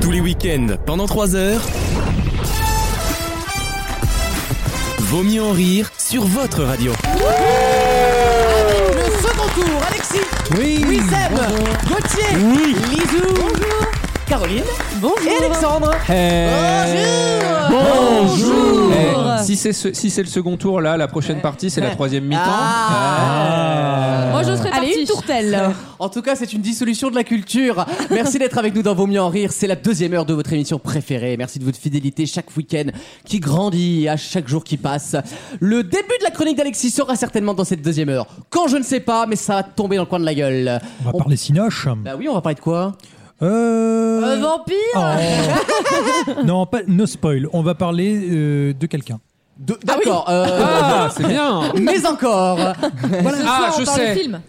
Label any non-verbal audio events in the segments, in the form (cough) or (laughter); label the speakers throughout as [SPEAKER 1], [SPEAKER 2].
[SPEAKER 1] Tous les week-ends, pendant 3 heures. Vaut mieux en rire sur votre radio.
[SPEAKER 2] Le second tour, Alexis,
[SPEAKER 3] Oui,
[SPEAKER 2] Wissem, Gauthier, Lizou, Caroline et Alexandre.
[SPEAKER 4] Bonjour.
[SPEAKER 3] Eh, si c'est ce- si c'est le second tour, là, la prochaine
[SPEAKER 2] Eh.
[SPEAKER 3] partie, c'est la troisième mi-temps.
[SPEAKER 2] Ah.
[SPEAKER 3] Ah.
[SPEAKER 4] Moi, je serais
[SPEAKER 5] Allez, une
[SPEAKER 4] partie.
[SPEAKER 5] tourtelle.
[SPEAKER 2] En tout cas, c'est une dissolution de la culture. Merci d'être avec nous dans Vaut mieux en rire. C'est la deuxième heure de votre émission préférée. Merci de votre fidélité chaque week-end qui grandit à chaque jour qui passe. Le début de la chronique d'Alexis sera certainement dans cette deuxième heure. Quand je ne sais pas, mais ça va tomber dans le coin de la gueule.
[SPEAKER 6] On va
[SPEAKER 2] On-
[SPEAKER 6] parler Sinoche.
[SPEAKER 2] Bah oui, on va parler de quoi
[SPEAKER 6] Euh...
[SPEAKER 4] Un vampire
[SPEAKER 7] (laughs)
[SPEAKER 6] Oh. non, pas no spoil. On va parler euh, de quelqu'un.
[SPEAKER 2] De- D'accord. euh,
[SPEAKER 3] Ah, c'est bien.
[SPEAKER 2] mais (laughs) encore.
[SPEAKER 4] Ce
[SPEAKER 3] Ah,
[SPEAKER 4] soir, on
[SPEAKER 3] je
[SPEAKER 4] parle de
[SPEAKER 3] sais.
[SPEAKER 4] film.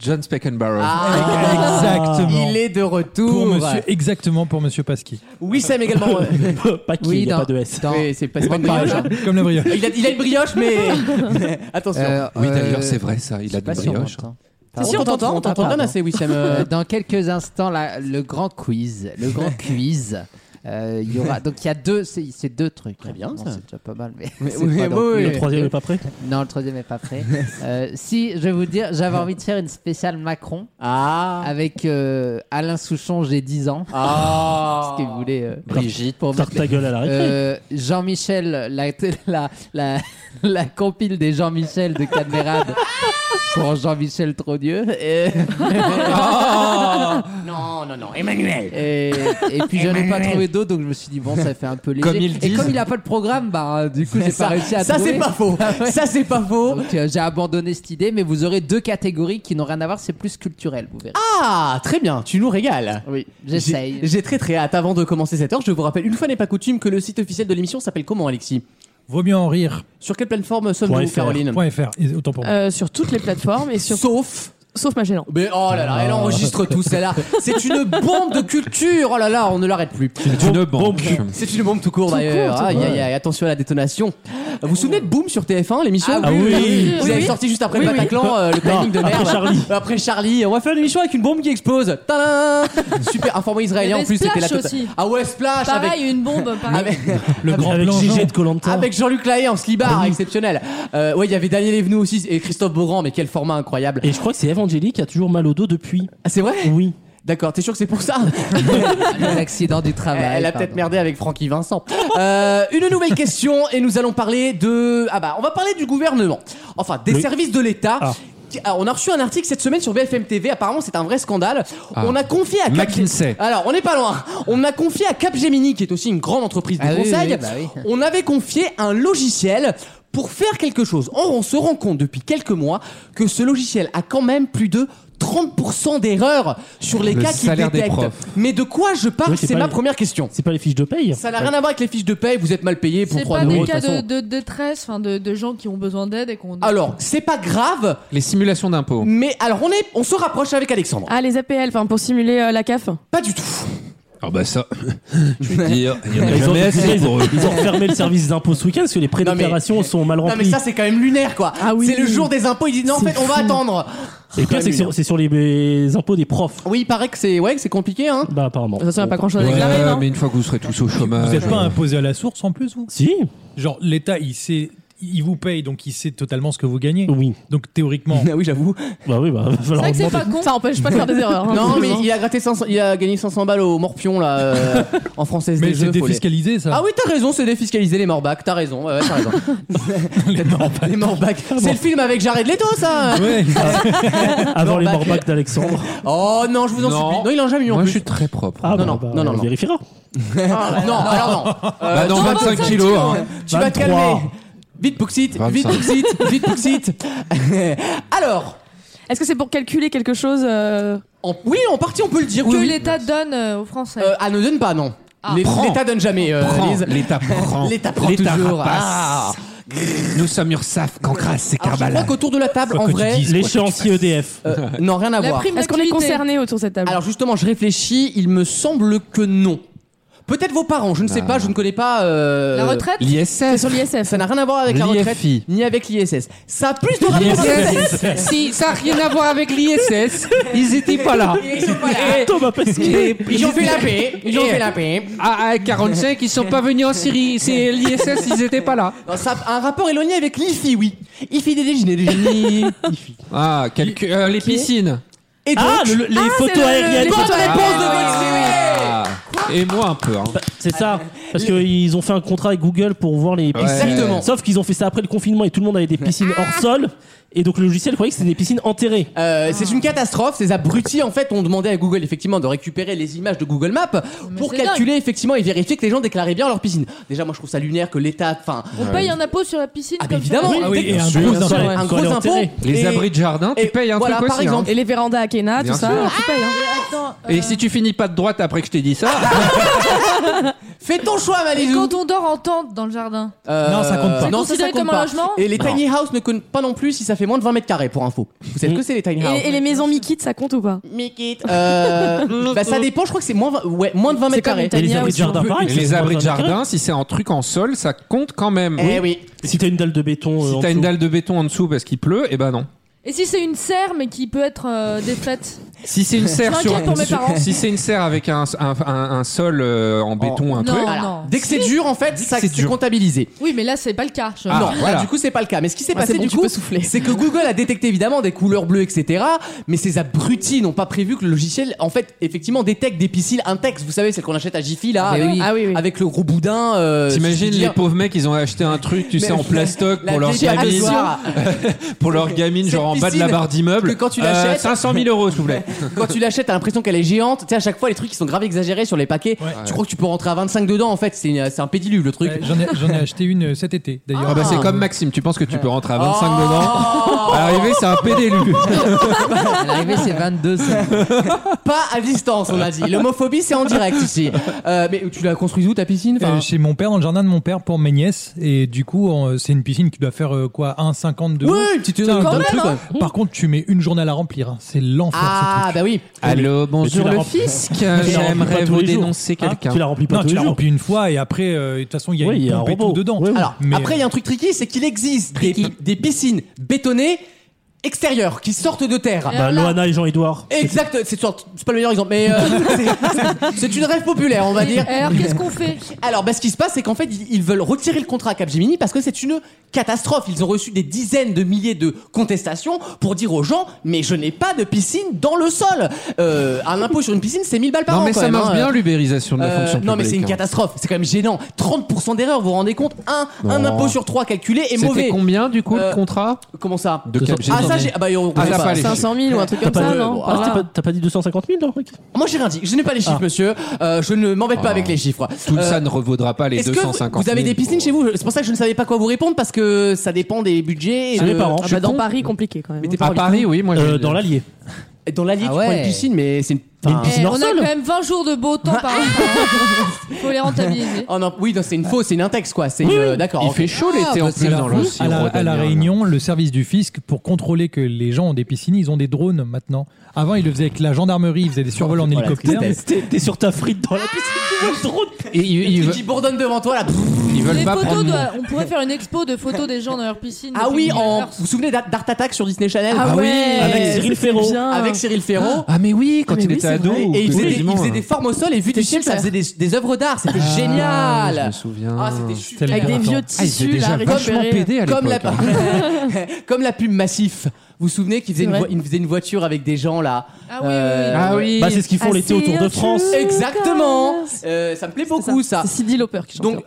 [SPEAKER 3] John Speckenbarrow.
[SPEAKER 2] Ah.
[SPEAKER 6] Exactement.
[SPEAKER 2] Il est de retour.
[SPEAKER 6] Pour monsieur, exactement pour Monsieur Pasqui.
[SPEAKER 2] Oui, Sam également.
[SPEAKER 7] (laughs) Pas qui,
[SPEAKER 2] oui,
[SPEAKER 7] il n'y a
[SPEAKER 2] dans-
[SPEAKER 7] pas de S.
[SPEAKER 2] dans- Oui, c'est pas, c'est pas une brioche. hein.
[SPEAKER 6] Comme la brioche.
[SPEAKER 2] Il a, il a une brioche, (laughs) mais attention.
[SPEAKER 3] Oui, d'ailleurs, c'est vrai ça. Il a
[SPEAKER 8] Euh, Pas
[SPEAKER 3] des
[SPEAKER 8] sûr,
[SPEAKER 3] brioches.
[SPEAKER 8] on
[SPEAKER 2] C'est sûr, on t'entend, on t'entend bien assez, (laughs) Wissam.
[SPEAKER 8] Euh,
[SPEAKER 2] euh,
[SPEAKER 8] (laughs) dans quelques instants, la- le grand quiz. Le grand quiz. Euh, il y aura, donc il y a deux, c'est c'est deux trucs. Très
[SPEAKER 2] bien, ça.
[SPEAKER 8] C'est déjà pas mal, mais
[SPEAKER 2] Oui,
[SPEAKER 8] (laughs) c'est
[SPEAKER 2] oui,
[SPEAKER 8] pas non
[SPEAKER 2] oui,
[SPEAKER 8] plus-
[SPEAKER 2] oui.
[SPEAKER 7] Le (laughs) troisième n'est pas prêt
[SPEAKER 8] Non, le troisième est pas prêt. Euh, si, je vais vous dire, j'avais envie de faire une spéciale Macron
[SPEAKER 2] Ah.
[SPEAKER 8] avec euh, Alain Souchon, j'ai 10 ans.
[SPEAKER 2] Ah.
[SPEAKER 8] Parce qu'il voulait euh,
[SPEAKER 3] Brigitte.
[SPEAKER 8] pour
[SPEAKER 7] Tarte
[SPEAKER 8] mettre-
[SPEAKER 7] ta gueule à la récré.
[SPEAKER 8] Euh, Jean-Michel, la, (laughs) la, la, la compile des Jean-Michel de Cadmerade (laughs) pour Jean-Michel Trodieu. Et,
[SPEAKER 2] Non, non, non, Emmanuel.
[SPEAKER 8] et, et puis je n'ai pas trouvé d'autres, donc je me suis dit, bon, ça fait un peu léger.
[SPEAKER 3] Comme ils
[SPEAKER 8] et
[SPEAKER 3] disent.
[SPEAKER 8] comme il n'a pas de programme, bah, euh, du coup, j'ai pas
[SPEAKER 2] Ça,
[SPEAKER 8] réussi à
[SPEAKER 2] ça,
[SPEAKER 8] trouver.
[SPEAKER 2] c'est pas (laughs) faux. Ah, Ça, c'est pas faux.
[SPEAKER 8] Donc euh, j'ai abandonné cette idée, mais vous aurez deux catégories qui n'ont rien à voir, c'est plus culturel, vous verrez.
[SPEAKER 2] Ah, très bien, tu nous régales.
[SPEAKER 8] oui,
[SPEAKER 2] J'ai
[SPEAKER 8] j'essaye.
[SPEAKER 2] j'ai très très hâte. Avant de commencer cette heure, je vous rappelle, une fois n'est pas coutume, que le site officiel de l'émission s'appelle comment, Alexis
[SPEAKER 6] Vaut mieux en rire.
[SPEAKER 2] Sur quelle plateforme sommes-nous,
[SPEAKER 7] .fr.
[SPEAKER 2] Caroline
[SPEAKER 6] Point .fr. Et Autant pour moi.
[SPEAKER 4] Euh, sur toutes les plateformes et sur
[SPEAKER 2] Sauf
[SPEAKER 4] sauf Magellan.
[SPEAKER 2] Mais oh là là, elle enregistre tout, celle-là. C'est une bombe de culture. Oh là là, on ne l'arrête plus.
[SPEAKER 3] C'est une banque.
[SPEAKER 2] C'est une bombe tout court d'ailleurs. Aïe, aïe, aïe, attention à la détonation. Vous vous souvenez de Boom sur TF1, l'émission
[SPEAKER 7] Ah oui, oui.
[SPEAKER 2] Vous avez sorti juste après le Bataclan, euh, le timing de
[SPEAKER 6] Ah,
[SPEAKER 7] après
[SPEAKER 2] merde.
[SPEAKER 7] Charlie.
[SPEAKER 2] Après Charlie, on va faire une émission avec une bombe qui explose. Tadam Super, un format israélien
[SPEAKER 4] Il y
[SPEAKER 2] en
[SPEAKER 4] avait
[SPEAKER 2] plus, c'était la
[SPEAKER 4] Splash
[SPEAKER 2] totale.
[SPEAKER 4] aussi.
[SPEAKER 2] Ah ouais, Splash
[SPEAKER 4] Pareil,
[SPEAKER 2] avec, (laughs)
[SPEAKER 4] une bombe. Pareil.
[SPEAKER 2] avec,
[SPEAKER 6] Le grand
[SPEAKER 7] Avec
[SPEAKER 6] blanc.
[SPEAKER 7] Gégé
[SPEAKER 6] Jean.
[SPEAKER 7] de Colanta.
[SPEAKER 2] avec Jean-Luc Lahaye en slibard, exceptionnel. Euh, ouais, il y avait Daniel Evenou aussi et Christophe Beaugrand, mais quel format incroyable.
[SPEAKER 7] Et je crois que c'est Evangélique qui a toujours mal au dos depuis.
[SPEAKER 2] Ah, c'est vrai
[SPEAKER 7] Oui.
[SPEAKER 2] D'accord, t'es sûr que c'est pour ça
[SPEAKER 8] L'accident
[SPEAKER 2] (laughs)
[SPEAKER 8] du
[SPEAKER 2] Elle-
[SPEAKER 8] travail.
[SPEAKER 2] Elle a
[SPEAKER 8] Ah pardon.
[SPEAKER 2] peut-être merdé avec Francky Vincent. Euh, une nouvelle question et nous allons parler de ah bah on va parler du gouvernement. Enfin des
[SPEAKER 7] Oui.
[SPEAKER 2] services de l'État.
[SPEAKER 7] Ah.
[SPEAKER 2] Qui- ah, On a reçu un article cette semaine sur BFM TV. Apparemment, c'est un vrai scandale.
[SPEAKER 3] Ah.
[SPEAKER 2] On a confié à Cap...
[SPEAKER 3] McKinsey.
[SPEAKER 2] Alors, on n'est pas loin. On a confié à Capgemini, qui est aussi une grande entreprise de
[SPEAKER 8] Ah oui,
[SPEAKER 2] conseil.
[SPEAKER 8] oui, oui, bah oui.
[SPEAKER 2] On avait confié un logiciel pour faire quelque chose. Or, on se rend compte depuis quelques mois que ce logiciel a quand même plus de 30% d'erreurs sur les
[SPEAKER 3] Le
[SPEAKER 2] cas qu'il
[SPEAKER 3] salaire des
[SPEAKER 2] détecte.
[SPEAKER 3] profs.
[SPEAKER 2] Mais de quoi je parle
[SPEAKER 7] Oui, c'est
[SPEAKER 2] C'est
[SPEAKER 7] pas
[SPEAKER 2] ma
[SPEAKER 7] les-
[SPEAKER 2] première question.
[SPEAKER 7] C'est pas les fiches de paye
[SPEAKER 2] Ça n'a rien à voir avec les fiches de paye, vous êtes mal payé pour
[SPEAKER 4] C'est
[SPEAKER 2] 3
[SPEAKER 4] pas
[SPEAKER 2] euros.
[SPEAKER 4] des
[SPEAKER 2] de
[SPEAKER 4] cas
[SPEAKER 2] toute
[SPEAKER 4] de,
[SPEAKER 2] façon.
[SPEAKER 4] de détresse, enfin de, de gens qui ont besoin d'aide et qu'on.
[SPEAKER 2] Alors, c'est pas grave,
[SPEAKER 3] Les simulations d'impôts.
[SPEAKER 2] mais alors on, est, on se rapproche avec Alexandre.
[SPEAKER 4] Ah les APL, enfin pour simuler euh, la CAF.
[SPEAKER 2] Pas du tout.
[SPEAKER 3] Ah bah ça, (laughs) je vais dire, il y en a
[SPEAKER 7] Ils ont,
[SPEAKER 3] jamais assez
[SPEAKER 7] ils ont-
[SPEAKER 3] pour eux.
[SPEAKER 7] ils ont refermé le service d'impôt ce week-end parce que les prédéclarations sont mal
[SPEAKER 2] Non, mais
[SPEAKER 7] remplies.
[SPEAKER 2] ça, c'est quand même lunaire quoi.
[SPEAKER 7] Ah oui.
[SPEAKER 2] C'est le jour des impôts, ils disent non, en
[SPEAKER 7] C'est
[SPEAKER 2] fait, on va
[SPEAKER 7] fou.
[SPEAKER 2] attendre.
[SPEAKER 7] Et le pire, c'est que c'est- c'est sur les, les impôts des profs.
[SPEAKER 2] Oui, il paraît que c'est ouais, que c'est compliqué, hein.
[SPEAKER 7] Bah, apparemment.
[SPEAKER 4] De toute façon, il n'y a pas grand chose à
[SPEAKER 3] Ouais,
[SPEAKER 4] déclarer, non
[SPEAKER 3] mais une fois que vous serez tous au chômage.
[SPEAKER 6] Vous n'êtes pas imposé à la source en plus, vous
[SPEAKER 7] Si
[SPEAKER 6] Genre, l'État, il sait, il vous paye, donc il sait totalement ce que vous gagnez.
[SPEAKER 7] Oui.
[SPEAKER 6] Donc
[SPEAKER 7] (laughs)
[SPEAKER 6] théoriquement,
[SPEAKER 2] Ah oui, j'avoue.
[SPEAKER 7] Bah oui, bah, (laughs) va
[SPEAKER 4] C'est
[SPEAKER 7] falloir
[SPEAKER 4] vrai que c'est
[SPEAKER 7] augmenter.
[SPEAKER 4] pas con. Ça empêche pas de faire des erreurs. hein,
[SPEAKER 2] Non, mais
[SPEAKER 4] forcément.
[SPEAKER 2] il a, gratté 500 il a gagné 500 balles au Morpion là, euh, en française
[SPEAKER 6] mais
[SPEAKER 2] des
[SPEAKER 6] c'est
[SPEAKER 2] jeux. faut les-
[SPEAKER 6] défiscalisé, ça.
[SPEAKER 2] Ah oui, t'as raison, c'est défiscaliser les Morbacs, t'as raison, ouais, ouais, t'as
[SPEAKER 7] (laughs)
[SPEAKER 2] raison. les Morbacs. C'est le film avec Jared Leto, ça euh.
[SPEAKER 6] Ouais.
[SPEAKER 7] Avant les
[SPEAKER 2] Norbac.
[SPEAKER 7] morbacs d'Alexandre.
[SPEAKER 2] bah, (laughs) Oh non, je vous en
[SPEAKER 3] Non.
[SPEAKER 2] supplie. Non, il en a jamais eu en
[SPEAKER 3] Moi, je
[SPEAKER 2] plus.
[SPEAKER 3] suis très propre.
[SPEAKER 7] Ah,
[SPEAKER 2] Non,
[SPEAKER 7] bah,
[SPEAKER 2] non,
[SPEAKER 7] bah,
[SPEAKER 2] non, non, non. (laughs)
[SPEAKER 7] on
[SPEAKER 2] Ah, bah,
[SPEAKER 7] vérifiera.
[SPEAKER 2] Non, alors
[SPEAKER 3] (laughs)
[SPEAKER 2] non. Euh,
[SPEAKER 3] bah non, 25 kilos. hein.
[SPEAKER 2] Tu vas te
[SPEAKER 7] 23.
[SPEAKER 2] calmer. Vite Booksite, vite
[SPEAKER 3] 25.
[SPEAKER 2] Booksite, vite Booksite. (laughs) Alors,
[SPEAKER 4] Est-ce que c'est pour calculer quelque chose euh,
[SPEAKER 2] en- oui, en partie, on peut le dire.
[SPEAKER 4] que
[SPEAKER 2] oui, oui.
[SPEAKER 4] l'État donne euh, aux Français
[SPEAKER 2] Euh, ah, ne donne pas, non.
[SPEAKER 4] Ah.
[SPEAKER 2] Les-
[SPEAKER 3] Prends.
[SPEAKER 2] L'État donne jamais, euh,
[SPEAKER 3] Prends,
[SPEAKER 2] Lise.
[SPEAKER 3] L'État
[SPEAKER 2] (laughs)
[SPEAKER 3] prend.
[SPEAKER 2] L'État prend toujours. Ah.
[SPEAKER 3] Nous sommes Ursaf, Cancras et
[SPEAKER 2] Alors, je crois
[SPEAKER 3] Karbala.
[SPEAKER 2] qu'autour de la table, en
[SPEAKER 6] que tu
[SPEAKER 2] vrai,
[SPEAKER 6] dises.
[SPEAKER 7] L'échéancier EDF.
[SPEAKER 2] euh, non, rien à
[SPEAKER 4] La
[SPEAKER 2] voir.
[SPEAKER 4] prime
[SPEAKER 5] Est-ce qu'on est
[SPEAKER 4] d'activité.
[SPEAKER 5] concerné autour de cette table
[SPEAKER 2] Alors justement, je réfléchis, il me semble que non. Peut-être vos parents, je ne sais pas, je ne connais pas. euh,
[SPEAKER 4] La retraite C'est
[SPEAKER 8] L'ISF.
[SPEAKER 4] sur l'ISF.
[SPEAKER 2] Ça n'a rien à voir avec la retraite,
[SPEAKER 8] L'IFI.
[SPEAKER 2] ni avec l'ISS. Ça a plus de rapport
[SPEAKER 8] L'ISS. si, ça n'a rien à voir avec l'ISS. Ils n'étaient pas là.
[SPEAKER 2] Ils sont pas là.
[SPEAKER 7] Thomas Pesquet.
[SPEAKER 2] Ils ont fait la paix. Ils ont fait la paix.
[SPEAKER 8] À, à 45, Ah, ils sont pas venus en Syrie. C'est l'ISS, ils n'étaient pas là.
[SPEAKER 2] Non, ça a un rapport éloigné avec l'IFI, oui. IFI des déjeuners des génies. (laughs) IFI.
[SPEAKER 8] Ah, quelques- euh, les piscines.
[SPEAKER 2] Et donc,
[SPEAKER 7] Ah, le- le- les
[SPEAKER 4] Ah, c'est
[SPEAKER 7] photos
[SPEAKER 4] le- le-
[SPEAKER 7] aériennes.
[SPEAKER 4] les photos
[SPEAKER 2] bonne réponse de Gauthier, oui.
[SPEAKER 8] Ah. Et moi un peu. hein.
[SPEAKER 7] Bah, C'est ça, parce qu'ils ont fait un contrat avec Google pour voir les piscines.
[SPEAKER 2] Exactement.
[SPEAKER 7] Sauf qu'ils ont fait ça après le confinement et tout le monde avait des piscines hors sol. Et donc le logiciel croyait que c'était des piscines enterrées.
[SPEAKER 2] Euh, c'est une catastrophe. Ces abrutis, en fait, ont demandé à Google, effectivement, de récupérer les images de Google Maps pour
[SPEAKER 4] c'est
[SPEAKER 2] calculer, effectivement, et vérifier que les gens déclaraient bien leur piscine. Déjà, moi, je trouve ça lunaire que l'État. Enfin,
[SPEAKER 4] On paye un impôt sur la piscine.
[SPEAKER 2] ah, bah,
[SPEAKER 4] comme ça.
[SPEAKER 2] évidemment,
[SPEAKER 6] oui,
[SPEAKER 2] dès-
[SPEAKER 6] et un
[SPEAKER 2] un
[SPEAKER 6] gros
[SPEAKER 2] gros,
[SPEAKER 6] intérêt.
[SPEAKER 2] un
[SPEAKER 7] Sur
[SPEAKER 2] gros
[SPEAKER 7] les
[SPEAKER 2] impôt.
[SPEAKER 7] enterrés.
[SPEAKER 8] Les
[SPEAKER 2] Et-
[SPEAKER 8] abris de jardin, tu
[SPEAKER 2] et
[SPEAKER 8] payes un
[SPEAKER 2] voilà,
[SPEAKER 8] truc
[SPEAKER 2] par
[SPEAKER 8] aussi. hein.
[SPEAKER 2] exemple. euh,
[SPEAKER 4] Et les vérandas à Kena, tout
[SPEAKER 8] Bien
[SPEAKER 4] ça.
[SPEAKER 8] sûr.
[SPEAKER 4] tu payes, hein.
[SPEAKER 5] Ah,
[SPEAKER 8] Et si tu finis pas de droite après que je t'ai dit
[SPEAKER 2] Ah
[SPEAKER 8] ça,
[SPEAKER 2] bah Fais ton choix,
[SPEAKER 5] Et
[SPEAKER 2] Malizou.
[SPEAKER 5] quand on dort en tente dans le jardin.
[SPEAKER 2] Euh,
[SPEAKER 6] Non, ça compte pas. C'est
[SPEAKER 2] Non, ça,
[SPEAKER 5] considéré
[SPEAKER 2] ça compte
[SPEAKER 5] comme un
[SPEAKER 2] pas.
[SPEAKER 5] logement
[SPEAKER 2] Et les tiny house ne comptent pas non plus si ça fait moins de 20 mètres carrés pour info. Vous savez
[SPEAKER 7] Mm.
[SPEAKER 2] que c'est les tiny
[SPEAKER 4] Et
[SPEAKER 2] house
[SPEAKER 4] les- et les maisons Mikit, ça compte ou pas
[SPEAKER 2] Make it. Euh, bah, ça dépend, je crois que c'est moins, 20 ouais, moins de 20 mètres
[SPEAKER 4] comme
[SPEAKER 2] carrés.
[SPEAKER 4] une
[SPEAKER 7] Et les
[SPEAKER 4] Tania
[SPEAKER 7] abris de
[SPEAKER 4] aussi, on
[SPEAKER 7] jardin,
[SPEAKER 4] peut-
[SPEAKER 7] pareil.
[SPEAKER 8] Et
[SPEAKER 7] ça,
[SPEAKER 8] les
[SPEAKER 7] c'est
[SPEAKER 8] abris de
[SPEAKER 7] dans un
[SPEAKER 8] jardin, si c'est en truc en sol, ça compte quand même.
[SPEAKER 2] Eh oui.
[SPEAKER 7] Si t'as une dalle de béton. euh,
[SPEAKER 8] Si
[SPEAKER 7] en
[SPEAKER 8] t'as une
[SPEAKER 7] dessous.
[SPEAKER 8] dalle de béton en dessous parce qu'il pleut, eh ben non.
[SPEAKER 5] Et si c'est une serre mais qui peut être euh, défaite
[SPEAKER 8] Si
[SPEAKER 2] (laughs)
[SPEAKER 8] c'est une serre
[SPEAKER 5] m'inquiète
[SPEAKER 8] sur,
[SPEAKER 5] pour mes
[SPEAKER 8] sur-
[SPEAKER 5] parents.
[SPEAKER 8] si c'est une serre avec un, un- un- un sol euh,
[SPEAKER 2] Oh.
[SPEAKER 8] en béton, un
[SPEAKER 5] Non.
[SPEAKER 8] truc.
[SPEAKER 2] Voilà.
[SPEAKER 5] non.
[SPEAKER 2] Dès que c'est dur, en fait, ça
[SPEAKER 8] c'est
[SPEAKER 2] c'est
[SPEAKER 8] dur.
[SPEAKER 2] comptabilisé.
[SPEAKER 5] Oui, mais là c'est pas le cas. je-
[SPEAKER 8] Ah,
[SPEAKER 2] non,
[SPEAKER 8] voilà.
[SPEAKER 2] là, du coup, c'est pas le cas. Mais ce qui s'est
[SPEAKER 4] Ah,
[SPEAKER 2] passé,
[SPEAKER 4] c'est bon,
[SPEAKER 2] du
[SPEAKER 4] tu
[SPEAKER 2] coup,
[SPEAKER 4] peux souffler.
[SPEAKER 2] c'est que Google a détecté évidemment des couleurs bleues, etc. Mais ces abrutis n'ont pas prévu que le logiciel, en fait, effectivement, détecte des piscines intex. Vous savez, celle qu'on achète à Jiffy, là,
[SPEAKER 4] Mais
[SPEAKER 2] avec,
[SPEAKER 4] oui. Ah oui, oui.
[SPEAKER 2] avec le gros boudin. euh, si je
[SPEAKER 8] T'imagines
[SPEAKER 2] puis
[SPEAKER 8] les
[SPEAKER 2] dire.
[SPEAKER 8] pauvres mecs, ils ont acheté un truc, tu sais, en plastoc
[SPEAKER 2] La
[SPEAKER 8] pour leur
[SPEAKER 2] vieille
[SPEAKER 8] gamine,
[SPEAKER 2] accessoire.
[SPEAKER 8] pour leur gamine,
[SPEAKER 2] Cette
[SPEAKER 8] genre en bas de
[SPEAKER 2] piscine
[SPEAKER 8] la barre d'immeuble.
[SPEAKER 2] que quand tu
[SPEAKER 8] Euh,
[SPEAKER 2] l'achètes- Ah.
[SPEAKER 8] 500 000 euros, s'il vous plaît.
[SPEAKER 2] Quand tu l'achètes, t'as l'impression qu'elle est géante. Tu sais, à chaque fois, les trucs qui sont grave exagérés sur les paquets. Tu crois que tu peux rentrer à 25 dedans, en fait. C'est une- c'est un pédiluve, le truc.
[SPEAKER 6] Euh, J'en ai, j'en ai acheté une euh, cet été, d'ailleurs.
[SPEAKER 8] Ah bah, c'est comme Maxime, tu penses que tu peux rentrer à 25 dedans.
[SPEAKER 2] Oh
[SPEAKER 8] À l'arrivée, c'est un PDLU. À l'arrivée, c'est 22. (laughs)
[SPEAKER 2] Pas à distance, on a dit. L'homophobie, c'est en direct ici. Euh, mais tu l'as construit où ta piscine Enfin,
[SPEAKER 6] Euh, chez mon père, dans le jardin de mon père, pour mes nièces. Et du coup, on- c'est une piscine qui doit faire euh, quoi 1,50 de haut.
[SPEAKER 2] Oui, une petite-
[SPEAKER 6] C'est un
[SPEAKER 2] quand
[SPEAKER 6] gros
[SPEAKER 2] même,
[SPEAKER 6] truc.
[SPEAKER 2] hein.
[SPEAKER 6] Par contre, tu mets une journée à la remplir. hein. C'est l'enfer.
[SPEAKER 2] Ah, bah oui.
[SPEAKER 8] Allô, bonjour
[SPEAKER 7] la
[SPEAKER 8] le
[SPEAKER 7] rem-
[SPEAKER 8] fisc.
[SPEAKER 7] Tu la remplis pas
[SPEAKER 8] J'aimerais
[SPEAKER 7] tous
[SPEAKER 8] vous
[SPEAKER 7] les jours.
[SPEAKER 8] dénoncer
[SPEAKER 7] Hein
[SPEAKER 8] quelqu'un.
[SPEAKER 7] Tu la remplis
[SPEAKER 6] ce truc.
[SPEAKER 7] pas
[SPEAKER 6] Non,
[SPEAKER 7] tous
[SPEAKER 6] tu
[SPEAKER 7] les
[SPEAKER 6] la
[SPEAKER 7] jours.
[SPEAKER 6] remplis une fois et après, euh, de toute façon, il y a
[SPEAKER 7] Oui,
[SPEAKER 6] une
[SPEAKER 7] il y a un
[SPEAKER 6] pompe et
[SPEAKER 7] robot.
[SPEAKER 6] tout dedans.
[SPEAKER 7] Oui, oui.
[SPEAKER 2] Alors,
[SPEAKER 6] Mais-
[SPEAKER 2] après, il y a un truc tricky, c'est qu'il existe des, des piscines bétonnées extérieures qui sortent de terre.
[SPEAKER 7] Bah, Loana et Jean-Edouard.
[SPEAKER 2] Exact, c'est sorte- c'est pas le meilleur exemple, mais euh, (laughs) c'est- c'est une rêve populaire, on va dire.
[SPEAKER 5] Et Alors Ah, qu'est-ce qu'on fait
[SPEAKER 2] Alors, bah, ce qui se passe, c'est qu'en fait, ils ils veulent retirer le contrat à Capgemini parce que c'est une catastrophe. Ils ont reçu des dizaines de milliers de contestations pour dire aux gens Mais je n'ai pas de piscine dans le sol. Euh, un impôt sur une piscine, c'est 1000 balles par
[SPEAKER 8] Non,
[SPEAKER 2] an.
[SPEAKER 8] mais
[SPEAKER 2] quand
[SPEAKER 8] ça
[SPEAKER 2] même,
[SPEAKER 8] marche
[SPEAKER 2] hein.
[SPEAKER 8] bien l'ubérisation de la
[SPEAKER 2] Euh,
[SPEAKER 8] fonction publique.
[SPEAKER 2] non mais c'est une
[SPEAKER 8] hein.
[SPEAKER 2] catastrophe, c'est quand même gênant. 30% d'erreur, vous vous rendez compte un, un
[SPEAKER 8] Non.
[SPEAKER 2] impôt sur trois calculé est
[SPEAKER 8] Oh. C'était
[SPEAKER 2] mauvais.
[SPEAKER 8] combien du coup
[SPEAKER 2] Euh,
[SPEAKER 8] le contrat
[SPEAKER 2] Comment ça
[SPEAKER 8] De Capgemini.
[SPEAKER 2] Ah ça j'ai ah, bah, on- on
[SPEAKER 8] Ah,
[SPEAKER 2] sait
[SPEAKER 8] t'as
[SPEAKER 2] pas.
[SPEAKER 8] pas les-
[SPEAKER 4] 500 000 ou un truc comme
[SPEAKER 7] T'as
[SPEAKER 4] ça,
[SPEAKER 7] pas-
[SPEAKER 4] non
[SPEAKER 7] Ah,
[SPEAKER 4] Par là.
[SPEAKER 7] t'as pas- T'as pas dit 250 000 non Rick
[SPEAKER 2] Moi j'ai rien dit, je n'ai pas les chiffres monsieur, Euh, je ne m'embête pas
[SPEAKER 8] Ah.
[SPEAKER 2] avec les chiffres.
[SPEAKER 8] Tout
[SPEAKER 2] Euh,
[SPEAKER 8] ça ne revaudra pas les
[SPEAKER 2] Est-ce que
[SPEAKER 8] 250
[SPEAKER 2] vous- vous avez des piscines chez vous C'est pour ça que je ne savais pas quoi vous répondre parce que ça dépend des budgets. et
[SPEAKER 7] Chez
[SPEAKER 2] de-
[SPEAKER 7] mes
[SPEAKER 8] hein.
[SPEAKER 7] parents.
[SPEAKER 4] Ah
[SPEAKER 7] Je
[SPEAKER 4] bah,
[SPEAKER 7] suis
[SPEAKER 4] dans
[SPEAKER 7] con.
[SPEAKER 4] Paris, compliqué quand même.
[SPEAKER 2] Mais t'es pas
[SPEAKER 8] À
[SPEAKER 2] en-
[SPEAKER 8] Paris, oui, moi
[SPEAKER 7] Euh,
[SPEAKER 8] j'ai-
[SPEAKER 7] Dans l'Allier.
[SPEAKER 2] Dans l'Allier,
[SPEAKER 8] Ah
[SPEAKER 2] tu prends
[SPEAKER 8] ouais.
[SPEAKER 2] une piscine, mais c'est une.
[SPEAKER 7] Mais une
[SPEAKER 2] enfin,
[SPEAKER 7] piscine
[SPEAKER 5] Eh,
[SPEAKER 7] hors
[SPEAKER 5] On a
[SPEAKER 7] sol.
[SPEAKER 5] quand même 20 jours de beau temps par an. Faut les rentabiliser.
[SPEAKER 2] Oh non, oui, non, c'est une fausse, c'est une intex quoi. C'est une- D'accord.
[SPEAKER 8] Il
[SPEAKER 2] ok.
[SPEAKER 8] fait chaud l'été en plus dans le
[SPEAKER 6] À la, à la Réunion, le service du fisc, pour contrôler que les gens ont des piscines, ils ont des drones maintenant. Avant, ils le faisaient avec la gendarmerie, ils faisaient des
[SPEAKER 7] Ah,
[SPEAKER 6] survols en hélicoptère.
[SPEAKER 7] T'es- T'es t'es sur ta frite dans la piscine, tu vois le drone.
[SPEAKER 8] Et ils,
[SPEAKER 2] Le
[SPEAKER 8] ils
[SPEAKER 2] truc
[SPEAKER 8] ve-
[SPEAKER 2] qui bourdonne devant toi là.
[SPEAKER 8] ils veulent
[SPEAKER 5] Les
[SPEAKER 8] pas
[SPEAKER 5] photos
[SPEAKER 8] prendre.
[SPEAKER 5] doivent- on pourrait faire une expo de photos des gens dans leur piscine.
[SPEAKER 2] Ah
[SPEAKER 5] depuis
[SPEAKER 2] oui,
[SPEAKER 5] qu'ils
[SPEAKER 2] en... vous
[SPEAKER 5] meurent.
[SPEAKER 2] vous souvenez d'A- d'Art Attack sur Disney Channel
[SPEAKER 4] Ah
[SPEAKER 8] Ah oui,
[SPEAKER 4] ouais,
[SPEAKER 7] avec
[SPEAKER 4] c'était
[SPEAKER 7] Cyril Ferraud.
[SPEAKER 4] bien.
[SPEAKER 2] Avec Cyril Ferrand.
[SPEAKER 8] Ah mais oui, quand
[SPEAKER 4] Mais
[SPEAKER 8] il
[SPEAKER 4] oui,
[SPEAKER 8] était
[SPEAKER 4] c'est
[SPEAKER 8] ado.
[SPEAKER 4] vrai.
[SPEAKER 8] ou
[SPEAKER 2] Et il
[SPEAKER 8] que-
[SPEAKER 2] faisait, des, il
[SPEAKER 8] quasiment,
[SPEAKER 2] faisait
[SPEAKER 8] hein. Ah,
[SPEAKER 2] des formes au sol et vu du ciel, ça faisait des, des œuvres d'art. C'était
[SPEAKER 8] Je
[SPEAKER 2] génial.
[SPEAKER 8] me souviens.
[SPEAKER 2] Ah, c'était super.
[SPEAKER 6] Tellement
[SPEAKER 4] Avec des
[SPEAKER 6] content.
[SPEAKER 4] vieux
[SPEAKER 8] Ah, ils étaient
[SPEAKER 4] tissus,
[SPEAKER 8] déjà
[SPEAKER 4] là,
[SPEAKER 8] vachement
[SPEAKER 4] récupérés.
[SPEAKER 8] pédés à
[SPEAKER 2] Comme la,
[SPEAKER 8] l'époque. hein.
[SPEAKER 2] (laughs) comme la pub Massif. Vous vous souvenez qu'il faisait,
[SPEAKER 4] C'est
[SPEAKER 2] une
[SPEAKER 4] vrai.
[SPEAKER 2] vo- il faisait une voiture avec des gens là Euh,
[SPEAKER 5] Ah oui, oui, oui.
[SPEAKER 8] Ah oui.
[SPEAKER 7] Bah, c'est ce qu'ils font l'été autour de France.
[SPEAKER 2] Exactement Euh, Ça me plaît beaucoup ça.
[SPEAKER 4] C'est Cindy Lauper qui chante.
[SPEAKER 2] Donc,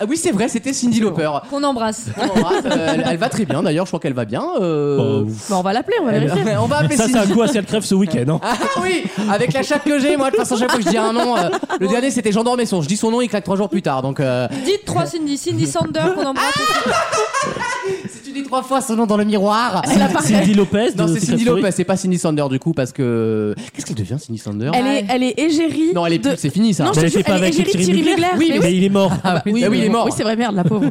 [SPEAKER 2] ah oui, c'est vrai, c'était Cindy Lauper.
[SPEAKER 5] Qu'on embrasse.
[SPEAKER 2] On l'embrasse. Euh, elle, elle va très bien d'ailleurs, je crois qu'elle va bien. euh,
[SPEAKER 7] Bah,
[SPEAKER 4] Bah, on va l'appeler, on va
[SPEAKER 2] elle-
[SPEAKER 4] vérifier.
[SPEAKER 2] on va appeler
[SPEAKER 7] Ça, c'est
[SPEAKER 2] Cindy.
[SPEAKER 7] un coup à si elle crève ce week-end. hein.
[SPEAKER 2] Ah oui, avec la chatte que j'ai, moi de toute façon, chaque fois que je dis un nom, euh, le dernier c'était Jean Dormesson. Je dis son nom, il claque trois jours plus tard. Donc, euh,
[SPEAKER 5] Dites 3 Cindy, Cindy Sander qu'on embrasse.
[SPEAKER 2] si tu dis trois fois son nom dans le miroir.
[SPEAKER 7] Cindy Lopez. de
[SPEAKER 2] Ah, Non, c'est
[SPEAKER 7] Secret
[SPEAKER 2] Cindy
[SPEAKER 7] Story.
[SPEAKER 2] Lopez, c'est pas Cindy Sander du coup, parce que. Qu'est-ce qu'elle devient, Cindy Sander
[SPEAKER 4] Elle est, elle est égérie.
[SPEAKER 2] Non, elle est
[SPEAKER 4] de-
[SPEAKER 2] plus, c'est fini ça.
[SPEAKER 4] Non,
[SPEAKER 7] Mais
[SPEAKER 4] je te
[SPEAKER 7] elle
[SPEAKER 4] jure,
[SPEAKER 7] était pas
[SPEAKER 4] elle est
[SPEAKER 7] avec
[SPEAKER 4] égérie de
[SPEAKER 7] Thierry
[SPEAKER 4] Thierry
[SPEAKER 7] Mugler.
[SPEAKER 4] Mugler.
[SPEAKER 2] Oui, mais-
[SPEAKER 7] Mais il est mort.
[SPEAKER 2] Ah, bah, oui,
[SPEAKER 4] mais
[SPEAKER 2] il est
[SPEAKER 4] bon.
[SPEAKER 2] mort.
[SPEAKER 4] Oui, c'est vrai, merde, la pauvre.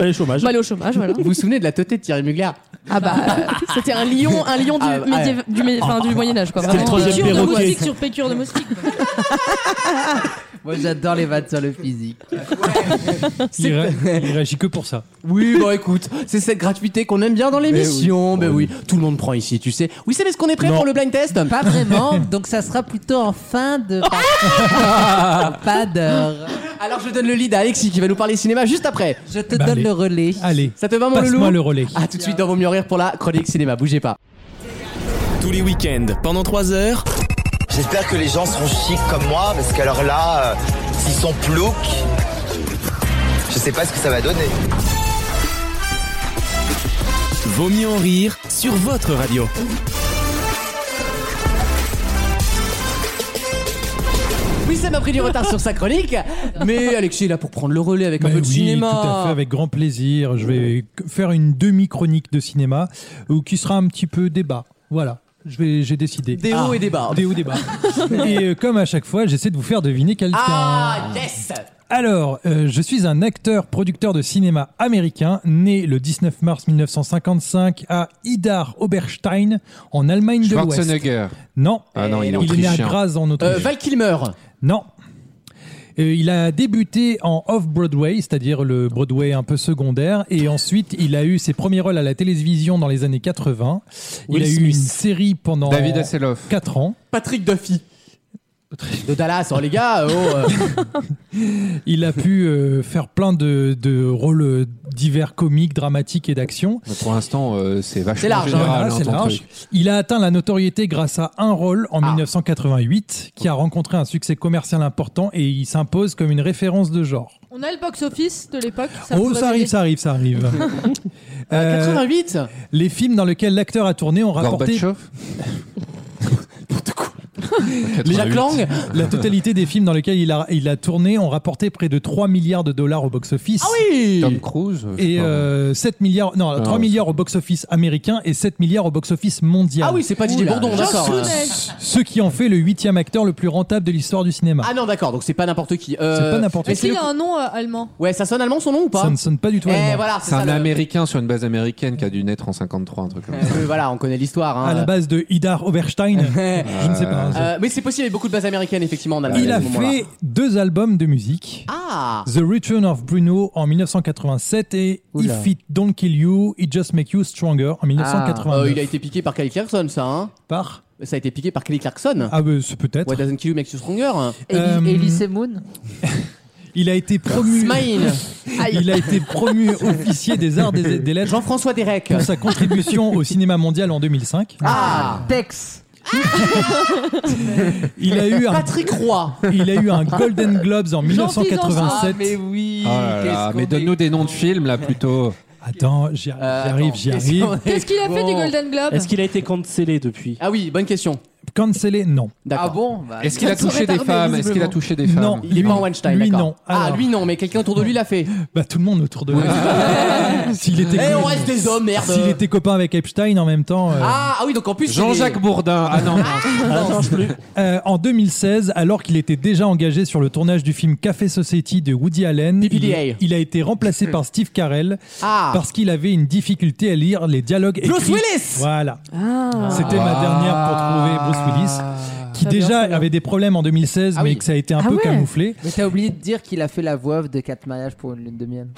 [SPEAKER 7] Elle est chômage.
[SPEAKER 4] Je vais aller au chômage, voilà.
[SPEAKER 2] Vous vous souvenez de la teuté de Thierry Mugler
[SPEAKER 4] Ah bah, euh, c'était un lion, un lion du,
[SPEAKER 2] Ah, ouais.
[SPEAKER 4] médiév- du, mé- enfin, du Moyen Âge, quoi.
[SPEAKER 7] C'était le
[SPEAKER 4] Vraiment,
[SPEAKER 7] troisième
[SPEAKER 5] Pécure de
[SPEAKER 7] perroquet.
[SPEAKER 5] moustique sur pécure de moustique. quoi.
[SPEAKER 8] Moi, j'adore les vannes sur le physique.
[SPEAKER 6] Il, ré- il réagit que pour ça.
[SPEAKER 2] Oui, bon, écoute, c'est cette gratuité qu'on aime bien dans l'émission. Ben oui. tout le monde prend ici, tu sais. Oui, c'est parce qu'on est prêt pour le blind test
[SPEAKER 8] Pas vraiment, donc ça sera plutôt en fin de. (laughs) pas d'heure.
[SPEAKER 2] Alors, je donne le lead à Alexis qui va nous parler cinéma juste après.
[SPEAKER 8] Je te
[SPEAKER 6] Bah,
[SPEAKER 8] donne
[SPEAKER 6] allez.
[SPEAKER 8] le relais.
[SPEAKER 6] Allez,
[SPEAKER 2] Ça te va, mon loulou
[SPEAKER 6] passe-moi le relais.
[SPEAKER 2] À tout de suite dans Vaut mieux rire pour la chronique cinéma. Bougez pas.
[SPEAKER 1] Tous les week-ends, pendant 3 heures,
[SPEAKER 9] J'espère que les gens seront chics comme moi, parce qu'alors là, euh, s'ils sont ploucs, je sais pas ce que ça va donner.
[SPEAKER 1] Vaut mieux en rire sur votre radio.
[SPEAKER 2] Wissem a pris du retard sur sa chronique, mais Alexis est là pour prendre le relais avec un
[SPEAKER 6] Bah
[SPEAKER 2] peu de
[SPEAKER 6] oui,
[SPEAKER 2] cinéma.
[SPEAKER 6] tout à fait, avec grand plaisir. Je vais faire une demi-chronique de cinéma euh, qui sera un petit peu débat. Voilà, Je vais- j'ai décidé.
[SPEAKER 2] Des hauts
[SPEAKER 6] Ah.
[SPEAKER 2] et des bas.
[SPEAKER 6] Des hauts, des bas. et euh, comme à chaque fois, j'essaie de vous faire deviner quelqu'un.
[SPEAKER 2] Ah, yes
[SPEAKER 6] Alors, euh, je suis un acteur producteur de cinéma américain, né le 19 mars 1955 à Idar Oberstein, en Allemagne de l'Ouest.
[SPEAKER 3] Schwarzenegger.
[SPEAKER 6] Non.
[SPEAKER 3] Ah non, il est
[SPEAKER 6] il est né à
[SPEAKER 3] autrichien.
[SPEAKER 6] Graz en Autriche.
[SPEAKER 2] Euh, Val Kilmer.
[SPEAKER 6] Non. Euh, il a débuté en off-Broadway, c'est-à-dire le Broadway un peu secondaire, et ensuite il a eu ses premiers rôles à la télévision dans les années 80. Il
[SPEAKER 7] Will
[SPEAKER 6] a eu
[SPEAKER 7] Smith.
[SPEAKER 6] une série pendant
[SPEAKER 3] David Hasselhoff.
[SPEAKER 6] 4 ans.
[SPEAKER 2] Patrick Duffy. De Dallas, oh les gars, oh, euh,
[SPEAKER 6] (laughs) Il a pu euh, faire plein de, de rôles euh, divers comiques, dramatiques et d'action.
[SPEAKER 3] Mais Pour l'instant, euh, c'est vachement
[SPEAKER 2] large,
[SPEAKER 3] général.
[SPEAKER 6] Voilà,
[SPEAKER 3] hein,
[SPEAKER 6] c'est
[SPEAKER 3] ton
[SPEAKER 6] large.
[SPEAKER 3] truc. Ah.
[SPEAKER 6] Il a atteint la notoriété grâce à un rôle en 1988 qui a rencontré un succès commercial important et il s'impose comme une référence de genre.
[SPEAKER 5] On a le box-office de l'époque.
[SPEAKER 6] oh,
[SPEAKER 5] pourrait
[SPEAKER 6] ça arrive,
[SPEAKER 5] m'aider.
[SPEAKER 6] ça arrive, ça arrive. Euh,
[SPEAKER 2] 88
[SPEAKER 6] Les films dans lesquels l'acteur a tourné ont rapporté
[SPEAKER 3] Gorbatchev. (laughs)
[SPEAKER 2] Jacques Lang
[SPEAKER 6] la totalité des films dans lesquels il a, il a tourné ont rapporté près de 3 milliards de dollars au box-office.
[SPEAKER 2] Ah oui
[SPEAKER 3] Tom Cruise. je sais
[SPEAKER 6] Et
[SPEAKER 3] pas.
[SPEAKER 6] euh, 7 milliards, non, 3
[SPEAKER 3] ouais.
[SPEAKER 6] milliards au box-office américain et 7 milliards au box-office mondial.
[SPEAKER 2] Ah oui, c'est pas Didier
[SPEAKER 8] Oula,
[SPEAKER 2] Bourdon,
[SPEAKER 5] Jean
[SPEAKER 2] d'accord.
[SPEAKER 5] Sounel.
[SPEAKER 6] Ce qui en fait le huitième acteur le plus rentable de l'histoire du cinéma.
[SPEAKER 2] Ah non, d'accord, donc c'est pas n'importe qui. Euh,
[SPEAKER 6] C'est pas n'importe
[SPEAKER 2] mais
[SPEAKER 5] Est-ce
[SPEAKER 2] c'est
[SPEAKER 5] qu'il
[SPEAKER 2] le-
[SPEAKER 5] a un nom euh, allemand
[SPEAKER 2] Ouais, ça sonne allemand son nom ou pas
[SPEAKER 6] ça ne sonne pas du tout
[SPEAKER 2] Eh,
[SPEAKER 6] allemand.
[SPEAKER 2] voilà,
[SPEAKER 3] C'est un
[SPEAKER 2] ça, le-
[SPEAKER 3] américain sur une base américaine qui a dû naître en 53, un truc comme ça.
[SPEAKER 2] Euh, voilà, on connaît l'histoire. hein.
[SPEAKER 6] À la base de
[SPEAKER 2] (laughs)
[SPEAKER 6] Idar Oberstein, je ne sais pas. hein,
[SPEAKER 2] Euh, mais c'est possible, il y avait beaucoup de bases américaines effectivement en Allemagne.
[SPEAKER 6] il
[SPEAKER 2] à
[SPEAKER 6] a
[SPEAKER 2] ce moment-là.
[SPEAKER 6] fait deux albums de musique.
[SPEAKER 2] Ah
[SPEAKER 6] The Return of Bruno en 1987 et
[SPEAKER 8] Oula.
[SPEAKER 6] If It Don't Kill You, It Just Make You Stronger en 1989.
[SPEAKER 2] Euh, Il a été piqué par Kelly Clarkson, ça, hein
[SPEAKER 6] Par
[SPEAKER 2] Ça a été piqué par Kelly Clarkson.
[SPEAKER 6] Ah, ben, c'est peut-être.
[SPEAKER 2] What doesn't kill you makes you stronger.
[SPEAKER 6] Euh,
[SPEAKER 8] Ellie, Ellie Semoun
[SPEAKER 6] Il a été promu.
[SPEAKER 2] Smile
[SPEAKER 6] Il a
[SPEAKER 2] (laughs)
[SPEAKER 6] été promu officier des arts des, des lettres
[SPEAKER 2] Jean-François Derek.
[SPEAKER 6] pour sa contribution au cinéma mondial en 2005.
[SPEAKER 2] Ah
[SPEAKER 8] Tex.
[SPEAKER 6] Il a eu un,
[SPEAKER 2] Patrick Roy.
[SPEAKER 6] il a eu un Golden Globes en 1987.
[SPEAKER 2] Ah,
[SPEAKER 8] oui.
[SPEAKER 3] Oh là là, mais donne-nous des noms de films là plutôt.
[SPEAKER 6] Attends, j'y j'y
[SPEAKER 2] Euh,
[SPEAKER 6] arrive, j'y arrive.
[SPEAKER 5] Qu'est-ce qu'il a fait des
[SPEAKER 2] Golden
[SPEAKER 5] Golden Globes
[SPEAKER 7] Est-ce qu'il a été cancellé depuis
[SPEAKER 2] Ah oui, bonne question.
[SPEAKER 6] Cancellé, non.
[SPEAKER 8] Ah
[SPEAKER 2] D'accord.
[SPEAKER 8] bon bah,
[SPEAKER 3] Est-ce qu'il a
[SPEAKER 2] Ça serait
[SPEAKER 3] touché des
[SPEAKER 2] tardé,
[SPEAKER 3] femmes Est-ce qu'il a
[SPEAKER 2] visiblement.
[SPEAKER 3] touché des femmes
[SPEAKER 6] Non,
[SPEAKER 2] Il est pas en Weinstein,
[SPEAKER 6] Lui,
[SPEAKER 2] d'accord.
[SPEAKER 6] non.
[SPEAKER 2] Ah,
[SPEAKER 6] Alors,
[SPEAKER 2] lui non, mais quelqu'un autour de lui l'a fait.
[SPEAKER 6] Bah, tout le monde
[SPEAKER 2] (laughs)
[SPEAKER 6] autour de lui. S'il
[SPEAKER 2] Eh,
[SPEAKER 6] était,
[SPEAKER 2] on reste des hommes, merde.
[SPEAKER 6] s'il était copain avec Epstein en même temps. euh,
[SPEAKER 2] Ah, ah oui, donc en plus.
[SPEAKER 3] Jean-Jacques Bourdin. Ah non,
[SPEAKER 6] Euh, en 2016, alors qu'il était déjà engagé sur le tournage du film Café Society de Woody Allen,
[SPEAKER 2] PPDA.
[SPEAKER 6] il, il a été remplacé par Steve Carell
[SPEAKER 2] il est- Ah
[SPEAKER 6] parce qu'il avait une difficulté à lire les dialogues
[SPEAKER 2] Bruce
[SPEAKER 6] écrits.
[SPEAKER 2] Willis
[SPEAKER 6] Voilà,
[SPEAKER 4] Ah.
[SPEAKER 6] c'était ma dernière pour trouver Bruce Willis, qui
[SPEAKER 4] Très bien,
[SPEAKER 6] déjà
[SPEAKER 4] très bien.
[SPEAKER 6] avait des problèmes en 2016,
[SPEAKER 2] Ah
[SPEAKER 6] mais
[SPEAKER 2] oui.
[SPEAKER 6] que ça a été un
[SPEAKER 4] Ah
[SPEAKER 6] peu
[SPEAKER 4] ouais.
[SPEAKER 6] camouflé.
[SPEAKER 8] Mais t'as oublié de dire qu'il a fait la veuve de 4 mariages pour une lune de miel.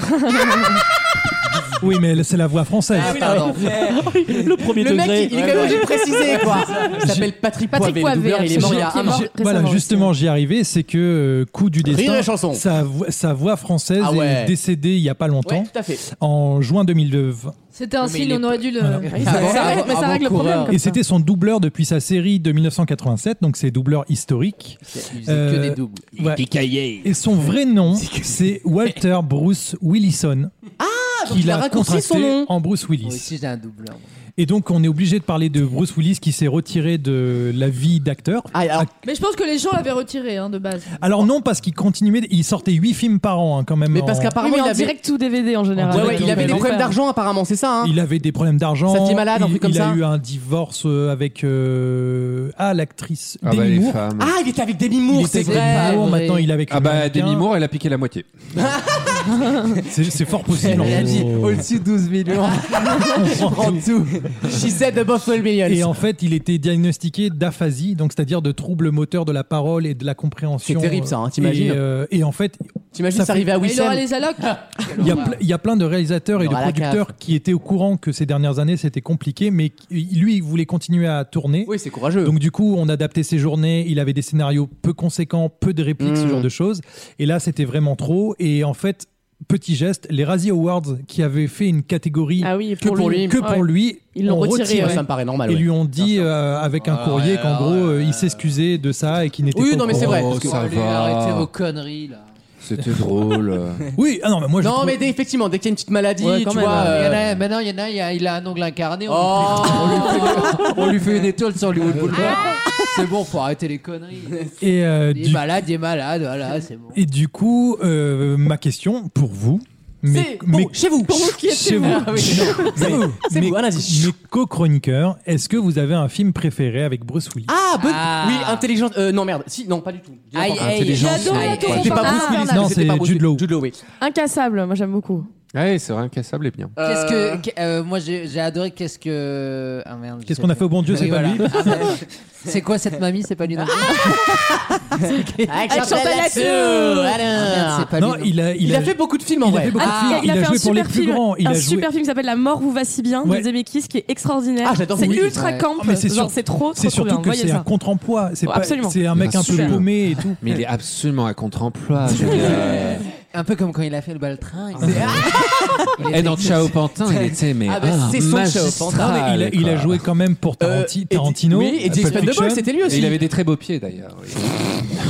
[SPEAKER 6] Oui, mais c'est la voix française.
[SPEAKER 2] Ah oui, pardon.
[SPEAKER 7] Le premier
[SPEAKER 2] Le
[SPEAKER 7] degré.
[SPEAKER 2] mec, il, il est quand même obligé de préciser quoi. Il s'appelle Patrick, Poivet,
[SPEAKER 4] Patrick
[SPEAKER 2] le
[SPEAKER 4] Poivet,
[SPEAKER 2] doubleur, il est mort il y a un
[SPEAKER 4] absolument.
[SPEAKER 2] an.
[SPEAKER 4] J'ai-
[SPEAKER 6] Voilà,
[SPEAKER 4] récemment
[SPEAKER 6] justement, j'y arrivais, c'est que euh, coup du
[SPEAKER 2] Rire
[SPEAKER 6] destin,
[SPEAKER 2] et chanson.
[SPEAKER 6] sa, voix- sa voix française
[SPEAKER 2] Ah ouais.
[SPEAKER 6] est décédée il y a pas longtemps,
[SPEAKER 2] Ouais, tout à fait.
[SPEAKER 6] en juin 2020.
[SPEAKER 5] C'était un
[SPEAKER 8] Mais il
[SPEAKER 5] signe,
[SPEAKER 8] est
[SPEAKER 5] on aurait dû le.
[SPEAKER 6] Voilà.
[SPEAKER 4] Oui, ça- ça règle- mais ça règle le problème.
[SPEAKER 6] Et c'était son doubleur depuis sa série de 1987, donc c'est doubleur historique.
[SPEAKER 8] Il faisait
[SPEAKER 6] Euh,
[SPEAKER 8] que des doubles.
[SPEAKER 6] Ouais. Et son
[SPEAKER 2] (laughs)
[SPEAKER 6] vrai nom, c'est Walter Bruce Willison. Ah,
[SPEAKER 2] donc il a raccourci son nom.
[SPEAKER 6] en Bruce
[SPEAKER 8] Moi
[SPEAKER 6] Willis.
[SPEAKER 8] aussi, j'ai un hein. doubleur.
[SPEAKER 6] Et donc on est obligé de parler de Bruce Willis qui s'est retiré de la vie d'acteur.
[SPEAKER 2] Ah, alors,
[SPEAKER 5] Mais je pense que les gens l'avaient retiré hein, de base.
[SPEAKER 6] Alors non parce qu'il continuait, il sortait 8 films par an hein, quand même.
[SPEAKER 2] mais
[SPEAKER 6] en-
[SPEAKER 2] parce
[SPEAKER 4] Oui,
[SPEAKER 2] qu'apparemment
[SPEAKER 4] mais
[SPEAKER 2] il
[SPEAKER 4] en
[SPEAKER 2] avait,
[SPEAKER 4] direct ou DVD en général.
[SPEAKER 2] Ouais, ouais,
[SPEAKER 4] Donc,
[SPEAKER 2] il avait des
[SPEAKER 4] l'enfer.
[SPEAKER 2] problèmes d'argent apparemment, c'est ça hein
[SPEAKER 6] il avait des problèmes d'argent.
[SPEAKER 2] Sa fille malade, un
[SPEAKER 6] il,
[SPEAKER 2] truc comme
[SPEAKER 6] il
[SPEAKER 2] ça.
[SPEAKER 6] a eu un divorce euh, avec euh, ah l'actrice
[SPEAKER 3] Ah bah
[SPEAKER 6] Demi
[SPEAKER 3] les
[SPEAKER 6] Moore.
[SPEAKER 3] femmes.
[SPEAKER 2] Ah, il était avec Demi
[SPEAKER 6] Il
[SPEAKER 2] Moore,
[SPEAKER 6] était
[SPEAKER 2] c'est
[SPEAKER 6] avec Demi
[SPEAKER 2] vrai. Ah
[SPEAKER 6] Moore,
[SPEAKER 8] vrai.
[SPEAKER 6] maintenant il est avec
[SPEAKER 3] Ah
[SPEAKER 6] le
[SPEAKER 3] bah
[SPEAKER 6] mannequin.
[SPEAKER 3] Demi Moore, elle a piqué la moitié.
[SPEAKER 6] C'est c'est fort possible. Oh. en
[SPEAKER 2] Elle a dit oh,
[SPEAKER 6] fait.
[SPEAKER 2] au-dessus de 12
[SPEAKER 6] (laughs)
[SPEAKER 2] millions. Je prends tout. She said above 12 millions.
[SPEAKER 6] Et en fait, il était diagnostiqué d'aphasie, donc c'est-à-dire de troubles moteurs de la parole et de la compréhension.
[SPEAKER 2] C'est terrible, ça, hein,
[SPEAKER 6] Euh,
[SPEAKER 2] t'imagines
[SPEAKER 6] et, euh, et en fait,
[SPEAKER 2] T'imagines
[SPEAKER 6] ça
[SPEAKER 2] ça arrivait à
[SPEAKER 5] Il aura
[SPEAKER 2] Wissem
[SPEAKER 5] les allocs.
[SPEAKER 6] il y, a ple- il y a plein de réalisateurs et de
[SPEAKER 2] Laura Lacasse.
[SPEAKER 6] producteurs qui étaient au courant que ces dernières années c'était compliqué, mais qui- lui, il voulait continuer à tourner.
[SPEAKER 2] Oui, c'est courageux.
[SPEAKER 6] Donc du coup, on adaptait ses journées. Il avait des scénarios peu conséquents, peu de répliques, ce
[SPEAKER 2] Mm.
[SPEAKER 6] genre de choses. Et là, c'était vraiment trop. Et en fait, petit geste, les Razzie Awards qui avaient fait une catégorie
[SPEAKER 4] Ah oui,
[SPEAKER 6] que
[SPEAKER 4] pour lui.
[SPEAKER 6] que
[SPEAKER 4] Ouais.
[SPEAKER 6] pour lui,
[SPEAKER 4] Ils l'ont
[SPEAKER 6] ont
[SPEAKER 4] retiré,
[SPEAKER 6] retiré.
[SPEAKER 4] ouais.
[SPEAKER 2] ça me paraît normal.
[SPEAKER 6] Et
[SPEAKER 2] Ah ouais.
[SPEAKER 6] lui ont dit euh, avec un courrier qu'en gros euh, il s'excusait de ça et qu'il n'était
[SPEAKER 2] Oui,
[SPEAKER 6] pas au
[SPEAKER 2] non, mais c'est
[SPEAKER 6] courant.
[SPEAKER 2] vrai.
[SPEAKER 8] Oh,
[SPEAKER 2] parce que-
[SPEAKER 8] ça
[SPEAKER 3] va.
[SPEAKER 8] Arrêtez vos conneries là.
[SPEAKER 3] C'était drôle.
[SPEAKER 6] Oui, ah non, mais moi je
[SPEAKER 2] Non,
[SPEAKER 6] trouve-
[SPEAKER 2] mais dès- effectivement, dès qu'il y a une petite maladie,
[SPEAKER 8] Ouais,
[SPEAKER 2] tu
[SPEAKER 8] quand même. hein.
[SPEAKER 2] vois.
[SPEAKER 8] Il y en
[SPEAKER 2] euh,
[SPEAKER 8] a- maintenant, il y en a, il, a, il a un ongle incarné. On,
[SPEAKER 2] Oh.
[SPEAKER 8] lui, fait, on lui fait une étoile sur Hollywood Boulevard. C'est bon, faut arrêter les conneries.
[SPEAKER 6] et, euh,
[SPEAKER 8] Il est
[SPEAKER 6] du...
[SPEAKER 8] malade, il est
[SPEAKER 6] (laughs)
[SPEAKER 8] malade, voilà, c'est bon.
[SPEAKER 6] et du coup euh, ma question pour vous, mais,
[SPEAKER 2] C'est pour
[SPEAKER 6] mais-
[SPEAKER 2] vous, chez vous.
[SPEAKER 6] chez vous,
[SPEAKER 2] Ah oui, c'est vous. (laughs) C'est vous, un indice.
[SPEAKER 6] mes co-chroniqueurs, est-ce que vous avez un film préféré avec Bruce Willis
[SPEAKER 2] Ah, bonne-
[SPEAKER 8] Ah.
[SPEAKER 2] Oui, intelligence. euh, non, merde. Si, non, pas du tout.
[SPEAKER 8] Aïe, aïe,
[SPEAKER 5] J'adore la tour
[SPEAKER 2] C'était pas Bruce Willis,
[SPEAKER 6] Non,
[SPEAKER 2] c'était
[SPEAKER 6] c'est
[SPEAKER 2] pas Bruce
[SPEAKER 6] Jude
[SPEAKER 2] Willis.
[SPEAKER 6] Law.
[SPEAKER 2] Jude Law, oui.
[SPEAKER 4] Incassable, moi j'aime beaucoup.
[SPEAKER 3] Ouais, c'est vrai, incassable et bien.
[SPEAKER 8] Qu'est-ce
[SPEAKER 6] (laughs)
[SPEAKER 8] que. qu'est- euh, moi, j'ai j'ai adoré. Qu'est-ce que. Ah merde. je
[SPEAKER 6] Qu'est-ce
[SPEAKER 8] sais
[SPEAKER 6] qu'on a
[SPEAKER 8] plus.
[SPEAKER 6] fait au bon Dieu, c'est
[SPEAKER 8] Oui,
[SPEAKER 6] pas
[SPEAKER 8] voilà.
[SPEAKER 6] lui
[SPEAKER 8] Ah, ouais. C'est quoi cette mamie C'est pas lui non
[SPEAKER 2] Ah,
[SPEAKER 8] plus.
[SPEAKER 2] Avec
[SPEAKER 4] Chantal
[SPEAKER 2] Chantal Latsou.
[SPEAKER 4] Latsou.
[SPEAKER 8] Ah, merde,
[SPEAKER 2] Alors.
[SPEAKER 8] c'est pas
[SPEAKER 6] Non,
[SPEAKER 8] lui. non.
[SPEAKER 6] il a il,
[SPEAKER 2] Il a fait beaucoup de films en
[SPEAKER 6] il a
[SPEAKER 2] vrai.
[SPEAKER 6] fait beaucoup de
[SPEAKER 8] Ah,
[SPEAKER 6] films.
[SPEAKER 4] il, a fait un
[SPEAKER 6] joué pour les
[SPEAKER 4] super
[SPEAKER 6] plus
[SPEAKER 4] film,
[SPEAKER 6] grands. Il
[SPEAKER 4] un
[SPEAKER 6] a joué.
[SPEAKER 4] super film qui s'appelle La mort vous va si bien
[SPEAKER 6] Ouais.
[SPEAKER 4] de Zemeckis qui est extraordinaire.
[SPEAKER 2] Ah, j'adore,
[SPEAKER 4] c'est
[SPEAKER 2] oui.
[SPEAKER 4] ultra
[SPEAKER 8] Ouais.
[SPEAKER 4] camp,
[SPEAKER 6] Oh, mais c'est
[SPEAKER 4] genre
[SPEAKER 6] sûr-
[SPEAKER 4] c'est trop, trop,
[SPEAKER 6] C'est
[SPEAKER 4] trop
[SPEAKER 6] surtout
[SPEAKER 4] bien.
[SPEAKER 6] que
[SPEAKER 4] hein, Voyez
[SPEAKER 6] c'est un
[SPEAKER 4] ça.
[SPEAKER 6] contre-emploi. C'est pas-
[SPEAKER 4] Absolument.
[SPEAKER 6] c'est un mec
[SPEAKER 3] Bien
[SPEAKER 6] un peu
[SPEAKER 3] sûr.
[SPEAKER 6] paumé et tout.
[SPEAKER 3] Mais il est absolument à contre-emploi. je veux dire.
[SPEAKER 8] Un peu comme quand il a fait le baltringue.
[SPEAKER 6] Ah,
[SPEAKER 3] Et dans Ciao Pantin, il était mais
[SPEAKER 2] Ah bah,
[SPEAKER 3] ah,
[SPEAKER 2] c'est son
[SPEAKER 3] magistral,
[SPEAKER 2] Ciao Pantin.
[SPEAKER 6] Non, mais il, a, il a
[SPEAKER 3] quoi.
[SPEAKER 6] joué quand même pour
[SPEAKER 2] Euh,
[SPEAKER 6] Taranti- Tarantino.
[SPEAKER 2] Oui, et The
[SPEAKER 6] Pulp Fiction.
[SPEAKER 2] Expendables, c'était lui
[SPEAKER 3] Et
[SPEAKER 2] aussi.
[SPEAKER 3] il avait des très beaux pieds d'ailleurs. oui.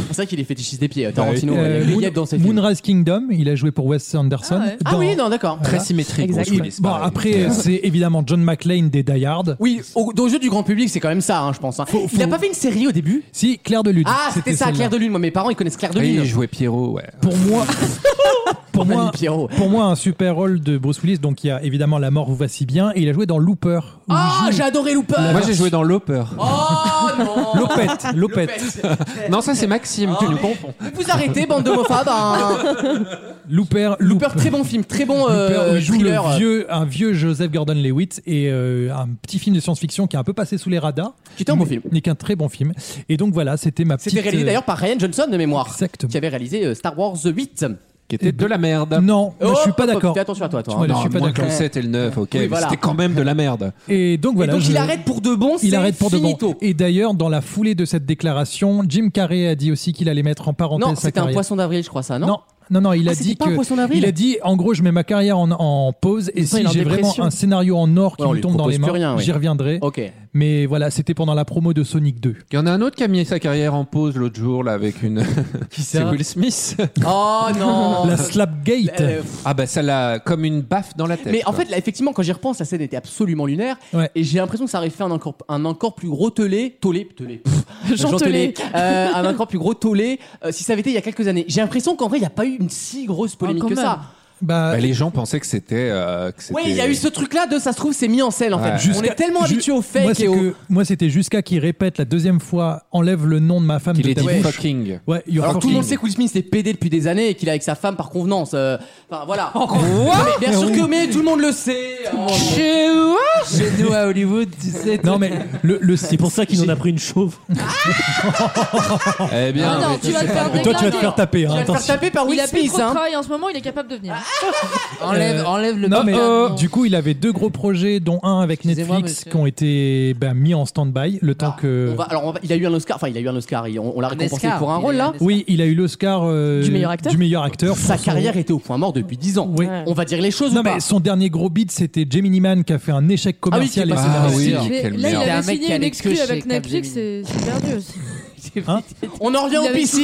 [SPEAKER 2] C'est vrai qu'il est fétichiste des pieds, euh, Tarantino.
[SPEAKER 6] Euh,
[SPEAKER 2] Il y a
[SPEAKER 6] Moon-
[SPEAKER 2] des guêpes dans ses films.
[SPEAKER 6] Moonrise Kingdom, il a joué pour Wes Anderson.
[SPEAKER 4] Ah ouais.
[SPEAKER 2] Ah
[SPEAKER 6] Dans-
[SPEAKER 2] oui, non, d'accord.
[SPEAKER 3] Très symétrique.
[SPEAKER 4] Exact.
[SPEAKER 3] Bruce Willis,
[SPEAKER 6] Bon,
[SPEAKER 3] pareil.
[SPEAKER 6] après, c'est évidemment John McClane des Die Hard.
[SPEAKER 2] Oui, au, dans le jeu du grand public, c'est quand même ça, hein, je pense. hein. Il n'a
[SPEAKER 6] faut-
[SPEAKER 2] pas fait une série au début
[SPEAKER 6] Si, Claire de Lune.
[SPEAKER 2] Ah, c'était ça,
[SPEAKER 6] celle-là.
[SPEAKER 2] Claire de Lune. Moi, mes parents, ils connaissent Claire de
[SPEAKER 3] Oui, il
[SPEAKER 2] Lune.
[SPEAKER 3] jouait Pierrot, ouais.
[SPEAKER 6] Pour
[SPEAKER 2] (laughs)
[SPEAKER 6] moi, pour
[SPEAKER 2] Manu
[SPEAKER 6] moi,
[SPEAKER 2] Pierrot.
[SPEAKER 6] pour moi, un super rôle de Bruce Willis. Donc, il y a évidemment La mort vous va si bien. Et il a joué dans Looper. où
[SPEAKER 2] Ah,
[SPEAKER 6] il joue
[SPEAKER 2] j'ai adoré Looper.
[SPEAKER 3] Moi j'ai joué dans Loper.
[SPEAKER 2] Oh non
[SPEAKER 6] (laughs) Lopette, Lopette.
[SPEAKER 3] Non, ça c'est
[SPEAKER 2] Ah,
[SPEAKER 3] Maxime, tu nous confonds.
[SPEAKER 2] Mais Vous arrêtez, bande d'homophobes.
[SPEAKER 6] (laughs)
[SPEAKER 2] hein.
[SPEAKER 6] Looper,
[SPEAKER 2] Looper,
[SPEAKER 6] Loop-
[SPEAKER 2] très bon film, très bon euh,
[SPEAKER 6] Looper, où il joue
[SPEAKER 2] thriller.
[SPEAKER 6] le vieux, un vieux Joseph Gordon-Lewitt et euh, un petit film de science-fiction qui est un peu passé sous les radars.
[SPEAKER 2] Qui était un bon film.
[SPEAKER 6] N'est qu'un très bon film. Et donc voilà, c'était ma petite.
[SPEAKER 2] C'était réalisé
[SPEAKER 6] euh,
[SPEAKER 2] d'ailleurs par Ryan Johnson de mémoire.
[SPEAKER 6] Exactement.
[SPEAKER 2] Qui avait réalisé euh, Star Wars 8.
[SPEAKER 3] Qui était de la merde.
[SPEAKER 6] Non, là,
[SPEAKER 2] Oh,
[SPEAKER 6] je suis pas
[SPEAKER 2] hop, hop,
[SPEAKER 6] d'accord.
[SPEAKER 2] Fais attention à toi, toi.
[SPEAKER 6] Ouais,
[SPEAKER 2] hein.
[SPEAKER 6] je suis
[SPEAKER 3] Non,
[SPEAKER 6] pas
[SPEAKER 3] moins que
[SPEAKER 6] d'accord.
[SPEAKER 3] le 7 et le 9, ok,
[SPEAKER 2] Oui,
[SPEAKER 3] mais
[SPEAKER 2] voilà.
[SPEAKER 3] c'était quand même de la merde.
[SPEAKER 6] Et donc
[SPEAKER 2] Et
[SPEAKER 6] voilà.
[SPEAKER 2] donc il
[SPEAKER 6] je-
[SPEAKER 2] arrête pour de bon.
[SPEAKER 6] Il
[SPEAKER 2] c'est
[SPEAKER 6] arrête pour de bon.
[SPEAKER 2] finito.
[SPEAKER 6] Et d'ailleurs, dans la foulée de cette déclaration, Jim Carrey a dit aussi qu'il allait mettre en parenthèse
[SPEAKER 2] Non,
[SPEAKER 6] sa
[SPEAKER 2] c'était un
[SPEAKER 6] carrière.
[SPEAKER 2] poisson d'avril, je crois ça, non
[SPEAKER 6] non, non, non, il a
[SPEAKER 2] Ah, c'était
[SPEAKER 6] dit
[SPEAKER 2] pas un
[SPEAKER 6] que.
[SPEAKER 2] poisson d'avril
[SPEAKER 6] Il a dit, en gros, je mets ma carrière en, en pause et
[SPEAKER 2] Pourtant, il est
[SPEAKER 6] si
[SPEAKER 2] en
[SPEAKER 6] j'ai vraiment
[SPEAKER 2] dépression.
[SPEAKER 6] un scénario en or qui
[SPEAKER 2] Ouais, on
[SPEAKER 6] me
[SPEAKER 2] lui
[SPEAKER 6] tombe dans les
[SPEAKER 2] propose
[SPEAKER 6] mains,
[SPEAKER 2] plus rien, oui.
[SPEAKER 6] j'y reviendrai.
[SPEAKER 2] Ok.
[SPEAKER 6] Mais voilà, c'était pendant la promo de Sonic 2.
[SPEAKER 3] Il y en a un autre qui a mis sa carrière en pause l'autre jour là avec une. (laughs) c'est hein Will Smith.
[SPEAKER 2] Oh non
[SPEAKER 6] (laughs) La Slapgate.
[SPEAKER 2] Euh,
[SPEAKER 3] Ah bah ça l'a comme une baffe dans la tête.
[SPEAKER 2] Mais en
[SPEAKER 3] quoi.
[SPEAKER 2] fait, là, effectivement, quand j'y repense, la scène était absolument lunaire.
[SPEAKER 6] Ouais.
[SPEAKER 2] Et j'ai l'impression que ça aurait fait un encore, un encore plus gros tollé. Tollé, tollé. pff,
[SPEAKER 4] Jean Tellet.
[SPEAKER 2] Euh, un encore plus gros tollé euh, si ça avait été il y a quelques années. J'ai l'impression qu'en vrai, il n'y a pas eu une si grosse polémique
[SPEAKER 4] Ah, quand
[SPEAKER 2] que ça.
[SPEAKER 4] même.
[SPEAKER 6] Bah,
[SPEAKER 3] Bah, les gens pensaient que c'était. euh, que
[SPEAKER 2] Oui,
[SPEAKER 3] c'était-
[SPEAKER 2] il y a eu ce truc-là de ça se trouve, c'est mis en scène en
[SPEAKER 3] Ouais.
[SPEAKER 2] fait. On
[SPEAKER 6] Jusqu'à-
[SPEAKER 2] est tellement
[SPEAKER 6] ju-
[SPEAKER 2] habitué au
[SPEAKER 6] moi,
[SPEAKER 2] fake
[SPEAKER 6] c'est
[SPEAKER 2] et au.
[SPEAKER 6] que- moi, c'était jusqu'à qu'il répète la deuxième fois enlève le nom de ma femme
[SPEAKER 3] Qu'il
[SPEAKER 6] de
[SPEAKER 3] ait
[SPEAKER 6] ta
[SPEAKER 3] dit
[SPEAKER 6] bouche.
[SPEAKER 3] fucking.
[SPEAKER 6] Ouais, you're
[SPEAKER 2] Alors tout le
[SPEAKER 6] fucking.
[SPEAKER 2] monde sait que Will Smith est pédé depuis des années et qu'il est avec sa femme par convenance. euh, Enfin voilà. Mais bien sûr que mais tout le monde le sait. Oh.
[SPEAKER 8] Chez nous à Hollywood, tu sais.
[SPEAKER 6] Non mais le, le
[SPEAKER 7] C'est pour ça qu'il en a pris une chauve.
[SPEAKER 2] Ah.
[SPEAKER 3] Eh bien,
[SPEAKER 5] ah, Non, non,
[SPEAKER 3] mais
[SPEAKER 5] tu vas le faire
[SPEAKER 6] Toi tu vas te
[SPEAKER 5] déglinguer.
[SPEAKER 6] faire taper.
[SPEAKER 2] Il
[SPEAKER 6] Hein,
[SPEAKER 2] va se faire
[SPEAKER 6] attention.
[SPEAKER 2] taper par
[SPEAKER 5] Il
[SPEAKER 2] Will
[SPEAKER 5] a plus
[SPEAKER 2] Smith.
[SPEAKER 5] trop de
[SPEAKER 2] Hein.
[SPEAKER 5] travail en ce moment, il est capable de venir.
[SPEAKER 8] Enlève, enlève le
[SPEAKER 6] Euh, Non mais euh,
[SPEAKER 8] piano.
[SPEAKER 6] du coup il avait deux gros projets dont un avec
[SPEAKER 8] Excusez-moi,
[SPEAKER 6] Netflix
[SPEAKER 8] monsieur.
[SPEAKER 6] qui ont été bah, mis en stand-by le temps que
[SPEAKER 2] Euh, On va- alors on va- il a eu un Oscar. Enfin il a eu un Oscar. il- On, on l'a
[SPEAKER 8] Un
[SPEAKER 2] récompensé
[SPEAKER 8] Oscar,
[SPEAKER 2] pour un
[SPEAKER 8] il
[SPEAKER 2] rôle
[SPEAKER 8] a eu
[SPEAKER 2] là.
[SPEAKER 8] un Oscar.
[SPEAKER 6] oui il a eu l'Oscar euh,
[SPEAKER 4] Du meilleur acteur
[SPEAKER 6] du meilleur acteur pour
[SPEAKER 2] Sa
[SPEAKER 6] son-
[SPEAKER 2] carrière était au point mort depuis 10 ans.
[SPEAKER 6] Oui.
[SPEAKER 4] Ouais.
[SPEAKER 2] On va dire les choses
[SPEAKER 6] Non
[SPEAKER 2] ou pas.
[SPEAKER 6] mais son dernier gros beat c'était Gemini Man qui a fait un échec commercial.
[SPEAKER 2] qui est
[SPEAKER 6] et-
[SPEAKER 2] passé
[SPEAKER 6] Ah,
[SPEAKER 3] Ah
[SPEAKER 2] derrière.
[SPEAKER 3] oui,
[SPEAKER 8] sûr.
[SPEAKER 3] quelle
[SPEAKER 5] Là, il
[SPEAKER 3] merde.
[SPEAKER 8] a- mec
[SPEAKER 5] avait
[SPEAKER 8] qui
[SPEAKER 5] signé une
[SPEAKER 8] allait
[SPEAKER 5] exclue
[SPEAKER 8] que
[SPEAKER 5] avec
[SPEAKER 8] chez
[SPEAKER 5] Netflix, c'est c'est perdu aussi.
[SPEAKER 2] On en revient
[SPEAKER 5] Il
[SPEAKER 2] aux
[SPEAKER 5] avait
[SPEAKER 2] piscines.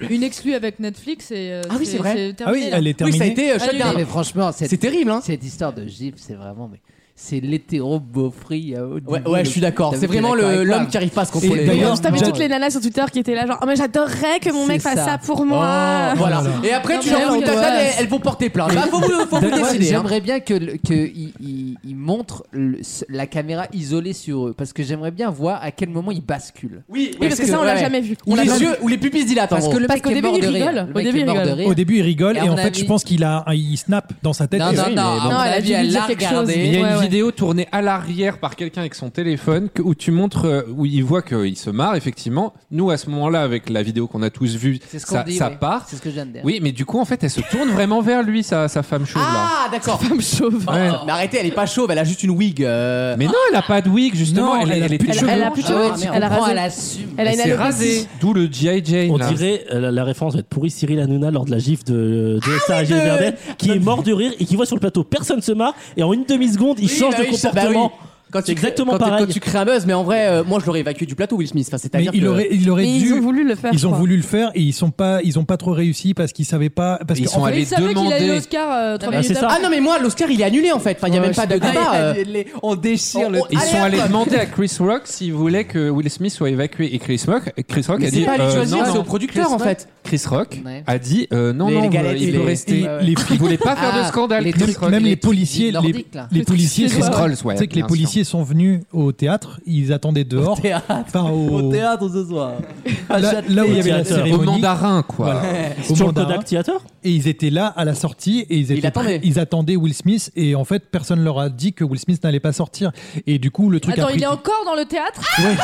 [SPEAKER 5] signé Une exclue avec Netflix et euh,
[SPEAKER 2] Ah oui, c'est vrai.
[SPEAKER 5] c'est
[SPEAKER 6] Ah oui,
[SPEAKER 5] terminé, là.
[SPEAKER 6] elle est
[SPEAKER 2] Oui ça a
[SPEAKER 6] terminée.
[SPEAKER 8] Ah,
[SPEAKER 2] été euh,
[SPEAKER 5] Allez,
[SPEAKER 2] chacun.
[SPEAKER 8] mais franchement, cette,
[SPEAKER 2] C'est terrible hein.
[SPEAKER 8] cette histoire de gif, c'est vraiment. Mais c'est l'hétéro beaufry. à haut
[SPEAKER 2] Ouais,
[SPEAKER 8] niveau,
[SPEAKER 2] ouais,
[SPEAKER 8] le-
[SPEAKER 2] je suis d'accord.
[SPEAKER 8] T'as
[SPEAKER 2] C'est
[SPEAKER 8] vu, t'es
[SPEAKER 2] vraiment
[SPEAKER 8] d'accord
[SPEAKER 2] le-
[SPEAKER 8] avec
[SPEAKER 2] l'homme
[SPEAKER 8] moi.
[SPEAKER 2] qui arrive pas à se contrôler.
[SPEAKER 6] Et d'ailleurs,
[SPEAKER 4] Non, je t'avais
[SPEAKER 6] Jean-
[SPEAKER 4] toutes les nanas sur Twitter qui étaient là, genre, oh, mais j'adorerais que mon mec
[SPEAKER 8] C'est
[SPEAKER 4] fasse ça,
[SPEAKER 8] ça.
[SPEAKER 4] pour moi.
[SPEAKER 2] Voilà. Et après,
[SPEAKER 5] Non,
[SPEAKER 2] tu
[SPEAKER 5] mais
[SPEAKER 2] leur
[SPEAKER 5] là,
[SPEAKER 2] dis,
[SPEAKER 5] on
[SPEAKER 2] Tata,
[SPEAKER 5] doit-
[SPEAKER 2] elles, elles vont porter plainte. Bah, faut vous, faut vous
[SPEAKER 8] Moi,
[SPEAKER 2] décider. hein.
[SPEAKER 8] J'aimerais bien que, le- que il, il- il montre le- la caméra isolée sur eux parce que j'aimerais bien voir à quel moment ils basculent.
[SPEAKER 2] Oui,
[SPEAKER 4] Oui, parce que ça, on l'a jamais vu.
[SPEAKER 2] Ou
[SPEAKER 4] On l'a
[SPEAKER 2] les
[SPEAKER 4] jamais
[SPEAKER 2] yeux, ou les pupilles se dilatent. en
[SPEAKER 8] Parce
[SPEAKER 2] gros.
[SPEAKER 8] que le
[SPEAKER 4] Parce
[SPEAKER 8] mec
[SPEAKER 4] qu'au
[SPEAKER 8] est
[SPEAKER 4] début,
[SPEAKER 8] mort
[SPEAKER 4] il
[SPEAKER 8] de rire.
[SPEAKER 4] rigole.
[SPEAKER 8] Le
[SPEAKER 4] Au
[SPEAKER 8] mec
[SPEAKER 4] début,
[SPEAKER 8] est
[SPEAKER 4] il
[SPEAKER 8] mort de
[SPEAKER 4] rigole.
[SPEAKER 8] rire.
[SPEAKER 6] Au début, il rigole
[SPEAKER 8] Et à
[SPEAKER 6] et en
[SPEAKER 8] mon
[SPEAKER 6] fait,
[SPEAKER 8] avis-
[SPEAKER 6] je pense qu'il a, il snap dans sa tête.
[SPEAKER 8] Non,
[SPEAKER 6] Et
[SPEAKER 8] non,
[SPEAKER 6] oui,
[SPEAKER 8] non,
[SPEAKER 6] mais
[SPEAKER 8] à
[SPEAKER 6] bon.
[SPEAKER 8] mon
[SPEAKER 4] Non, elle a
[SPEAKER 8] avis,
[SPEAKER 4] dû lui
[SPEAKER 8] elle
[SPEAKER 4] dire
[SPEAKER 8] l'a
[SPEAKER 4] quelque chose.
[SPEAKER 8] regardé.
[SPEAKER 3] Il y a
[SPEAKER 4] Ouais,
[SPEAKER 3] une
[SPEAKER 4] ouais.
[SPEAKER 3] vidéo tournée à l'arrière par quelqu'un avec son téléphone que- où tu montres, euh, où il voit qu'il se marre, effectivement. Nous, à ce moment-là, avec la vidéo qu'on a tous vue,
[SPEAKER 8] C'est ce qu'on
[SPEAKER 3] ça,
[SPEAKER 8] dit,
[SPEAKER 3] ça
[SPEAKER 8] ouais.
[SPEAKER 3] part.
[SPEAKER 8] C'est ce que je viens de dire.
[SPEAKER 3] Oui, mais du coup, en fait, elle se tourne vraiment vers lui, sa, sa femme chaude, là.
[SPEAKER 2] Ah, d'accord. Femme chauve. Mais arrêté, elle est pas chauve, elle a juste une wig. euh.
[SPEAKER 3] Mais non, elle a pas de wig, justement.
[SPEAKER 6] Non, elle a
[SPEAKER 3] est
[SPEAKER 6] plus de
[SPEAKER 3] toute
[SPEAKER 6] cheveux.
[SPEAKER 4] Elle a plus de cheveux,
[SPEAKER 2] Ah ouais,
[SPEAKER 4] elle a
[SPEAKER 8] Prends,
[SPEAKER 4] rasé.
[SPEAKER 8] elle assume.
[SPEAKER 4] Elle a une
[SPEAKER 3] Elle s'est
[SPEAKER 4] alopécie.
[SPEAKER 3] rasée. D'où le G.I. Jane.
[SPEAKER 7] On
[SPEAKER 3] là.
[SPEAKER 7] dirait, euh, la, la référence va être pourrie, Cyril Hanouna lors de la gif de, de
[SPEAKER 2] Ah,
[SPEAKER 7] SARA Gilles Verdel, qui est mort de rire et qui voit sur le plateau personne se marre et en une demi-seconde, il
[SPEAKER 2] Oui,
[SPEAKER 7] change
[SPEAKER 2] bah
[SPEAKER 7] de
[SPEAKER 2] oui, ça- bah
[SPEAKER 7] comportement.
[SPEAKER 2] oui. Quand tu,
[SPEAKER 7] Exactement
[SPEAKER 2] quand tu-
[SPEAKER 7] pareil.
[SPEAKER 2] Quand tu crées un buzz, mais en vrai, euh, moi je l'aurais évacué du plateau, Will Smith. Enfin,
[SPEAKER 6] Mais
[SPEAKER 2] c'est-à-dire
[SPEAKER 6] il
[SPEAKER 2] que-
[SPEAKER 6] aurait, il aurait
[SPEAKER 4] Mais
[SPEAKER 6] dû.
[SPEAKER 4] ils ont voulu le faire.
[SPEAKER 6] ils ont
[SPEAKER 4] quoi.
[SPEAKER 6] voulu le faire et ils sont pas, ils ont pas trop réussi parce qu'ils savaient pas. Parce
[SPEAKER 3] Ils
[SPEAKER 6] que
[SPEAKER 3] sont
[SPEAKER 6] en fait,
[SPEAKER 3] allés
[SPEAKER 5] il savait qu'il a eu
[SPEAKER 3] demander.
[SPEAKER 5] l'Oscar euh, trois
[SPEAKER 7] Ah,
[SPEAKER 5] minutes
[SPEAKER 7] c'est ça.
[SPEAKER 5] après.
[SPEAKER 2] Ah non, mais moi, l'Oscar il est annulé en fait. Enfin, il y a même pas de débat. euh.
[SPEAKER 8] On déchire le.
[SPEAKER 2] le-
[SPEAKER 3] Ils
[SPEAKER 2] Allez,
[SPEAKER 3] sont
[SPEAKER 2] hop.
[SPEAKER 3] allés demander à Chris Rock s'il voulait que Will Smith soit évacué. Et Chris Rock, Chris Rock
[SPEAKER 2] Mais
[SPEAKER 3] a
[SPEAKER 2] c'est
[SPEAKER 3] dit.
[SPEAKER 2] pas à lui de
[SPEAKER 3] euh,
[SPEAKER 2] choisir,
[SPEAKER 3] non,
[SPEAKER 2] c'est
[SPEAKER 3] non.
[SPEAKER 2] au producteur
[SPEAKER 8] Chris
[SPEAKER 2] en fait.
[SPEAKER 3] Chris Rock
[SPEAKER 8] Ouais.
[SPEAKER 3] a dit euh, non,
[SPEAKER 2] Les- les
[SPEAKER 3] non,
[SPEAKER 2] galettes,
[SPEAKER 3] il
[SPEAKER 2] les-
[SPEAKER 3] peut rester.
[SPEAKER 6] et les-
[SPEAKER 3] Il voulait pas faire de
[SPEAKER 8] Ah,
[SPEAKER 3] scandale,
[SPEAKER 8] les
[SPEAKER 3] Chris
[SPEAKER 8] trucs-
[SPEAKER 3] Rock.
[SPEAKER 6] même les
[SPEAKER 8] les
[SPEAKER 6] policiers,
[SPEAKER 8] trucs
[SPEAKER 6] les,
[SPEAKER 8] nordiques, là.
[SPEAKER 6] les policiers,
[SPEAKER 3] Chris
[SPEAKER 6] sont,
[SPEAKER 3] Rolls, ouais,
[SPEAKER 6] tu sais que les
[SPEAKER 3] bien
[SPEAKER 6] policiers sont venus au théâtre, ils attendaient dehors, enfin au,
[SPEAKER 2] théâtre ce soir.
[SPEAKER 6] là, là où il y avait la
[SPEAKER 7] Théâtre. Au
[SPEAKER 3] Au
[SPEAKER 6] cérémonie,
[SPEAKER 3] mandarin, quoi. (laughs)
[SPEAKER 6] Voilà. Au
[SPEAKER 7] Sur le
[SPEAKER 6] mandarin.
[SPEAKER 7] Kodak Theater
[SPEAKER 6] et ils étaient là à la sortie et ils, étaient
[SPEAKER 2] attendaient.
[SPEAKER 6] prêts- ils attendaient Will Smith et en fait personne leur a dit que Will Smith n'allait pas sortir et du coup le truc
[SPEAKER 5] Attends,
[SPEAKER 6] a pris
[SPEAKER 5] il est encore dans le théâtre
[SPEAKER 6] Ouais,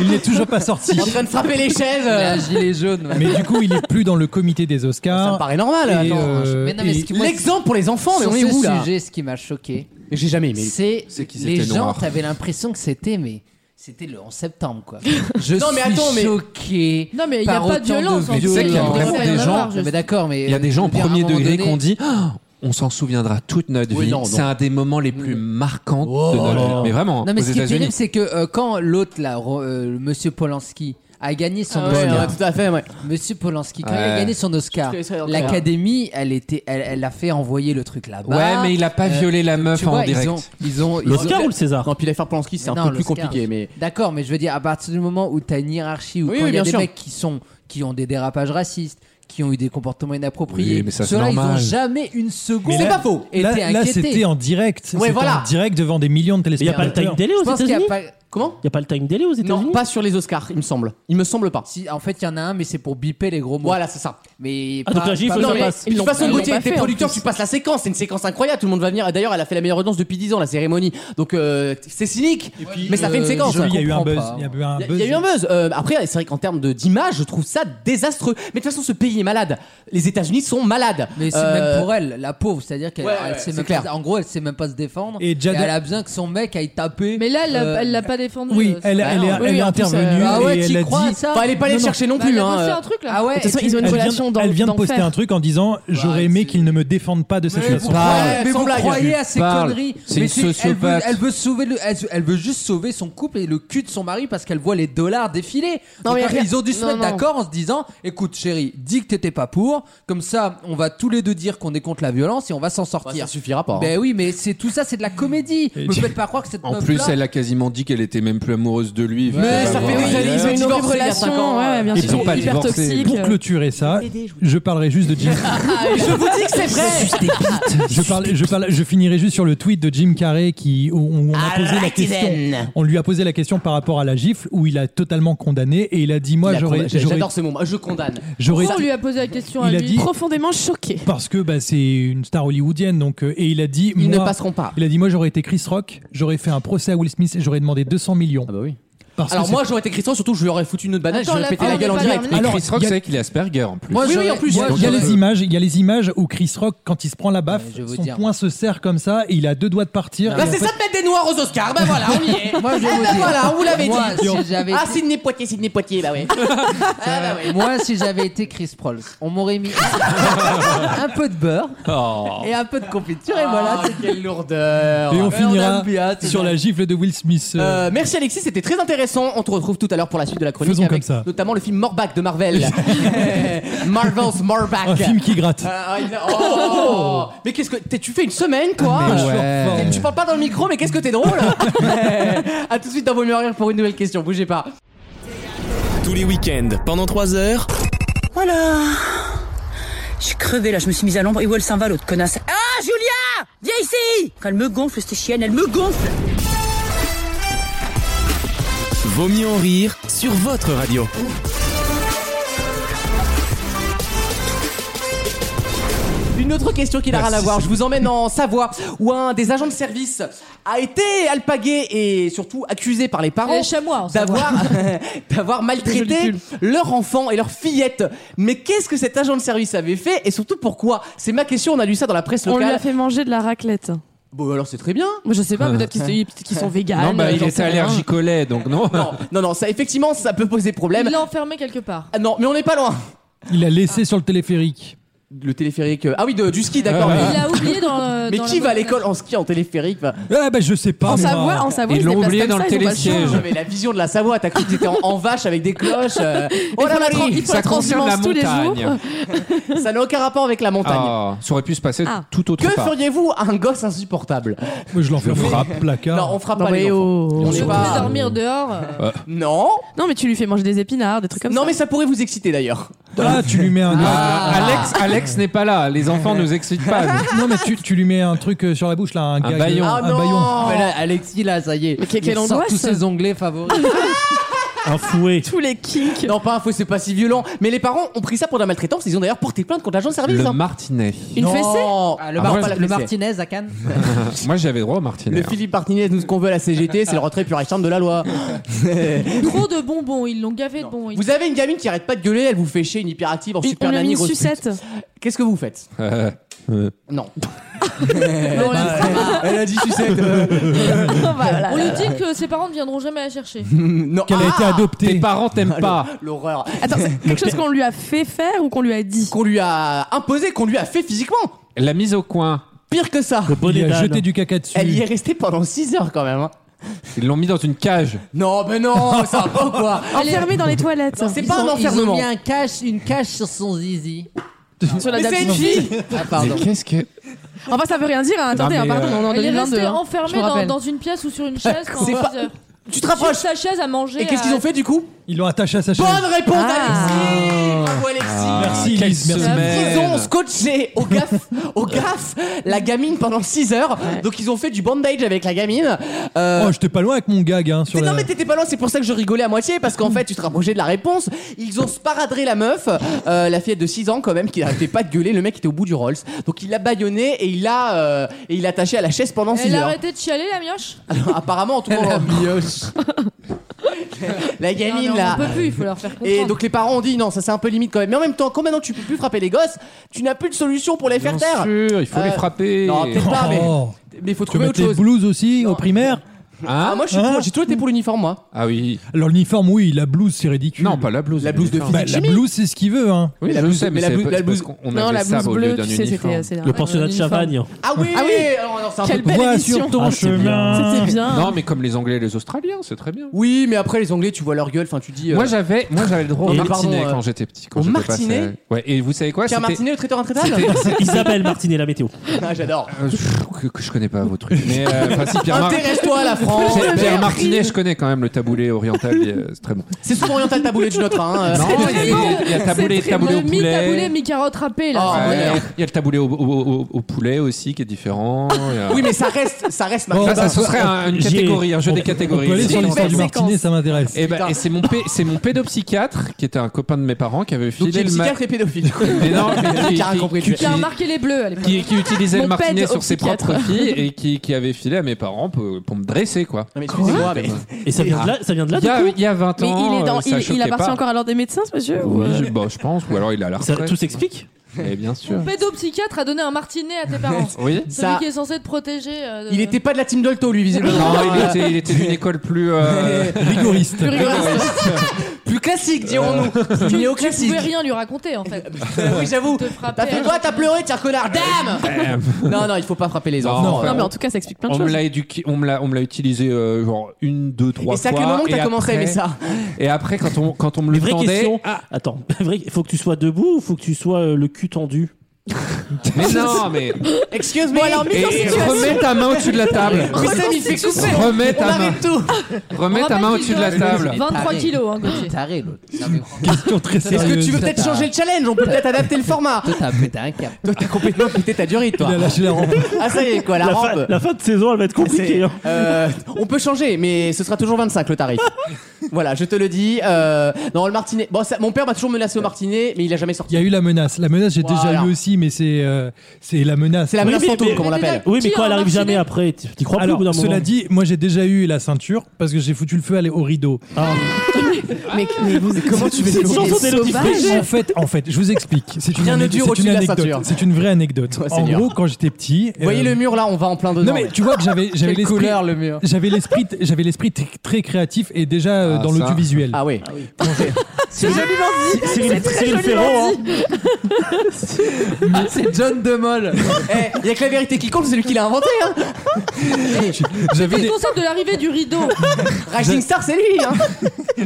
[SPEAKER 6] il n'est toujours pas sorti.
[SPEAKER 2] En train de frapper les chaises.
[SPEAKER 8] Il a
[SPEAKER 2] euh,
[SPEAKER 8] un gilet jaune. ouais.
[SPEAKER 6] Mais du coup, il est plus dans le comité des
[SPEAKER 2] Ça me
[SPEAKER 6] Oscars.
[SPEAKER 2] paraît normal.
[SPEAKER 6] Et,
[SPEAKER 2] attends.
[SPEAKER 6] euh,
[SPEAKER 8] Mais non, mais
[SPEAKER 6] et-
[SPEAKER 8] ce qui- moi,
[SPEAKER 2] L'exemple pour les enfants, mais
[SPEAKER 8] Sur
[SPEAKER 2] on est
[SPEAKER 8] ce
[SPEAKER 2] où là
[SPEAKER 8] sujet, ce qui m'a choqué,
[SPEAKER 2] J'ai jamais aimé.
[SPEAKER 8] c'est
[SPEAKER 3] C'est qu'ils
[SPEAKER 8] les
[SPEAKER 3] étaient
[SPEAKER 8] gens,
[SPEAKER 3] noirs.
[SPEAKER 8] t'avais l'impression que c'était mais c'était le 11 septembre (laughs) quoi. Je
[SPEAKER 2] Non, mais
[SPEAKER 8] suis
[SPEAKER 2] attends, mais-
[SPEAKER 8] choqué.
[SPEAKER 5] Non, mais il n'y a
[SPEAKER 8] par
[SPEAKER 5] pas
[SPEAKER 8] autant
[SPEAKER 5] de violence.
[SPEAKER 8] de
[SPEAKER 5] en
[SPEAKER 3] Mais tu
[SPEAKER 5] fait.
[SPEAKER 3] sais qu'il y a
[SPEAKER 5] On devrait
[SPEAKER 3] vraiment
[SPEAKER 5] pas y
[SPEAKER 3] des
[SPEAKER 5] en avoir,
[SPEAKER 3] gens-
[SPEAKER 5] je-
[SPEAKER 8] Non, mais d'accord, mais
[SPEAKER 3] Il y a des gens en
[SPEAKER 8] je veux dire, à
[SPEAKER 3] premier
[SPEAKER 8] un moment
[SPEAKER 3] degré
[SPEAKER 8] donné-
[SPEAKER 3] qu'on dit Ah, on s'en souviendra toute notre
[SPEAKER 2] Oui,
[SPEAKER 3] vie.
[SPEAKER 2] non, non.
[SPEAKER 3] C'est un des moments les plus marquants de notre vie. Mais vraiment,
[SPEAKER 8] Non, mais
[SPEAKER 3] aux
[SPEAKER 8] ce qui est terrible,
[SPEAKER 3] États-Unis.
[SPEAKER 8] c'est que euh, quand l'autre là, Ro- euh, le Monsieur Polanski a gagné son
[SPEAKER 2] Ah ouais,
[SPEAKER 8] Oscar.
[SPEAKER 2] ouais, tout à fait, ouais.
[SPEAKER 8] Monsieur Polanski, quand il
[SPEAKER 3] Ouais.
[SPEAKER 8] a gagné son Oscar,
[SPEAKER 2] Je te laisserai encore.
[SPEAKER 8] l'Académie, elle était, elle, elle a fait envoyer le truc là-bas.
[SPEAKER 3] Ouais, mais il a pas
[SPEAKER 8] Euh,
[SPEAKER 3] violé la meuf
[SPEAKER 8] tu
[SPEAKER 3] en
[SPEAKER 8] vois,
[SPEAKER 3] direct.
[SPEAKER 8] Ils ont, ils ont, ils ont-
[SPEAKER 7] L'Oscar ou le César
[SPEAKER 2] Non, puis l'affaire Polanski, c'est
[SPEAKER 8] Ah. Non,
[SPEAKER 2] un peu plus
[SPEAKER 8] l'Oscar,
[SPEAKER 2] compliqué, mais.
[SPEAKER 8] D'accord, mais je veux dire, à partir du moment où tu as une hiérarchie, où
[SPEAKER 2] Oui,
[SPEAKER 8] quand
[SPEAKER 2] oui,
[SPEAKER 8] il y
[SPEAKER 2] bien
[SPEAKER 8] a des
[SPEAKER 2] sûr.
[SPEAKER 8] mecs qui, sont, qui ont des dérapages racistes, qui ont eu des comportements inappropriés,
[SPEAKER 3] Oui, mais ça, c'est
[SPEAKER 8] ceux-là, ils n'ont
[SPEAKER 3] normal.
[SPEAKER 8] jamais une seconde.
[SPEAKER 2] Mais c'est pas faux.
[SPEAKER 8] Et
[SPEAKER 6] là,
[SPEAKER 8] t'es
[SPEAKER 6] là,
[SPEAKER 8] inquiété.
[SPEAKER 6] c'était en direct.
[SPEAKER 2] Ouais,
[SPEAKER 6] C'était
[SPEAKER 2] voilà.
[SPEAKER 6] En direct devant des millions de
[SPEAKER 7] Il n'y a pas le time
[SPEAKER 6] téléspectateurs.
[SPEAKER 7] délai
[SPEAKER 8] Je
[SPEAKER 7] aux
[SPEAKER 8] pense qu'il y a
[SPEAKER 7] États-Unis
[SPEAKER 8] pas.
[SPEAKER 2] Comment
[SPEAKER 7] Il n'y a pas le time délai aux États-Unis
[SPEAKER 2] Non, pas sur les Oscars, il me semble. Il me semble pas.
[SPEAKER 8] Si, en fait, il y en a un, mais c'est pour biper les gros mots.
[SPEAKER 2] Voilà, c'est ça.
[SPEAKER 8] Mais
[SPEAKER 7] Ah, donc la gifle,
[SPEAKER 8] pas-
[SPEAKER 7] ça
[SPEAKER 2] Non, mais
[SPEAKER 7] passe.
[SPEAKER 2] de toute façon,
[SPEAKER 8] ils l'ont
[SPEAKER 2] Gauthier,
[SPEAKER 8] pas
[SPEAKER 2] t'es
[SPEAKER 8] fait, en
[SPEAKER 2] producteur, tu
[SPEAKER 8] plus.
[SPEAKER 2] passes la séquence. C'est une séquence incroyable, tout le monde va venir. Et D'ailleurs, elle a fait la meilleure danse depuis 10 ans, la cérémonie. Donc, euh, c'est cynique, mais ça fait une
[SPEAKER 8] euh,
[SPEAKER 2] séquence. hein.
[SPEAKER 8] je-
[SPEAKER 6] Il y a eu un
[SPEAKER 8] comprends
[SPEAKER 6] buzz.
[SPEAKER 8] pas.
[SPEAKER 6] Il y a eu un
[SPEAKER 2] Il y a-
[SPEAKER 6] buzz.
[SPEAKER 2] il y a eu un buzz. Euh, après, c'est vrai qu'en termes de- d'image, je trouve ça désastreux. Mais de toute façon, ce pays est malade. Les États-Unis sont malades.
[SPEAKER 8] Mais c'est
[SPEAKER 2] Euh,
[SPEAKER 8] même pour elle, la pauvre, c'est-à-dire qu'elle
[SPEAKER 2] Ouais,
[SPEAKER 8] elle
[SPEAKER 2] ouais,
[SPEAKER 8] sait
[SPEAKER 2] c'est
[SPEAKER 8] même
[SPEAKER 2] clair.
[SPEAKER 8] pas- en gros, elle sait même pas se défendre.
[SPEAKER 6] Et
[SPEAKER 8] Et,
[SPEAKER 6] Jada-
[SPEAKER 8] elle a besoin que son mec aille taper.
[SPEAKER 5] Mais là, elle
[SPEAKER 8] Euh,
[SPEAKER 5] l'a- elle l'a pas défendu.
[SPEAKER 6] Oui,
[SPEAKER 5] euh,
[SPEAKER 6] elle,
[SPEAKER 5] c'est-
[SPEAKER 6] elle est-
[SPEAKER 5] Bah non,
[SPEAKER 6] elle
[SPEAKER 5] oui,
[SPEAKER 6] est
[SPEAKER 5] en plus,
[SPEAKER 6] intervenue
[SPEAKER 8] Ah ouais,
[SPEAKER 6] et
[SPEAKER 8] tu
[SPEAKER 6] elle a
[SPEAKER 8] crois à
[SPEAKER 6] dit.
[SPEAKER 8] ça
[SPEAKER 2] Enfin, elle est pas allée
[SPEAKER 6] Non, non.
[SPEAKER 2] chercher non
[SPEAKER 5] Bah,
[SPEAKER 2] plus.
[SPEAKER 5] elle a
[SPEAKER 2] hein,
[SPEAKER 5] bossé
[SPEAKER 2] euh.
[SPEAKER 5] un truc là.
[SPEAKER 8] Ah ouais,
[SPEAKER 5] De toute façon,
[SPEAKER 8] et
[SPEAKER 5] ils ont
[SPEAKER 6] Elle
[SPEAKER 5] une
[SPEAKER 6] vient,
[SPEAKER 5] relation dans
[SPEAKER 6] elle vient de
[SPEAKER 5] dans le
[SPEAKER 6] poster
[SPEAKER 5] fait.
[SPEAKER 6] un truc en disant J'aurais
[SPEAKER 8] Ouais,
[SPEAKER 6] aimé
[SPEAKER 8] c'est-
[SPEAKER 6] qu'ils ne me défendent pas de cette
[SPEAKER 8] Mais vous,
[SPEAKER 6] façon.
[SPEAKER 8] croyez,
[SPEAKER 2] Ouais,
[SPEAKER 8] mais
[SPEAKER 2] sans
[SPEAKER 8] vous
[SPEAKER 2] blague.
[SPEAKER 8] croyez à ces
[SPEAKER 3] Parle.
[SPEAKER 8] conneries
[SPEAKER 3] C'est
[SPEAKER 8] Mais
[SPEAKER 3] une
[SPEAKER 8] elle veut,
[SPEAKER 3] sociopathe.
[SPEAKER 8] elle veut sauver le, elle, elle veut juste sauver son couple et le cul de son mari parce qu'elle voit les dollars défiler.
[SPEAKER 5] Non,
[SPEAKER 8] Donc,
[SPEAKER 5] mais rien-
[SPEAKER 8] ils ont dû se
[SPEAKER 5] non,
[SPEAKER 8] mettre
[SPEAKER 5] non.
[SPEAKER 8] d'accord en se disant écoute chérie, dis que t'étais pas pour, comme ça on va tous les deux dire qu'on est contre la violence et on va s'en
[SPEAKER 2] Bah,
[SPEAKER 8] sortir.
[SPEAKER 2] ça suffira pas. hein.
[SPEAKER 8] ben oui, mais c'est tout ça, c'est de la comédie.
[SPEAKER 6] Et
[SPEAKER 8] Me
[SPEAKER 6] tu-
[SPEAKER 8] faites pas croire que cette
[SPEAKER 3] En
[SPEAKER 8] meuf
[SPEAKER 3] plus,
[SPEAKER 8] là,
[SPEAKER 3] elle a quasiment dit qu'elle était même plus amoureuse de lui. vu
[SPEAKER 8] Mais
[SPEAKER 3] qu'elle
[SPEAKER 8] ça
[SPEAKER 3] va
[SPEAKER 8] fait
[SPEAKER 3] voir
[SPEAKER 8] des
[SPEAKER 3] ailleurs.
[SPEAKER 8] années,
[SPEAKER 2] ils ont
[SPEAKER 5] Ils ont une horrible
[SPEAKER 2] Divorcé euh, il y a cinq
[SPEAKER 5] relation,
[SPEAKER 2] ans, euh,
[SPEAKER 5] ouais, bien
[SPEAKER 3] Ils
[SPEAKER 5] sûr.
[SPEAKER 3] ont pas
[SPEAKER 5] hyper Ah,
[SPEAKER 3] divorcé.
[SPEAKER 5] toxique.
[SPEAKER 6] Pour clôturer ça, je parlerai juste
[SPEAKER 5] (laughs)
[SPEAKER 6] de Jim.
[SPEAKER 2] je vous dis que c'est vrai.
[SPEAKER 6] (laughs) je, parle, je, parle, je finirai juste sur le tweet de Jim Carrey qui, où on, on
[SPEAKER 5] Ah,
[SPEAKER 6] a posé la question, on lui a posé la question par rapport à la gifle où il a totalement condamné et il a dit Moi,
[SPEAKER 2] Il a
[SPEAKER 6] j'aurais.
[SPEAKER 2] condamné-
[SPEAKER 6] j'aurais-
[SPEAKER 2] J'adore ce moment. Je condamne.
[SPEAKER 6] j'aurais-
[SPEAKER 5] Pourquoi on lui a posé la question à
[SPEAKER 6] Il a
[SPEAKER 5] lui
[SPEAKER 6] dit-
[SPEAKER 4] Profondément choquée.
[SPEAKER 6] Parce que bah, c'est une star hollywoodienne. Donc, euh, et il a dit
[SPEAKER 2] Ils ne
[SPEAKER 6] moi- Ah,
[SPEAKER 2] passeront pas.
[SPEAKER 6] Il a dit Moi, j'aurais été Chris Rock, j'aurais fait un procès à Will Smith et j'aurais demandé 200 millions.
[SPEAKER 2] Ah bah oui.
[SPEAKER 6] Parce
[SPEAKER 2] Alors
[SPEAKER 6] que
[SPEAKER 2] moi j'aurais été Christian, surtout je lui aurais foutu une autre banane,
[SPEAKER 5] Attends,
[SPEAKER 2] je lui aurais
[SPEAKER 5] la
[SPEAKER 2] pété
[SPEAKER 5] fin,
[SPEAKER 2] la
[SPEAKER 5] on
[SPEAKER 2] gueule
[SPEAKER 5] est
[SPEAKER 2] en
[SPEAKER 5] pas
[SPEAKER 2] direct.
[SPEAKER 5] terminé.
[SPEAKER 3] Et
[SPEAKER 6] Alors,
[SPEAKER 3] Chris Rock,
[SPEAKER 6] il y a-
[SPEAKER 3] c'est vrai qu'il est Asperger en plus.
[SPEAKER 8] Moi,
[SPEAKER 2] Oui, oui,
[SPEAKER 8] j'aurais-
[SPEAKER 2] en plus,
[SPEAKER 8] moi,
[SPEAKER 6] Il y a
[SPEAKER 8] j'aurais-
[SPEAKER 6] les images, il y a les images où Chris Rock, quand il se prend la baffe,
[SPEAKER 8] je vais vous
[SPEAKER 6] son
[SPEAKER 8] dire.
[SPEAKER 6] poing se serre comme ça et il a deux doigts de partir.
[SPEAKER 2] Bah
[SPEAKER 6] Et en
[SPEAKER 2] c'est
[SPEAKER 6] fait-
[SPEAKER 2] ça de mettre des noirs aux Oscars, bah voilà, on y est.
[SPEAKER 8] Moi, je vais
[SPEAKER 2] Eh
[SPEAKER 8] vous
[SPEAKER 2] ben
[SPEAKER 8] dire.
[SPEAKER 2] voilà, on vous l'avez
[SPEAKER 8] Moi,
[SPEAKER 2] dit.
[SPEAKER 8] si j'avais
[SPEAKER 2] Ah
[SPEAKER 8] été-
[SPEAKER 2] Sydney Poitier, Sydney Poitier, bah ouais. ah bah ouais.
[SPEAKER 8] Moi, si j'avais été Chris Prolls, on
[SPEAKER 2] (laughs)
[SPEAKER 8] m'aurait mis un peu de beurre (laughs) et un peu de confiture et voilà.
[SPEAKER 2] Ah, quelle lourdeur.
[SPEAKER 6] Et on
[SPEAKER 8] on
[SPEAKER 6] finira
[SPEAKER 8] aime bien, c'est
[SPEAKER 6] sur
[SPEAKER 8] vrai.
[SPEAKER 6] la gifle de Will Smith. euh,
[SPEAKER 2] Euh, merci Alexis, c'était très intéressant. intéressant. On te retrouve tout à l'heure pour la suite de la chronique
[SPEAKER 6] Faisons
[SPEAKER 2] avec
[SPEAKER 6] comme ça.
[SPEAKER 2] notamment le film Morback de
[SPEAKER 6] (laughs)
[SPEAKER 2] Marvel. (laughs) Marvel's Morback.
[SPEAKER 6] Un film qui gratte.
[SPEAKER 2] Ah, il- oh mais qu'est-ce que t'es- tu fais une semaine toi
[SPEAKER 6] Ah, Mais je suis en
[SPEAKER 2] Euh,
[SPEAKER 6] forme.
[SPEAKER 2] t'es- Tu parles pas dans le micro mais qu'est-ce que t'es
[SPEAKER 6] (laughs)
[SPEAKER 2] drôle (laughs) A tout de suite dans Vos mieux rire pour une nouvelle question, bougez pas.
[SPEAKER 1] Tous les week-ends, pendant 3 heures,
[SPEAKER 10] Voilà. Je suis crevée là, je me suis mise à l'ombre. Et où elle s'en va l'autre connasse Ah, Julia Viens ici Quand elle me gonfle, cette chienne, elle me gonfle
[SPEAKER 1] Vaut mieux en rire sur votre radio.
[SPEAKER 2] Une autre question qui n'a rien à voir, je vous emmène en Savoie où un des agents de service a été alpagué et surtout accusé par les parents
[SPEAKER 5] Eh, chamois, en
[SPEAKER 2] d'avoir (laughs) d'avoir maltraité leur enfant et leur fillette. Mais qu'est-ce que cet agent de service avait fait et surtout pourquoi C'est ma question, on a lu ça dans la presse
[SPEAKER 4] On lui a
[SPEAKER 2] locale.
[SPEAKER 4] fait manger de la raclette.
[SPEAKER 2] Bon alors c'est très bien.
[SPEAKER 4] Moi, je sais pas, peut-être qu'ils peut-être qu'ils sont
[SPEAKER 5] Ah,
[SPEAKER 4] véganes.
[SPEAKER 3] Non, bah, il
[SPEAKER 4] j'en
[SPEAKER 3] était
[SPEAKER 4] sais rien.
[SPEAKER 3] allergique au lait, donc non.
[SPEAKER 2] Non, non, non, ça effectivement ça peut poser
[SPEAKER 5] Il
[SPEAKER 2] problème.
[SPEAKER 5] l'a enfermé quelque part.
[SPEAKER 2] Ah non, mais on n'est pas loin.
[SPEAKER 6] Il l'a laissé sur le téléphérique.
[SPEAKER 2] Le téléphérique. euh, Ah oui, de- du ski, d'accord.
[SPEAKER 3] Ouais, ouais.
[SPEAKER 5] Il l'a oublié dans. euh,
[SPEAKER 2] Mais
[SPEAKER 5] dans
[SPEAKER 2] qui
[SPEAKER 5] la-
[SPEAKER 2] va à l'école en ski, en téléphérique va
[SPEAKER 6] Ah bah je sais pas.
[SPEAKER 4] En
[SPEAKER 6] moi.
[SPEAKER 4] Savoie, en Savoie,
[SPEAKER 3] Ils
[SPEAKER 4] se
[SPEAKER 3] l'ont
[SPEAKER 4] déplacent
[SPEAKER 3] oublié
[SPEAKER 4] comme
[SPEAKER 3] dans
[SPEAKER 4] ça,
[SPEAKER 3] le
[SPEAKER 4] ils ont pas
[SPEAKER 3] télésiège.
[SPEAKER 4] choix.
[SPEAKER 2] Non, mais la vision de la Savoie, t'as cru que t'étais en, en vache avec des cloches. euh, Oh
[SPEAKER 4] Il faut
[SPEAKER 2] la
[SPEAKER 4] la tran-
[SPEAKER 2] Marie
[SPEAKER 4] il faut la
[SPEAKER 3] concerne la
[SPEAKER 4] transhumance tous les jours.
[SPEAKER 3] montagne.
[SPEAKER 2] Ça n'a aucun rapport avec la montagne.
[SPEAKER 3] Ah, ça aurait pu se passer
[SPEAKER 4] Ah.
[SPEAKER 3] tout autre
[SPEAKER 2] Que
[SPEAKER 3] part.
[SPEAKER 2] feriez-vous à un gosse insupportable
[SPEAKER 6] Moi, je l'enferme. Frappe, placard.
[SPEAKER 2] Non, on frappe
[SPEAKER 4] Non,
[SPEAKER 2] pas les
[SPEAKER 4] mais
[SPEAKER 2] enfants.
[SPEAKER 4] oh.
[SPEAKER 2] On
[SPEAKER 5] Je
[SPEAKER 2] est
[SPEAKER 5] peux
[SPEAKER 2] pas-
[SPEAKER 5] dormir dehors. euh,
[SPEAKER 2] Non,
[SPEAKER 4] Non, mais tu lui fais manger des épinards, des trucs comme
[SPEAKER 2] non
[SPEAKER 4] ça.
[SPEAKER 2] mais ça pourrait vous exciter d'ailleurs.
[SPEAKER 6] Ah, tu lui mets un.
[SPEAKER 3] Ah, Alex, Alex n'est pas là. Les enfants nous excitent pas. nous.
[SPEAKER 6] Non mais tu, tu lui mets un truc euh, sur la bouche là, un, gag,
[SPEAKER 3] baillon.
[SPEAKER 6] un
[SPEAKER 2] Ah non
[SPEAKER 6] baillon.
[SPEAKER 8] Mais là, Alexis, là, ça y est.
[SPEAKER 4] Mais que-
[SPEAKER 8] il
[SPEAKER 4] quelle
[SPEAKER 8] sort
[SPEAKER 4] angoisse.
[SPEAKER 8] tous ses onglets favoris.
[SPEAKER 2] Ah
[SPEAKER 7] Un fouet.
[SPEAKER 4] Tous les kinks.
[SPEAKER 2] Non, pas un faux, c'est pas si violent. Mais les parents ont pris ça pour de la maltraitance. Ils ont d'ailleurs porté plainte contre l'agent de service.
[SPEAKER 3] Le
[SPEAKER 2] hein.
[SPEAKER 3] Martinet.
[SPEAKER 4] Une
[SPEAKER 2] Non.
[SPEAKER 4] fessée
[SPEAKER 8] Ah, le,
[SPEAKER 3] Ah,
[SPEAKER 8] Mar-
[SPEAKER 3] moi,
[SPEAKER 8] le
[SPEAKER 2] je le sais.
[SPEAKER 8] Martinez à Cannes.
[SPEAKER 3] Ah, Moi, j'avais droit au Martinet. hein.
[SPEAKER 2] Le Philippe Martinez, nous ce qu'on veut à la CGT, c'est le retrait pur et simple de la loi.
[SPEAKER 5] Trop de bonbons, ils l'ont gavé de bonbons.
[SPEAKER 2] Vous avez une gamine qui arrête pas de gueuler, elle vous fait chier une hyperactive en
[SPEAKER 4] Une- On
[SPEAKER 2] super
[SPEAKER 4] lui a mis
[SPEAKER 2] nanny
[SPEAKER 4] une
[SPEAKER 2] grosse pute.
[SPEAKER 4] sucette.
[SPEAKER 2] Qu'est-ce que vous faites
[SPEAKER 3] Euh, euh,
[SPEAKER 2] Non.
[SPEAKER 4] (laughs)
[SPEAKER 2] Ah. elle a dit sucette.
[SPEAKER 5] On lui dit que ses parents ne viendront jamais
[SPEAKER 2] (laughs)
[SPEAKER 5] la chercher.
[SPEAKER 2] (laughs) non. Ah.
[SPEAKER 6] Qu'elle a été
[SPEAKER 3] Tes
[SPEAKER 6] adoptée.
[SPEAKER 3] parents (laughs) t'aiment pas.
[SPEAKER 2] L'horreur.
[SPEAKER 4] Attends, c'est quelque chose qu'on lui a fait faire ou qu'on lui a dit
[SPEAKER 2] Qu'on lui a imposé, qu'on lui a fait physiquement.
[SPEAKER 3] La mise au coin.
[SPEAKER 2] Pire que ça.
[SPEAKER 7] Le bonnet
[SPEAKER 6] Il a
[SPEAKER 7] d'âne.
[SPEAKER 6] jeté du caca dessus.
[SPEAKER 2] Elle y est restée pendant 6 heures quand même. hein.
[SPEAKER 3] Ils l'ont mis dans une cage.
[SPEAKER 2] (laughs) Non, mais non, ça va pas ou quoi
[SPEAKER 4] Enfermé dans les toilettes.
[SPEAKER 2] Non, c'est pas un
[SPEAKER 8] Ils ont
[SPEAKER 2] enfermement.
[SPEAKER 8] mis un cache, une cache sur son zizi.
[SPEAKER 4] Sur la
[SPEAKER 2] Mais
[SPEAKER 4] date
[SPEAKER 2] c'est une
[SPEAKER 4] du-
[SPEAKER 2] fille
[SPEAKER 8] Ah, pardon.
[SPEAKER 3] Qu'est-ce que.
[SPEAKER 4] Enfin, ça veut rien dire, hein. attendez,
[SPEAKER 3] mais,
[SPEAKER 4] hein, pardon,
[SPEAKER 3] euh,
[SPEAKER 4] on est en
[SPEAKER 5] Elle est
[SPEAKER 4] 2022.
[SPEAKER 5] restée
[SPEAKER 4] hein. Je
[SPEAKER 5] enfermée
[SPEAKER 4] me
[SPEAKER 5] dans,
[SPEAKER 4] rappelle.
[SPEAKER 5] dans une pièce ou sur une chaise
[SPEAKER 2] (laughs)
[SPEAKER 5] pendant
[SPEAKER 2] C'est
[SPEAKER 5] 10
[SPEAKER 2] pas-
[SPEAKER 5] heures.
[SPEAKER 2] Tu te
[SPEAKER 5] Sur
[SPEAKER 2] rapproches
[SPEAKER 5] sa chaise à manger. euh,
[SPEAKER 2] Et qu'est-ce
[SPEAKER 5] à-
[SPEAKER 2] qu'ils ont fait du coup
[SPEAKER 6] Ils l'ont attaché à sa chaise.
[SPEAKER 2] Bonne réponse
[SPEAKER 4] Ah.
[SPEAKER 2] Alexis Bravo Alexis
[SPEAKER 7] Ah,
[SPEAKER 6] Merci,
[SPEAKER 3] quelle
[SPEAKER 6] Lise, merci.
[SPEAKER 3] semaine.
[SPEAKER 2] Ils ont scotché au gaffe, au gaffe la gamine pendant 6 heures. Donc ils ont fait du bandage avec la gamine. Euh,
[SPEAKER 6] Oh, j'étais pas loin avec mon gag hein, sur
[SPEAKER 2] mais
[SPEAKER 6] la...
[SPEAKER 2] Non mais t'étais pas loin, c'est pour ça que je rigolais à moitié parce qu'en fait tu te rapprochais de la réponse. Ils ont sparadré la meuf, euh, la fillette de 6 ans quand même qui n'arrêtait pas de gueuler, le mec était au bout du Rolls. Donc il l'a bâillonné et il l'a euh, et il l'a attaché à la chaise pendant 6
[SPEAKER 5] Elle a
[SPEAKER 2] heures.
[SPEAKER 5] arrêté de chialer, la mioche
[SPEAKER 2] Alors, apparemment en tout cas la gamine
[SPEAKER 5] Non, mais
[SPEAKER 2] là.
[SPEAKER 5] On peut plus, il faut leur faire comprendre.
[SPEAKER 2] Et donc les parents ont dit non, ça c'est un peu limite quand même. Mais en même temps, quand maintenant tu peux plus frapper les gosses, tu n'as plus de solution pour les faire
[SPEAKER 3] Bien
[SPEAKER 2] taire.
[SPEAKER 3] sûr, il faut
[SPEAKER 2] Euh,
[SPEAKER 3] les frapper.
[SPEAKER 2] Non, peut-être pas, mais
[SPEAKER 6] (laughs) Oh,
[SPEAKER 2] mais faut
[SPEAKER 6] tu
[SPEAKER 2] trouver
[SPEAKER 6] mets
[SPEAKER 2] autre
[SPEAKER 6] tes
[SPEAKER 2] chose.
[SPEAKER 6] blouses aussi au primaire
[SPEAKER 3] Hein
[SPEAKER 2] Ah, moi je suis pour- j'ai toujours été pour l'uniforme moi.
[SPEAKER 3] Ah oui.
[SPEAKER 6] Alors l'uniforme, oui, la blouse, c'est ridicule.
[SPEAKER 3] Non, pas la blouse.
[SPEAKER 2] La blouse de
[SPEAKER 3] l'uniforme.
[SPEAKER 6] Bah, la
[SPEAKER 2] Chimie.
[SPEAKER 6] blouse, c'est ce qu'il veut. Hein.
[SPEAKER 3] Oui,
[SPEAKER 2] Mais la
[SPEAKER 3] je
[SPEAKER 2] blouse-
[SPEAKER 3] sais,
[SPEAKER 2] mais
[SPEAKER 3] mais
[SPEAKER 2] la
[SPEAKER 3] c'est
[SPEAKER 2] blouse-
[SPEAKER 3] pas-
[SPEAKER 2] la
[SPEAKER 3] c'est
[SPEAKER 2] blouse-
[SPEAKER 3] parce qu'on
[SPEAKER 4] Non,
[SPEAKER 3] avait
[SPEAKER 4] la
[SPEAKER 3] ça
[SPEAKER 4] blouse
[SPEAKER 3] au lieu
[SPEAKER 4] bleue,
[SPEAKER 3] d'un
[SPEAKER 4] tu sais, c'était.
[SPEAKER 3] uniforme.
[SPEAKER 4] c'est un-
[SPEAKER 7] Le porcelain
[SPEAKER 4] un
[SPEAKER 7] de
[SPEAKER 4] uniforme.
[SPEAKER 7] Chavagne.
[SPEAKER 2] Ah oui,
[SPEAKER 4] Ah oui.
[SPEAKER 2] alors, alors, c'est un
[SPEAKER 4] Quelle
[SPEAKER 2] peu-
[SPEAKER 4] belle
[SPEAKER 6] Vois
[SPEAKER 4] émission
[SPEAKER 6] sur ton
[SPEAKER 7] Ah, c'est
[SPEAKER 6] chemin.
[SPEAKER 4] C'était bien.
[SPEAKER 3] Non, mais comme les Anglais et les Australiens, c'est très bien.
[SPEAKER 2] Oui, mais après les Anglais, tu vois leur gueule, enfin tu dis. euh,
[SPEAKER 3] Moi j'avais, moi j'avais le droit au
[SPEAKER 2] Et
[SPEAKER 3] martinet
[SPEAKER 2] pardon, euh,
[SPEAKER 3] quand j'étais petit. Quand
[SPEAKER 2] au
[SPEAKER 3] j'étais passé-
[SPEAKER 2] martinet
[SPEAKER 3] Ouais. Et vous savez quoi
[SPEAKER 2] Pierre
[SPEAKER 3] c'était-
[SPEAKER 2] Martinet, le traiteur intraitable
[SPEAKER 7] Isabelle Martinet, la météo.
[SPEAKER 2] Ah, J'adore.
[SPEAKER 3] Euh, pff, que, que je connais pas vos trucs. Mais euh, enfin, si Pierre, Mar-
[SPEAKER 2] Intéresse-toi à la France.
[SPEAKER 3] Pierre- Pierre Martinet, je connais quand même le taboulé oriental. il est- euh, C'est très bon.
[SPEAKER 2] C'est souvent oriental taboulé du nôtre. Hein.
[SPEAKER 3] Non, il y a- il y a- il y a taboulé,
[SPEAKER 5] C'est très
[SPEAKER 3] taboulé
[SPEAKER 5] bon.
[SPEAKER 3] au
[SPEAKER 5] Le mi-taboulé,
[SPEAKER 3] poulet.
[SPEAKER 5] mi-carotte râpée, là.
[SPEAKER 2] Oh,
[SPEAKER 3] Ouais,
[SPEAKER 2] merde.
[SPEAKER 3] Il y a le taboulé au, au- au- au poulet aussi qui est différent. il y a-
[SPEAKER 2] Oui, mais ça reste, ça reste ma
[SPEAKER 6] Oh,
[SPEAKER 3] Ça, ça,
[SPEAKER 6] bah,
[SPEAKER 3] ce serait un- une
[SPEAKER 7] j'y ai-
[SPEAKER 3] catégorie, un jeu des
[SPEAKER 6] On peut
[SPEAKER 3] catégories.
[SPEAKER 6] aller sur
[SPEAKER 2] une
[SPEAKER 6] l'histoire
[SPEAKER 2] belle
[SPEAKER 6] du martinet,
[SPEAKER 2] séquence.
[SPEAKER 6] ça m'intéresse.
[SPEAKER 3] Et, bah, et c'est mon, pé- c'est mon pédopsychiatre qui était un copain de mes parents qui avait
[SPEAKER 2] Donc, il
[SPEAKER 3] filé
[SPEAKER 2] est
[SPEAKER 3] le ma-
[SPEAKER 2] psychiatre et pédophile.
[SPEAKER 3] (laughs) Mais non, mais qui-
[SPEAKER 2] Qui a rien
[SPEAKER 3] qui-
[SPEAKER 2] compris,
[SPEAKER 3] qui-
[SPEAKER 5] Qui a remarqué les bleus à l'époque.
[SPEAKER 3] qui, qui utilisait
[SPEAKER 4] Mon
[SPEAKER 3] le martinet
[SPEAKER 4] pède au
[SPEAKER 3] sur ses
[SPEAKER 4] psychiatre.
[SPEAKER 3] propres filles et qui, qui avait filé à mes parents pour, pour me dresser quoi.
[SPEAKER 2] Non, mais excusez-moi, mais.
[SPEAKER 7] Et ça vient de là, ça vient de là
[SPEAKER 3] Il y
[SPEAKER 7] du
[SPEAKER 3] a,
[SPEAKER 7] coup
[SPEAKER 3] il y a 20
[SPEAKER 4] Mais
[SPEAKER 3] ans,
[SPEAKER 4] il est dans.
[SPEAKER 3] euh, ça
[SPEAKER 4] Il, il
[SPEAKER 3] choquait
[SPEAKER 4] appartient
[SPEAKER 3] pas.
[SPEAKER 4] encore à l'ordre des médecins, ce monsieur ou,
[SPEAKER 3] Oui,
[SPEAKER 4] euh,
[SPEAKER 3] je, bon, je pense, ou alors il a la
[SPEAKER 7] Ça-
[SPEAKER 3] retraite.
[SPEAKER 7] Tout s'explique
[SPEAKER 3] Eh bien sûr.
[SPEAKER 5] Ton pédopsychiatre a donné un martinet
[SPEAKER 2] (laughs)
[SPEAKER 5] à tes parents.
[SPEAKER 3] Oui.
[SPEAKER 2] Ça-
[SPEAKER 5] Celui qui est censé te protéger. euh, de-
[SPEAKER 2] Il était pas de la team Dolto,
[SPEAKER 3] (laughs)
[SPEAKER 2] lui, visiblement.
[SPEAKER 3] Non, il était, il était d'une école plus. euh,
[SPEAKER 2] (laughs)
[SPEAKER 6] Rigoriste.
[SPEAKER 2] Plus rigoriste. Plus classique, dirons-nous.
[SPEAKER 3] Euh,
[SPEAKER 2] Du
[SPEAKER 5] Tu
[SPEAKER 2] néoclassique.
[SPEAKER 5] pouvais rien lui raconter
[SPEAKER 2] (laughs)
[SPEAKER 5] en fait.
[SPEAKER 2] Oui, j'avoue.
[SPEAKER 5] Te frapper.
[SPEAKER 2] T'as fait quoi T'as pleuré, tiens, connard, dame Non, non, il faut pas frapper les
[SPEAKER 3] Non,
[SPEAKER 2] enfants.
[SPEAKER 3] non,
[SPEAKER 4] Non, mais en tout cas, ça explique plein de
[SPEAKER 3] On me
[SPEAKER 4] choses.
[SPEAKER 3] l'a éduqué, on me l'a, on me l'a utilisé euh, genre une, deux, trois
[SPEAKER 2] Et c'est à
[SPEAKER 3] fois.
[SPEAKER 2] quel moment que
[SPEAKER 3] et
[SPEAKER 2] t'as commencé à
[SPEAKER 3] après-
[SPEAKER 2] aimer
[SPEAKER 3] (laughs)
[SPEAKER 2] ça
[SPEAKER 3] Et après, quand on, quand on me
[SPEAKER 7] Mais
[SPEAKER 3] le
[SPEAKER 7] vraie
[SPEAKER 3] tendait,
[SPEAKER 7] question. Attends, (laughs) vrai, faut que tu sois debout ou faut que tu sois euh, le cul tendu
[SPEAKER 3] mais non, mais
[SPEAKER 2] Excuse moi
[SPEAKER 4] Bon, alors,
[SPEAKER 3] et,
[SPEAKER 4] mets-toi en
[SPEAKER 3] et
[SPEAKER 4] situation.
[SPEAKER 3] remets ta main au-dessus de
[SPEAKER 2] (laughs)
[SPEAKER 3] la table.
[SPEAKER 2] Wissem, il fait couper.
[SPEAKER 3] Remets
[SPEAKER 2] On
[SPEAKER 3] ta main,
[SPEAKER 2] arrête tout.
[SPEAKER 3] remets ta
[SPEAKER 5] rappelle
[SPEAKER 3] main
[SPEAKER 5] qu'il
[SPEAKER 3] au-dessus de la
[SPEAKER 5] doit-
[SPEAKER 3] table.
[SPEAKER 5] 23 kilos, hein, Gauthier.
[SPEAKER 8] Taré, l'autre.
[SPEAKER 7] Question très
[SPEAKER 2] Est-ce que
[SPEAKER 8] Sérieux,
[SPEAKER 2] tu veux
[SPEAKER 8] ça
[SPEAKER 2] peut-être
[SPEAKER 8] t'a-
[SPEAKER 2] changer le challenge On peut peut-être adapter le format.
[SPEAKER 8] Toi, t'as pété un câble.
[SPEAKER 2] (laughs) Toi, t'as complètement pété ta durite, toi. Ah, ça y est, quoi, la,
[SPEAKER 7] La,
[SPEAKER 2] rampe.
[SPEAKER 7] fin, la fin de saison, elle va être compliquée.
[SPEAKER 2] C'est-
[SPEAKER 7] hein.
[SPEAKER 2] euh, on peut changer, mais ce sera toujours 25 le
[SPEAKER 7] (laughs)
[SPEAKER 2] tarif. voilà, je te le dis. euh, non, le martinet. Bon, ça- mon père m'a toujours menacé au martinet, mais il a jamais
[SPEAKER 6] Il
[SPEAKER 2] sorti.
[SPEAKER 6] y a eu la menace. La menace, j'ai
[SPEAKER 2] Voilà.
[SPEAKER 6] déjà eu aussi, mais c'est euh, c'est la menace.
[SPEAKER 2] C'est la menace fantôme, comme on
[SPEAKER 5] Mais déjà,
[SPEAKER 2] l'appelle.
[SPEAKER 7] Oui, mais
[SPEAKER 5] qui
[SPEAKER 7] quand
[SPEAKER 5] a
[SPEAKER 7] elle arrive
[SPEAKER 5] marché
[SPEAKER 7] jamais
[SPEAKER 5] des-
[SPEAKER 7] après, tu tu crois plus au
[SPEAKER 6] Alors,
[SPEAKER 7] bout d'un moment.
[SPEAKER 6] cela dit, moi j'ai déjà eu la ceinture parce que j'ai foutu le feu à- au rideau.
[SPEAKER 4] Mais, mais vous,
[SPEAKER 6] Comment tu
[SPEAKER 7] C'est une chanson
[SPEAKER 6] Euh,
[SPEAKER 7] d'Elodie
[SPEAKER 4] sauvage.
[SPEAKER 7] Frégé.
[SPEAKER 6] En fait, en fait, je vous explique. C'est une,
[SPEAKER 2] Rien ne
[SPEAKER 6] ané-
[SPEAKER 2] dure
[SPEAKER 6] c'est
[SPEAKER 2] au-dessus
[SPEAKER 6] une
[SPEAKER 2] de la
[SPEAKER 6] anecdote.
[SPEAKER 2] ceinture.
[SPEAKER 6] C'est une vraie anecdote.
[SPEAKER 2] Ouais,
[SPEAKER 6] en
[SPEAKER 2] Seigneur.
[SPEAKER 6] gros, quand j'étais petit,
[SPEAKER 2] Vous voyez
[SPEAKER 6] euh,
[SPEAKER 2] le mur là, on va en plein dedans.
[SPEAKER 6] Non mais tu vois que j'avais j'avais
[SPEAKER 8] Quelle
[SPEAKER 6] l'esprit
[SPEAKER 8] couleur, le mur
[SPEAKER 6] j'avais l'esprit j'avais l'esprit tr- très créatif et déjà euh,
[SPEAKER 3] Ah,
[SPEAKER 6] dans
[SPEAKER 3] ça.
[SPEAKER 6] l'audiovisuel.
[SPEAKER 2] Ah oui.
[SPEAKER 7] Cyril Cyril Ferrand, hein.
[SPEAKER 8] C'est John DeMol.
[SPEAKER 2] Eh, il y a que la vérité qui compte, c'est lui qui l'a inventé. Hein.
[SPEAKER 5] C'est
[SPEAKER 6] J'avais
[SPEAKER 5] le
[SPEAKER 6] des,
[SPEAKER 5] concept de l'arrivée
[SPEAKER 2] (laughs)
[SPEAKER 5] du rideau.
[SPEAKER 2] Rising Star, c'est lui. Hein.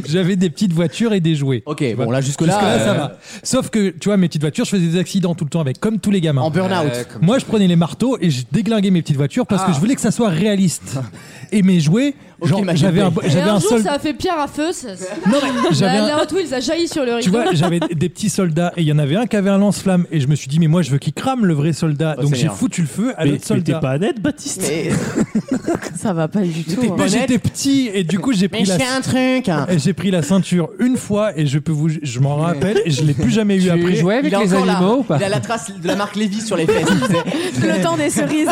[SPEAKER 6] j'avais des petites voitures et des jouets.
[SPEAKER 2] Ok, bon là euh, jusque
[SPEAKER 6] Jusque
[SPEAKER 2] Oh, là,
[SPEAKER 6] là ça va. Sauf que tu vois mes petites voitures, je faisais des accidents tout le temps avec comme tous les gamins.
[SPEAKER 2] en burn-out.
[SPEAKER 3] Euh, comme-
[SPEAKER 6] Moi, je prenais les marteaux et je déglinguais mes petites voitures parce que je voulais que ça
[SPEAKER 2] (laughs)
[SPEAKER 6] soit réaliste. Et mes jouets,
[SPEAKER 2] Ah. Ok,
[SPEAKER 6] genre,
[SPEAKER 2] ma
[SPEAKER 6] j'avais un,
[SPEAKER 2] GP.
[SPEAKER 5] Et
[SPEAKER 6] j'avais
[SPEAKER 5] un,
[SPEAKER 6] un
[SPEAKER 5] jour,
[SPEAKER 6] sol-
[SPEAKER 5] ça a fait Pierre à feu. ça- ça-
[SPEAKER 6] Non, mais j'avais
[SPEAKER 5] la,
[SPEAKER 6] un-
[SPEAKER 5] la Hot Wheels a jailli sur le rideau.
[SPEAKER 2] (laughs)
[SPEAKER 6] Tu vois, j'avais des petits soldats et il y en avait un qui avait un lance-flamme et je me suis dit mais moi je veux qu'il crame le vrai soldat
[SPEAKER 2] Oh,
[SPEAKER 6] donc j'ai
[SPEAKER 2] Seigneur.
[SPEAKER 6] foutu le feu à
[SPEAKER 7] Mais mais
[SPEAKER 6] l'autre
[SPEAKER 7] t'es
[SPEAKER 6] soldat.
[SPEAKER 7] pas honnête, Baptiste
[SPEAKER 2] Mais,
[SPEAKER 4] ça va pas du tout. hein.
[SPEAKER 6] Mais
[SPEAKER 2] honnête.
[SPEAKER 6] j'étais petit et du coup j'ai
[SPEAKER 2] mais
[SPEAKER 6] pris
[SPEAKER 2] je
[SPEAKER 6] la
[SPEAKER 2] fais un truc. hein.
[SPEAKER 6] et j'ai pris la ceinture une fois et je peux vous je m'en rappelle et je l'ai plus jamais eu après.
[SPEAKER 3] jouais avec
[SPEAKER 2] il a
[SPEAKER 3] les
[SPEAKER 2] encore la-
[SPEAKER 3] animaux ou pas
[SPEAKER 2] Il a la trace de la marque Lévis sur les
[SPEAKER 3] (laughs)
[SPEAKER 2] fesses. tu sais.
[SPEAKER 4] Le temps des cerises.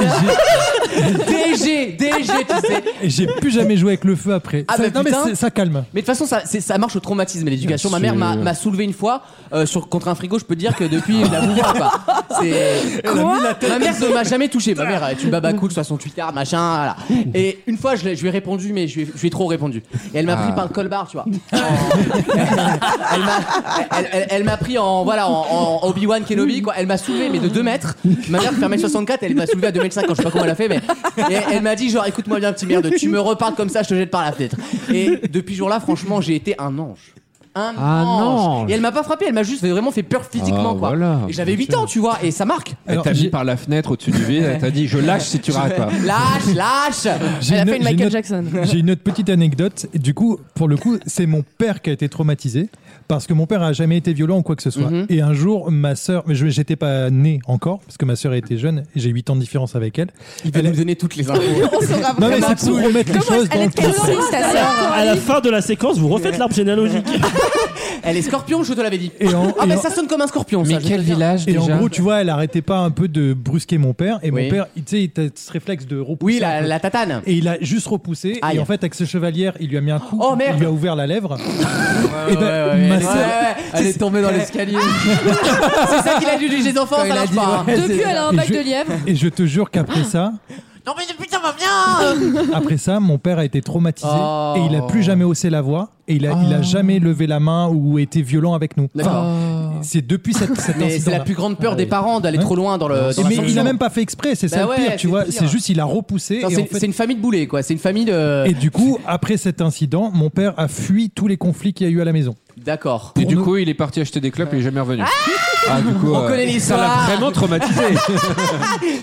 [SPEAKER 2] DG, DG, tu sais.
[SPEAKER 6] Et j'ai plus jamais joué avec le feu après.
[SPEAKER 2] Ah,
[SPEAKER 6] ça,
[SPEAKER 2] bah,
[SPEAKER 6] non mais
[SPEAKER 2] putain.
[SPEAKER 6] c'est- ça calme.
[SPEAKER 2] Mais de toute façon, ça, c'est- ça marche au traumatisme et l'éducation. Ma mère m'a
[SPEAKER 3] sûr.
[SPEAKER 2] m'a soulevé une fois euh, sur, contre un frigo. Je peux te dire que depuis, je la vous vois pas. C'est- Ma mère ne m'a jamais touché. Ma mère est une baba cool, 68 quarts, machin. Voilà. Et une fois, je, l'ai- je lui ai répondu, mais je lui ai, je lui ai trop répondu. Et elle m'a pris
[SPEAKER 3] Ah.
[SPEAKER 2] par le colbar, tu vois. En- (laughs) elle m'a elle, elle- elle m'a pris en, voilà, en, en Obi-Wan Kenobi, quoi. Elle m'a soulevé, mais de 2 mètres. Ma mère fait 1m64, elle m'a soulevé à 2 m Je sais pas comment elle a fait, mais. et elle m'a dit, genre, écoute-moi bien, petit merde, tu me reparles comme ça, je te jette par la fenêtre. Et depuis ce jour-là, franchement, j'ai été un ange. Un
[SPEAKER 3] Un
[SPEAKER 2] ange.
[SPEAKER 3] ange.
[SPEAKER 2] Et elle m'a pas frappé, elle m'a juste vraiment fait peur physiquement,
[SPEAKER 3] Ah,
[SPEAKER 2] quoi.
[SPEAKER 3] voilà,
[SPEAKER 2] et j'avais
[SPEAKER 3] bien
[SPEAKER 2] 8
[SPEAKER 3] sûr.
[SPEAKER 2] ans, tu vois, et ça marque.
[SPEAKER 3] Elle
[SPEAKER 6] Alors,
[SPEAKER 3] t'a mis
[SPEAKER 6] j'ai-
[SPEAKER 3] par la fenêtre au-dessus du vide. Elle t'a dit je lâche si tu rates pas.
[SPEAKER 2] Lâche, lâche
[SPEAKER 6] J'ai
[SPEAKER 4] Elle a
[SPEAKER 6] une-
[SPEAKER 4] fait une
[SPEAKER 6] j'ai une
[SPEAKER 4] Michael
[SPEAKER 6] autre-
[SPEAKER 4] Jackson.
[SPEAKER 6] J'ai une autre petite anecdote. Du coup, pour le coup, c'est mon père qui a été traumatisé parce que mon père a jamais été violent ou quoi que ce soit.
[SPEAKER 2] Mhm.
[SPEAKER 6] Et un jour, ma sœur, mais je j'étais pas né encore parce que ma sœur était jeune. J'ai 8 ans de différence avec elle.
[SPEAKER 2] Il va
[SPEAKER 6] Elle-
[SPEAKER 2] nous donner toutes les infos.
[SPEAKER 4] On saura
[SPEAKER 6] Non mais
[SPEAKER 4] vraiment
[SPEAKER 6] c'est pour
[SPEAKER 4] tout.
[SPEAKER 6] remettre les
[SPEAKER 4] Comment
[SPEAKER 6] choses
[SPEAKER 4] elle
[SPEAKER 6] dans
[SPEAKER 4] est
[SPEAKER 6] le
[SPEAKER 4] de quelle cerise ta sœur
[SPEAKER 7] À la fin de la séquence, vous refaites l'arbre généalogique.
[SPEAKER 2] Elle est scorpion, je te l'avais dit.
[SPEAKER 6] Et en-
[SPEAKER 2] ah,
[SPEAKER 6] et
[SPEAKER 2] mais
[SPEAKER 6] en-
[SPEAKER 2] ça sonne comme un scorpion, ça. je te le dis.
[SPEAKER 3] village
[SPEAKER 6] Et en gros, tu vois, elle arrêtait pas un peu de brusquer mon père. Et
[SPEAKER 2] Oui.
[SPEAKER 6] mon père, il- tu sais, il a ce réflexe de
[SPEAKER 2] Oui,
[SPEAKER 6] repousser. un
[SPEAKER 2] la,
[SPEAKER 6] peu.
[SPEAKER 2] la tatane.
[SPEAKER 6] Et il a juste repoussé.
[SPEAKER 2] Aïe.
[SPEAKER 6] Et en fait, avec ce chevalière, il lui a mis un coup.
[SPEAKER 2] Oh, merde.
[SPEAKER 6] Il lui a ouvert la lèvre. et ben, ma
[SPEAKER 2] Ouais,
[SPEAKER 6] sœur-
[SPEAKER 2] ouais,
[SPEAKER 8] Elle est tombée dans l'escalier.
[SPEAKER 2] C'est ça qu'il a dû juger les enfants,
[SPEAKER 8] Quand
[SPEAKER 2] Ah, ça
[SPEAKER 8] il a
[SPEAKER 2] marche
[SPEAKER 8] dit,
[SPEAKER 2] pas. hein.
[SPEAKER 8] ouais.
[SPEAKER 5] Depuis, elle a un
[SPEAKER 6] Et
[SPEAKER 5] bac
[SPEAKER 6] je-
[SPEAKER 5] de lièvre.
[SPEAKER 6] Et je te jure qu'après
[SPEAKER 2] Ah.
[SPEAKER 6] ça,
[SPEAKER 2] Non, mais putain, va bien
[SPEAKER 6] après ça, mon père a été traumatisé
[SPEAKER 2] Oh.
[SPEAKER 6] et il a plus jamais haussé la voix et il a, il a jamais levé la main ou été violent avec nous.
[SPEAKER 2] Ah. D'accord.
[SPEAKER 6] Enfin, Ah. c'est Ah, depuis cette, cet
[SPEAKER 2] Mais c'est
[SPEAKER 6] incident-là.
[SPEAKER 2] la plus grande peur des parents d'aller trop loin dans le. dans la
[SPEAKER 6] Mais il
[SPEAKER 2] sanction.
[SPEAKER 6] a même pas fait exprès, c'est ça
[SPEAKER 2] Bah
[SPEAKER 6] le
[SPEAKER 2] ouais,
[SPEAKER 6] pire,
[SPEAKER 2] c'est
[SPEAKER 6] tu vois.
[SPEAKER 2] pire.
[SPEAKER 6] C'est juste, il a repoussé.
[SPEAKER 2] Non,
[SPEAKER 6] et,
[SPEAKER 2] C'est
[SPEAKER 6] en fait-
[SPEAKER 2] c'est une famille de boulets, quoi. C'est une famille de.
[SPEAKER 6] et du coup, après cet incident, mon père a fui tous les conflits qu'il y a eu à la maison.
[SPEAKER 2] D'accord. (laughs)
[SPEAKER 3] Et du
[SPEAKER 6] nous-
[SPEAKER 3] coup, il est parti acheter des clopes et il est jamais revenu. Ah, du coup,
[SPEAKER 2] On
[SPEAKER 3] euh,
[SPEAKER 2] connaît
[SPEAKER 3] ça l'a
[SPEAKER 2] l'histoire.
[SPEAKER 3] vraiment traumatisé.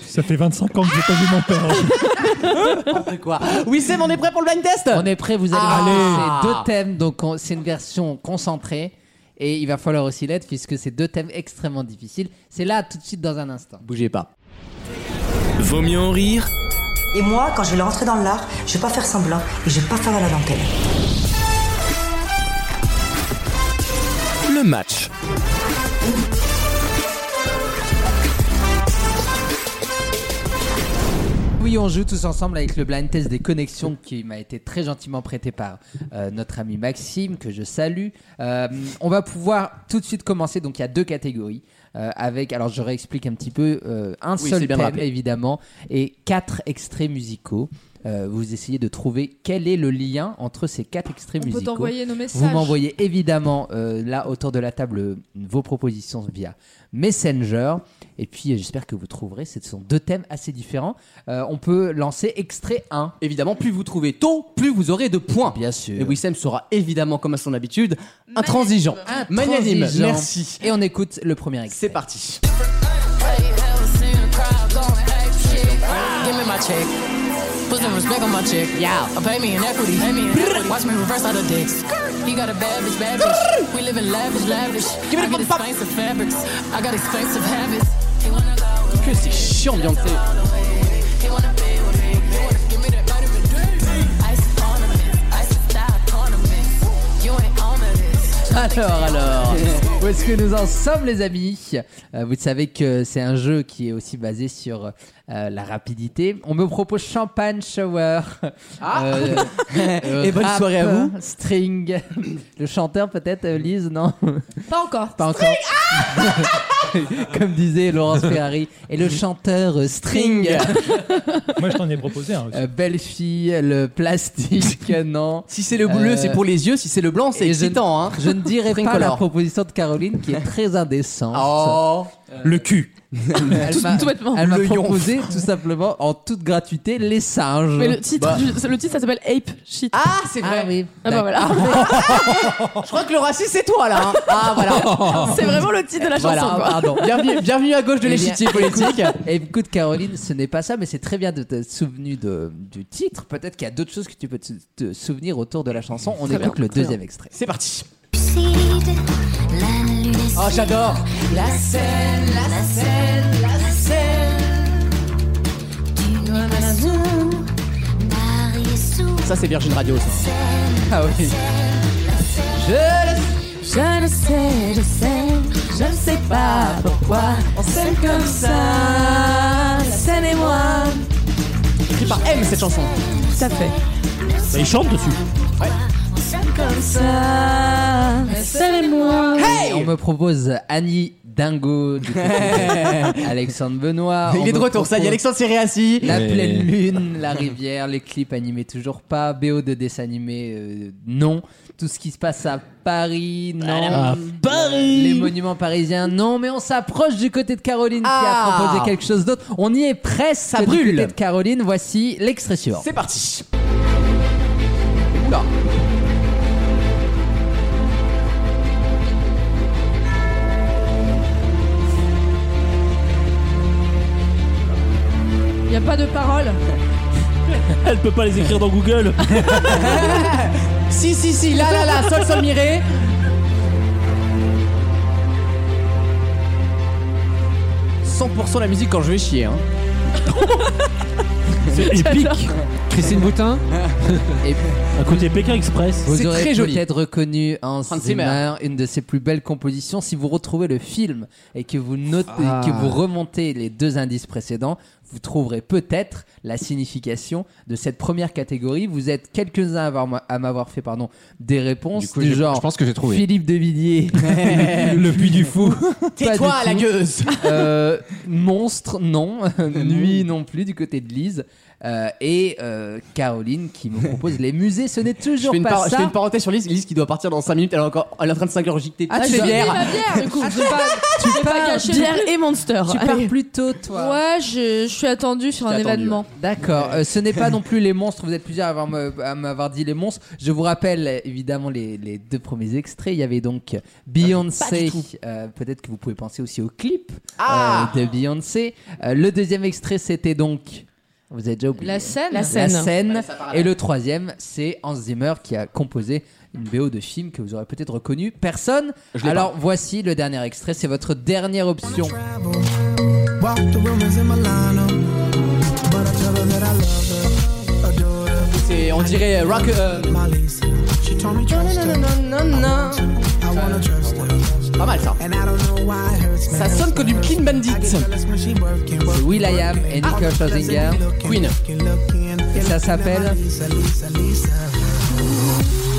[SPEAKER 6] Ça fait 25 ans que j'ai pas vu mon père.
[SPEAKER 2] Quoi Oui, Sam, on est prêt pour le blind test Ah,
[SPEAKER 8] On est prêt, vous allez
[SPEAKER 2] Allez.
[SPEAKER 8] voir. C'est deux thèmes, donc on- c'est une version concentrée. Et il va falloir aussi l'aide puisque c'est deux thèmes extrêmement difficiles. C'est là tout de suite dans un instant.
[SPEAKER 2] Bougez pas.
[SPEAKER 1] Vaut mieux en rire
[SPEAKER 11] Et moi, quand je vais rentrer dans l'art, je vais pas faire semblant et je vais pas faire la dentelle.
[SPEAKER 1] le match.
[SPEAKER 8] Oui, on joue tous ensemble avec le blind test des connexions qui m'a été très gentiment prêté par euh, notre ami Maxime, que je salue. Euh, on va pouvoir tout de suite commencer. Donc, il y a deux catégories. euh, avec, alors je réexplique un petit peu, euh, un
[SPEAKER 2] Oui,
[SPEAKER 8] seul
[SPEAKER 2] c'est bien
[SPEAKER 8] thème
[SPEAKER 2] rappelé.
[SPEAKER 8] évidemment et quatre extraits musicaux. euh, vous essayez de trouver quel est le lien entre ces quatre extraits
[SPEAKER 5] On peut
[SPEAKER 8] musicaux.
[SPEAKER 5] t'envoyer nos messages.
[SPEAKER 8] Vous m'envoyez évidemment euh, là autour de la table euh, vos propositions via Messenger. Et puis euh, j'espère que vous trouverez. Ce sont deux thèmes assez différents. Euh, on peut lancer extrait 1.
[SPEAKER 2] Évidemment, plus vous trouvez tôt, plus vous aurez de points.
[SPEAKER 8] Bien sûr.
[SPEAKER 2] Et Wissem sera évidemment, comme à son habitude, intransigeant. Magnanime.
[SPEAKER 8] Transigeant.
[SPEAKER 2] Merci.
[SPEAKER 8] Et on écoute le premier extrait. C'est
[SPEAKER 2] parti.
[SPEAKER 12] Give me my check. Put some respect on my check. Yeah. Pay me in equity. Pay me in equity. Watch me reverse out of dicks. He got a bad bitch, bad bitch. We live in lavish, lavish. Give me I get expensive fabrics. I got expensive habits. He wanna go with
[SPEAKER 2] Que c'est chiant, Beyoncé.
[SPEAKER 12] me. He wanna be with me. He wanna give me that vitamin D. Ice ornaments. Ice style ornaments. You ain't on to this.
[SPEAKER 8] Alors, alors,
[SPEAKER 12] (laughs)
[SPEAKER 8] où est-ce que nous en sommes, les amis Euh, Vous savez que c'est un jeu qui est aussi basé sur euh, la rapidité. On me propose Champagne Shower.
[SPEAKER 2] Ah
[SPEAKER 8] Euh,
[SPEAKER 2] (laughs) Et bonne soirée à vous.
[SPEAKER 8] String. Le chanteur, peut-être, euh, Lise, non
[SPEAKER 5] Pas encore.
[SPEAKER 8] Pas encore.
[SPEAKER 4] Ah
[SPEAKER 8] (laughs) Comme disait Laurence Ferrari. Et le chanteur euh, String.
[SPEAKER 6] (laughs) Moi, je t'en ai proposé un. aussi.
[SPEAKER 8] Euh, belle fille, le plastique, euh, non.
[SPEAKER 2] Si c'est le bleu, c'est pour les yeux. Si c'est le blanc, c'est
[SPEAKER 8] et je-
[SPEAKER 2] excitant. hein.
[SPEAKER 8] Je ne dirais pas
[SPEAKER 2] Tricolore.
[SPEAKER 8] la proposition de Caroline qui est très indécente.
[SPEAKER 2] Oh.
[SPEAKER 6] Le cul.
[SPEAKER 8] Elle m'a-
[SPEAKER 4] tout bêtement.
[SPEAKER 8] elle m'a
[SPEAKER 4] Le yonf.
[SPEAKER 8] proposé tout simplement en toute gratuité les singes.
[SPEAKER 4] Mais le titre,
[SPEAKER 8] Bah,
[SPEAKER 4] du- le titre ça s'appelle Ape Shit.
[SPEAKER 2] Ah, c'est vrai.
[SPEAKER 8] Ah oui.
[SPEAKER 4] Ah bah voilà.
[SPEAKER 2] Je crois que le raciste, c'est toi, là. hein. Ah,
[SPEAKER 8] (laughs)
[SPEAKER 2] voilà.
[SPEAKER 4] C'est vraiment le titre de la chanson.
[SPEAKER 8] Voilà,
[SPEAKER 4] quoi.
[SPEAKER 8] pardon.
[SPEAKER 2] Bienvenue, bienvenue à gauche de
[SPEAKER 8] Eh bien,
[SPEAKER 2] l'échiquier politique.
[SPEAKER 8] écoute- (laughs) Écoute Caroline, ce n'est pas ça, mais c'est très bien de te souvenir de, du titre. Peut-être qu'il y a d'autres choses que tu peux te, te souvenir autour de la chanson. On
[SPEAKER 4] Très
[SPEAKER 8] écoute
[SPEAKER 4] bien,
[SPEAKER 8] le
[SPEAKER 4] très
[SPEAKER 8] deuxième extrait.
[SPEAKER 2] C'est parti.
[SPEAKER 12] Oh,
[SPEAKER 2] Oh, j'adore.
[SPEAKER 12] La scène, la scène, la scène. Tu n'es pas sous, marié sous.
[SPEAKER 2] Ça, c'est Virgin Radio, ça.
[SPEAKER 8] (laughs) Ah oui.
[SPEAKER 12] Je le sais, je sais, je ne sais pas pourquoi on s'aime comme ça, la scène et moi.
[SPEAKER 2] Écrit par M, cette chanson.
[SPEAKER 4] Tout à fait.
[SPEAKER 7] Bah, il chante dessus.
[SPEAKER 12] On s'aime comme ça, la scène et moi.
[SPEAKER 8] Et On me propose Annie
[SPEAKER 2] (laughs)
[SPEAKER 8] Dingo, du côté de Alexandre Benoît. Ah, On
[SPEAKER 2] Il est de
[SPEAKER 8] me
[SPEAKER 2] retour, ça y est.
[SPEAKER 8] propose-
[SPEAKER 2] Alexandre Siriassi.
[SPEAKER 8] La
[SPEAKER 3] Ouais.
[SPEAKER 8] pleine lune, la rivière, les clips animés toujours pas, BO de dessins animés euh, non, tout ce qui se passe à Paris non, Euh,
[SPEAKER 7] À Paris
[SPEAKER 8] les monuments parisiens non, mais on s'approche du côté de Caroline
[SPEAKER 2] Ah.
[SPEAKER 8] qui a proposé quelque chose d'autre. On y est presque du
[SPEAKER 2] brûle.
[SPEAKER 8] côté de Caroline. Voici l'extrait suivant.
[SPEAKER 2] C'est parti.
[SPEAKER 8] Oula.
[SPEAKER 5] Il n'y a pas de parole.
[SPEAKER 7] Elle peut pas les écrire dans Google.
[SPEAKER 2] Si, si, si. Là, là, là. Sol, sol, miré. « 100% la musique quand je vais chier. Hein.
[SPEAKER 7] C'est épique.
[SPEAKER 3] Christine Boutin
[SPEAKER 8] Et
[SPEAKER 7] À côté Pékin Express.
[SPEAKER 8] vous
[SPEAKER 2] C'est
[SPEAKER 8] aurez
[SPEAKER 2] très joli.
[SPEAKER 8] peut-être reconnu Hans
[SPEAKER 2] Franz Zimmer.
[SPEAKER 8] Zimmer, une de ses plus belles compositions. Si vous retrouvez le film et que vous notez, que vous
[SPEAKER 2] Ah.
[SPEAKER 8] remontez les deux indices précédents, vous trouverez peut-être la signification de cette première catégorie. Vous êtes quelques-uns à avoir- à m'avoir fait pardon des réponses
[SPEAKER 3] Du coup,
[SPEAKER 8] du
[SPEAKER 3] j'ai-
[SPEAKER 8] genre
[SPEAKER 3] je pense que j'ai trouvé.
[SPEAKER 8] Philippe
[SPEAKER 2] (laughs)
[SPEAKER 8] de Villiers, (laughs) le puits du fou,
[SPEAKER 2] Tais-toi, la gueuse.
[SPEAKER 8] euh,
[SPEAKER 2] (laughs)
[SPEAKER 8] monstre, non. Nuit, non plus, du côté de Lise. Euh, et euh, Caroline qui me propose les musées. Ce n'est
[SPEAKER 2] Je
[SPEAKER 8] toujours
[SPEAKER 2] fais, une
[SPEAKER 8] pas
[SPEAKER 2] par- je
[SPEAKER 8] ça.
[SPEAKER 2] fais une parenthèse sur Lise. Lise qui doit partir dans 5 minutes. Elle est, encore... elle est en train de s'ingurgiter.
[SPEAKER 8] Ah,
[SPEAKER 2] toutes
[SPEAKER 8] tu
[SPEAKER 2] les
[SPEAKER 8] vas-
[SPEAKER 2] bières.
[SPEAKER 5] La bière, du coup. Je vais pas,
[SPEAKER 8] Ah, Tu
[SPEAKER 5] je vais pas gâcher.
[SPEAKER 4] Bière et Monster.
[SPEAKER 8] Tu pars
[SPEAKER 4] Allez.
[SPEAKER 8] plus tôt, toi.
[SPEAKER 5] Ouais, je, je suis attendue sur un
[SPEAKER 2] attendu,
[SPEAKER 5] événement.
[SPEAKER 8] D'accord. Euh, ce n'est pas non plus les monstres. Vous êtes plusieurs à avoir me- à m'avoir dit les monstres. Je vous rappelle euh, évidemment les, les deux premiers extraits. Il y avait donc Beyoncé. Euh, Peut-être que vous pouvez penser aussi au clip euh,
[SPEAKER 2] Ah.
[SPEAKER 8] de Beyoncé. Euh, le deuxième extrait, c'était donc. Vous avez déjà oublié.
[SPEAKER 5] La scène.
[SPEAKER 4] La
[SPEAKER 8] La
[SPEAKER 4] scène.
[SPEAKER 8] scène.
[SPEAKER 2] ça parle.
[SPEAKER 8] Et le troisième, c'est Hans Zimmer qui a composé une BO de film que vous aurez peut-être reconnu. Personne.
[SPEAKER 2] l'ai
[SPEAKER 8] Alors voici le dernier extrait. C'est votre dernière option.
[SPEAKER 2] C'est- On dirait euh, rock. euh, Pas mal ça. Ça sonne comme du Clean Bandit.
[SPEAKER 8] Will I Am et Nicole
[SPEAKER 2] Ah,
[SPEAKER 8] Scherzinger.
[SPEAKER 2] Queen.
[SPEAKER 8] Et ça s'appelle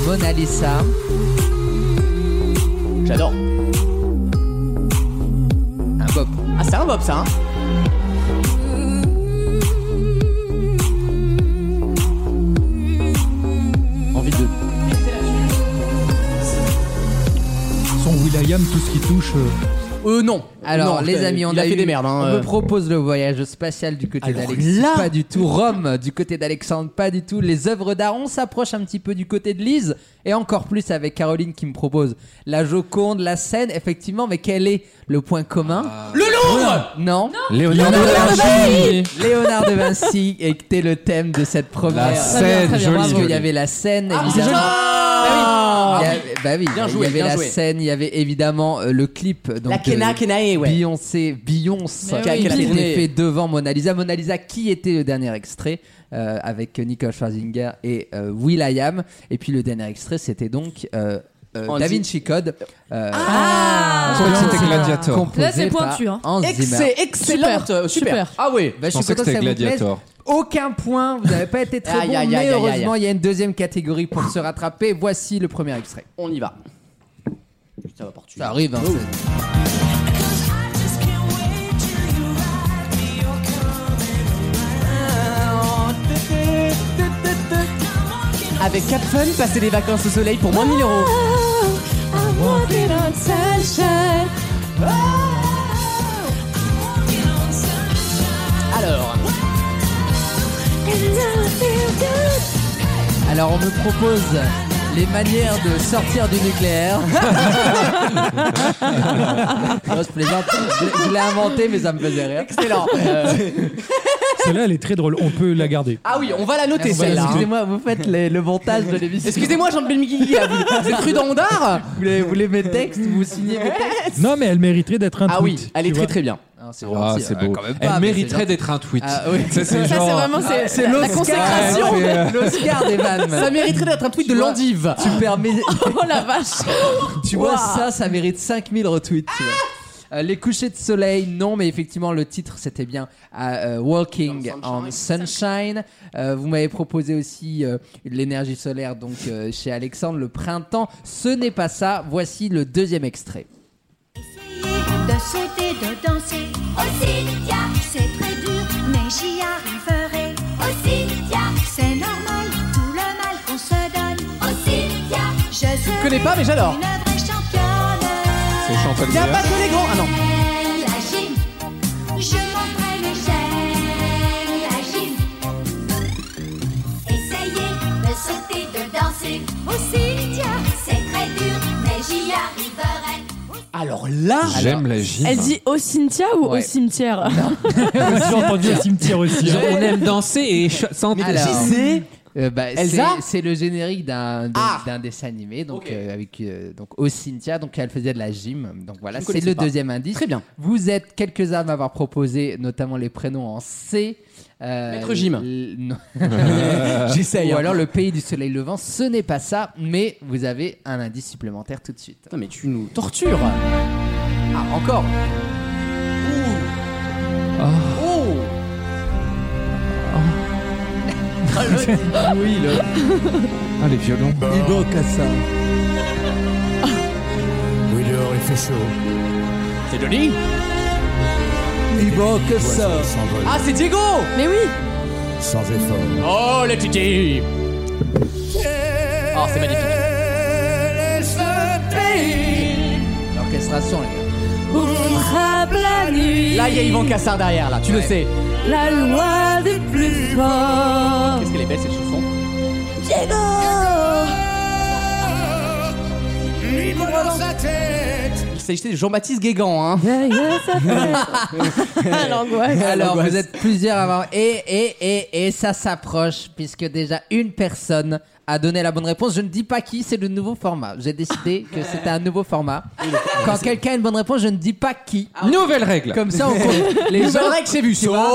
[SPEAKER 8] Mona Lisa.
[SPEAKER 2] J'adore.
[SPEAKER 8] Un bop.
[SPEAKER 2] Ah, c'est un bob ça. hein.
[SPEAKER 6] Will.i.am, tout ce qui touche.
[SPEAKER 8] Euh, non. Alors,
[SPEAKER 2] Non,
[SPEAKER 8] les
[SPEAKER 2] euh,
[SPEAKER 8] amis, on
[SPEAKER 2] il
[SPEAKER 8] a,
[SPEAKER 2] a fait
[SPEAKER 8] eu-
[SPEAKER 2] des merdes, hein,
[SPEAKER 8] on
[SPEAKER 2] euh.
[SPEAKER 8] me propose le voyage spatial du côté
[SPEAKER 2] Alors
[SPEAKER 8] d'Alexis.
[SPEAKER 2] là-
[SPEAKER 8] Pas du tout. Rome, du côté d'Alexandre, pas du tout. Les œuvres d'art, on s'approche un petit peu du côté de Lise. Et encore plus avec Caroline qui me propose la Joconde, la Seine, effectivement. Mais quel est le point commun
[SPEAKER 2] Ah.
[SPEAKER 8] Le Louvre Non.
[SPEAKER 3] Léonard de Vinci.
[SPEAKER 8] Léonard de Vinci était le thème de cette première.
[SPEAKER 3] La Seine,
[SPEAKER 8] Parce
[SPEAKER 3] joli,
[SPEAKER 8] qu'il
[SPEAKER 3] joli.
[SPEAKER 8] y avait la Seine,
[SPEAKER 2] Ah,
[SPEAKER 8] évidemment.
[SPEAKER 2] joli.
[SPEAKER 8] Bah oui. Il y avait- bah oui,
[SPEAKER 2] Ah Bien
[SPEAKER 8] il
[SPEAKER 2] joué,
[SPEAKER 8] y avait
[SPEAKER 2] bien
[SPEAKER 8] la
[SPEAKER 2] joué.
[SPEAKER 8] scène, il y avait évidemment euh, le clip. Donc,
[SPEAKER 2] La Kena
[SPEAKER 8] euh,
[SPEAKER 2] Kenae, ouais.
[SPEAKER 8] Beyoncé, Beyoncé,
[SPEAKER 2] Mais
[SPEAKER 8] qui a-
[SPEAKER 2] oui.
[SPEAKER 8] qui a
[SPEAKER 2] Beyoncé.
[SPEAKER 8] été fait devant Mona Lisa. Mona Lisa, qui était le dernier extrait euh, avec Nicole Scherzinger et euh, Will.i.am. Et puis le dernier extrait, c'était donc. euh, euh,
[SPEAKER 2] Hans
[SPEAKER 8] da
[SPEAKER 2] Zimmer.
[SPEAKER 8] Vinci Code. euh,
[SPEAKER 2] Ah Je croyais que c'était
[SPEAKER 8] composé
[SPEAKER 3] Gladiator.
[SPEAKER 8] par Bah,
[SPEAKER 5] Là, c'est pointu, hein.
[SPEAKER 8] Hans
[SPEAKER 2] Ex-
[SPEAKER 8] Zimmer.
[SPEAKER 2] excellente, super.
[SPEAKER 5] super.
[SPEAKER 2] Ah oui,
[SPEAKER 8] Bah,
[SPEAKER 3] Je pensais que
[SPEAKER 8] content
[SPEAKER 3] c'était
[SPEAKER 8] ça vous plaise.
[SPEAKER 3] Gladiator.
[SPEAKER 8] Aucun point, vous n'avez pas été très
[SPEAKER 2] Aïe,
[SPEAKER 8] bon,
[SPEAKER 2] aïe,
[SPEAKER 8] mais
[SPEAKER 2] aïe, aïe,
[SPEAKER 8] heureusement,
[SPEAKER 2] aïe.
[SPEAKER 8] il y a une deuxième catégorie pour se rattraper. Voici le premier extrait.
[SPEAKER 2] On y va. Ça va partir.
[SPEAKER 8] Ça arrive, hein,
[SPEAKER 2] Oh. Avec Cap Fun, passer des vacances au soleil pour moins 1000
[SPEAKER 5] Oh,
[SPEAKER 2] euros.
[SPEAKER 5] Oh,
[SPEAKER 2] Alors.
[SPEAKER 8] Alors, on me propose les manières de sortir du nucléaire. non, je plaisante. Je, je l'ai inventé, mais ça me faisait
[SPEAKER 2] (laughs)
[SPEAKER 8] rire.
[SPEAKER 2] Excellent.
[SPEAKER 8] Euh,
[SPEAKER 6] Celle-là, elle est très drôle. On peut la garder.
[SPEAKER 2] Ah oui, on va la noter celle-là.
[SPEAKER 8] Excusez-moi, vous faites les- le montage de l'émission.
[SPEAKER 2] Excusez-moi, Jean-Bel Guigui, là, vous vous êtes cru dans mon dard
[SPEAKER 8] Vous voulez, vous voulez mes textes Vous signez mes textes
[SPEAKER 6] Non, mais elle mériterait d'être un
[SPEAKER 2] Ah
[SPEAKER 6] tweet,
[SPEAKER 2] oui, elle
[SPEAKER 6] tu
[SPEAKER 2] est très
[SPEAKER 6] vois.
[SPEAKER 2] très bien.
[SPEAKER 8] Non, c'est
[SPEAKER 3] Ah,
[SPEAKER 8] gentil,
[SPEAKER 3] c'est
[SPEAKER 8] euh,
[SPEAKER 3] beau.
[SPEAKER 8] quand même pas,
[SPEAKER 3] Elle
[SPEAKER 8] mais
[SPEAKER 3] mériterait
[SPEAKER 8] c'est gentil.
[SPEAKER 3] d'être un tweet.
[SPEAKER 8] Ah oui.
[SPEAKER 3] Ça, c'est genre-
[SPEAKER 8] Ah, c'est
[SPEAKER 4] la
[SPEAKER 8] l'Oscar.
[SPEAKER 4] consécration.
[SPEAKER 8] Ouais, c'est, euh, L'Oscar des vannes.
[SPEAKER 2] Ça mériterait d'être un tweet de
[SPEAKER 8] Tu vois,
[SPEAKER 2] l'endive.
[SPEAKER 8] Tu permets.
[SPEAKER 4] Oh la vache.
[SPEAKER 8] Tu vois, ça, ça mérite 5000 retweets. tu vois. Euh, les couchers de soleil, non, mais effectivement, le titre c'était bien euh, euh, Walking on Sunshine. Euh, vous m'avez proposé aussi euh, l'énergie solaire, donc euh, chez Alexandre, le printemps. Ce n'est pas ça. Voici le deuxième extrait.
[SPEAKER 13] De sauter, de danser. Aussi, ya, c'est très dur, mais j'y arriverai. Aussi, ya, c'est normal, tout le mal qu'on se donne. Aussi, ya, je serai
[SPEAKER 2] connais pas, mais j'adore.
[SPEAKER 13] Une vraie championne.
[SPEAKER 3] C'est Chantal
[SPEAKER 2] Y'a
[SPEAKER 3] Goya.
[SPEAKER 2] pas que les grands. Ah non.
[SPEAKER 13] La gym, je m'entraîne et j'aime la gym. Essayez de sauter, de danser. Aussi, ya, c'est très dur, mais j'y arriverai.
[SPEAKER 2] Alors là,
[SPEAKER 3] J'aime la gym.
[SPEAKER 4] Elle dit au oh, Cynthia ou au cimetière
[SPEAKER 6] (laughs) J'ai entendu au cimetière aussi. hein.
[SPEAKER 3] On aime danser et ch- sentir.
[SPEAKER 8] Alors,
[SPEAKER 2] c'est
[SPEAKER 8] euh, bah,
[SPEAKER 2] Elsa Ah
[SPEAKER 8] c'est- c'est le générique d'un d'un- d'un dessin animé, donc euh, avec euh, donc au Cynthia, donc elle faisait de la gym, donc voilà,
[SPEAKER 2] Je ne
[SPEAKER 8] c'est
[SPEAKER 2] connaissais
[SPEAKER 8] le
[SPEAKER 2] pas.
[SPEAKER 8] deuxième indice.
[SPEAKER 2] Très bien.
[SPEAKER 8] Vous êtes quelques-uns à m'avoir proposé, notamment les prénoms en C. Euh,
[SPEAKER 2] Maître Gym.
[SPEAKER 8] l- non.
[SPEAKER 2] J'essaye,
[SPEAKER 8] Ou
[SPEAKER 2] hein.
[SPEAKER 8] alors le pays du soleil levant, ce n'est pas ça, mais vous avez un indice supplémentaire tout de suite.
[SPEAKER 2] Putain, mais tu nous tortures.
[SPEAKER 8] Ah, encore
[SPEAKER 2] Oh. Ah, (laughs)
[SPEAKER 8] Oui, le.
[SPEAKER 3] Ah, les violons.
[SPEAKER 8] ça.
[SPEAKER 9] Oui, dehors, il fait chaud.
[SPEAKER 2] C'est joli.
[SPEAKER 9] que ça.
[SPEAKER 2] Ah, c'est Diego.
[SPEAKER 4] Mais oui.
[SPEAKER 9] Sans effort.
[SPEAKER 2] Oh, les titi. Oh, c'est magnifique.
[SPEAKER 8] L'orchestration, les gars.
[SPEAKER 4] Ouvrable la nuit.
[SPEAKER 2] Là, il y a Yvan Cassar derrière, là, tu le
[SPEAKER 8] Ouais.
[SPEAKER 2] sais.
[SPEAKER 4] La loi du plus fort.
[SPEAKER 2] Qu'est-ce qu'elle est belle cette chanson Il s'agissait de Jean-Baptiste Guégan, hein.
[SPEAKER 4] Yeah, yeah, ça fait. L'angoisse.
[SPEAKER 8] (laughs) Alors,
[SPEAKER 2] l'angoisse.
[SPEAKER 8] vous êtes plusieurs avant. Et, et, et, et ça s'approche, puisque déjà une personne a donné la bonne réponse. Je ne dis pas qui, c'est le nouveau format. J'ai décidé que c'était un nouveau format. Quand quelqu'un a une bonne réponse, je ne dis pas qui.
[SPEAKER 7] Ah
[SPEAKER 3] Nouvelle règle.
[SPEAKER 8] Comme ça, on
[SPEAKER 7] (laughs)
[SPEAKER 8] compte les gens.
[SPEAKER 2] Nouvelle règle, c'est vu,
[SPEAKER 8] tu vois.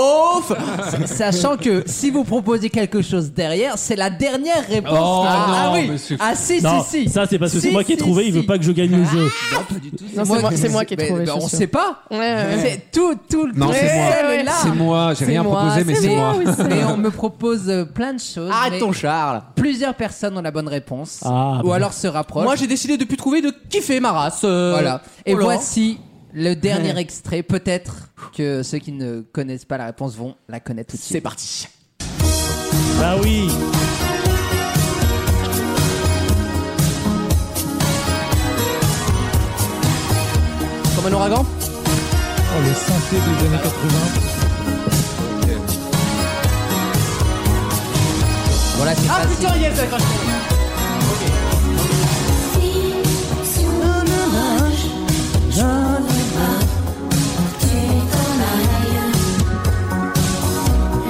[SPEAKER 8] Sachant que si vous proposez quelque chose derrière, c'est la dernière réponse.
[SPEAKER 3] Oh,
[SPEAKER 8] ah,
[SPEAKER 3] non,
[SPEAKER 8] ah oui.
[SPEAKER 3] mais c'est fou.
[SPEAKER 8] Ah si,
[SPEAKER 7] Non,
[SPEAKER 8] si, si.
[SPEAKER 7] ça c'est parce que c'est
[SPEAKER 8] Si,
[SPEAKER 7] moi qui ai
[SPEAKER 8] si,
[SPEAKER 7] trouvé, il
[SPEAKER 8] si. Ah.
[SPEAKER 7] veut pas que je gagne le jeu.
[SPEAKER 8] Non, pas du tout.
[SPEAKER 4] Non, c'est moi- c'est moi qui ai
[SPEAKER 8] mais-
[SPEAKER 4] trouvé,
[SPEAKER 8] mais
[SPEAKER 4] c'est
[SPEAKER 8] on
[SPEAKER 4] sûr.
[SPEAKER 8] sait pas. C'est tout, tout le
[SPEAKER 3] Non,
[SPEAKER 8] tout-
[SPEAKER 3] c'est moi.
[SPEAKER 8] celle-là.
[SPEAKER 3] C'est moi, j'ai
[SPEAKER 4] C'est
[SPEAKER 3] rien
[SPEAKER 4] moi,
[SPEAKER 3] proposé, mais
[SPEAKER 4] c'est
[SPEAKER 3] c'est
[SPEAKER 4] moi,
[SPEAKER 3] moi.
[SPEAKER 4] oui.
[SPEAKER 8] Mais on me propose euh, plein de choses. mais
[SPEAKER 2] Arrête Ah, ton Charles.
[SPEAKER 8] Plusieurs personnes ont la bonne réponse.
[SPEAKER 7] Ah,
[SPEAKER 8] ou
[SPEAKER 7] bah.
[SPEAKER 8] alors se rapprochent. Ah,
[SPEAKER 2] Moi, j'ai décidé de plus trouver de kiffer ma race. euh,
[SPEAKER 8] voilà. Et
[SPEAKER 2] Roland.
[SPEAKER 8] voici le dernier extrait. Peut-être que ceux qui ne connaissent pas la réponse vont la connaître tout de
[SPEAKER 2] C'est
[SPEAKER 8] suite.
[SPEAKER 2] parti.
[SPEAKER 7] Bah oui.
[SPEAKER 2] Comme un ouragan
[SPEAKER 6] Oh, le synthé des années 80.
[SPEAKER 2] Voilà, c'est
[SPEAKER 13] Ah putain, yes, d'accord. Si on me mange, j'en ai marre. Tu t'en ailles.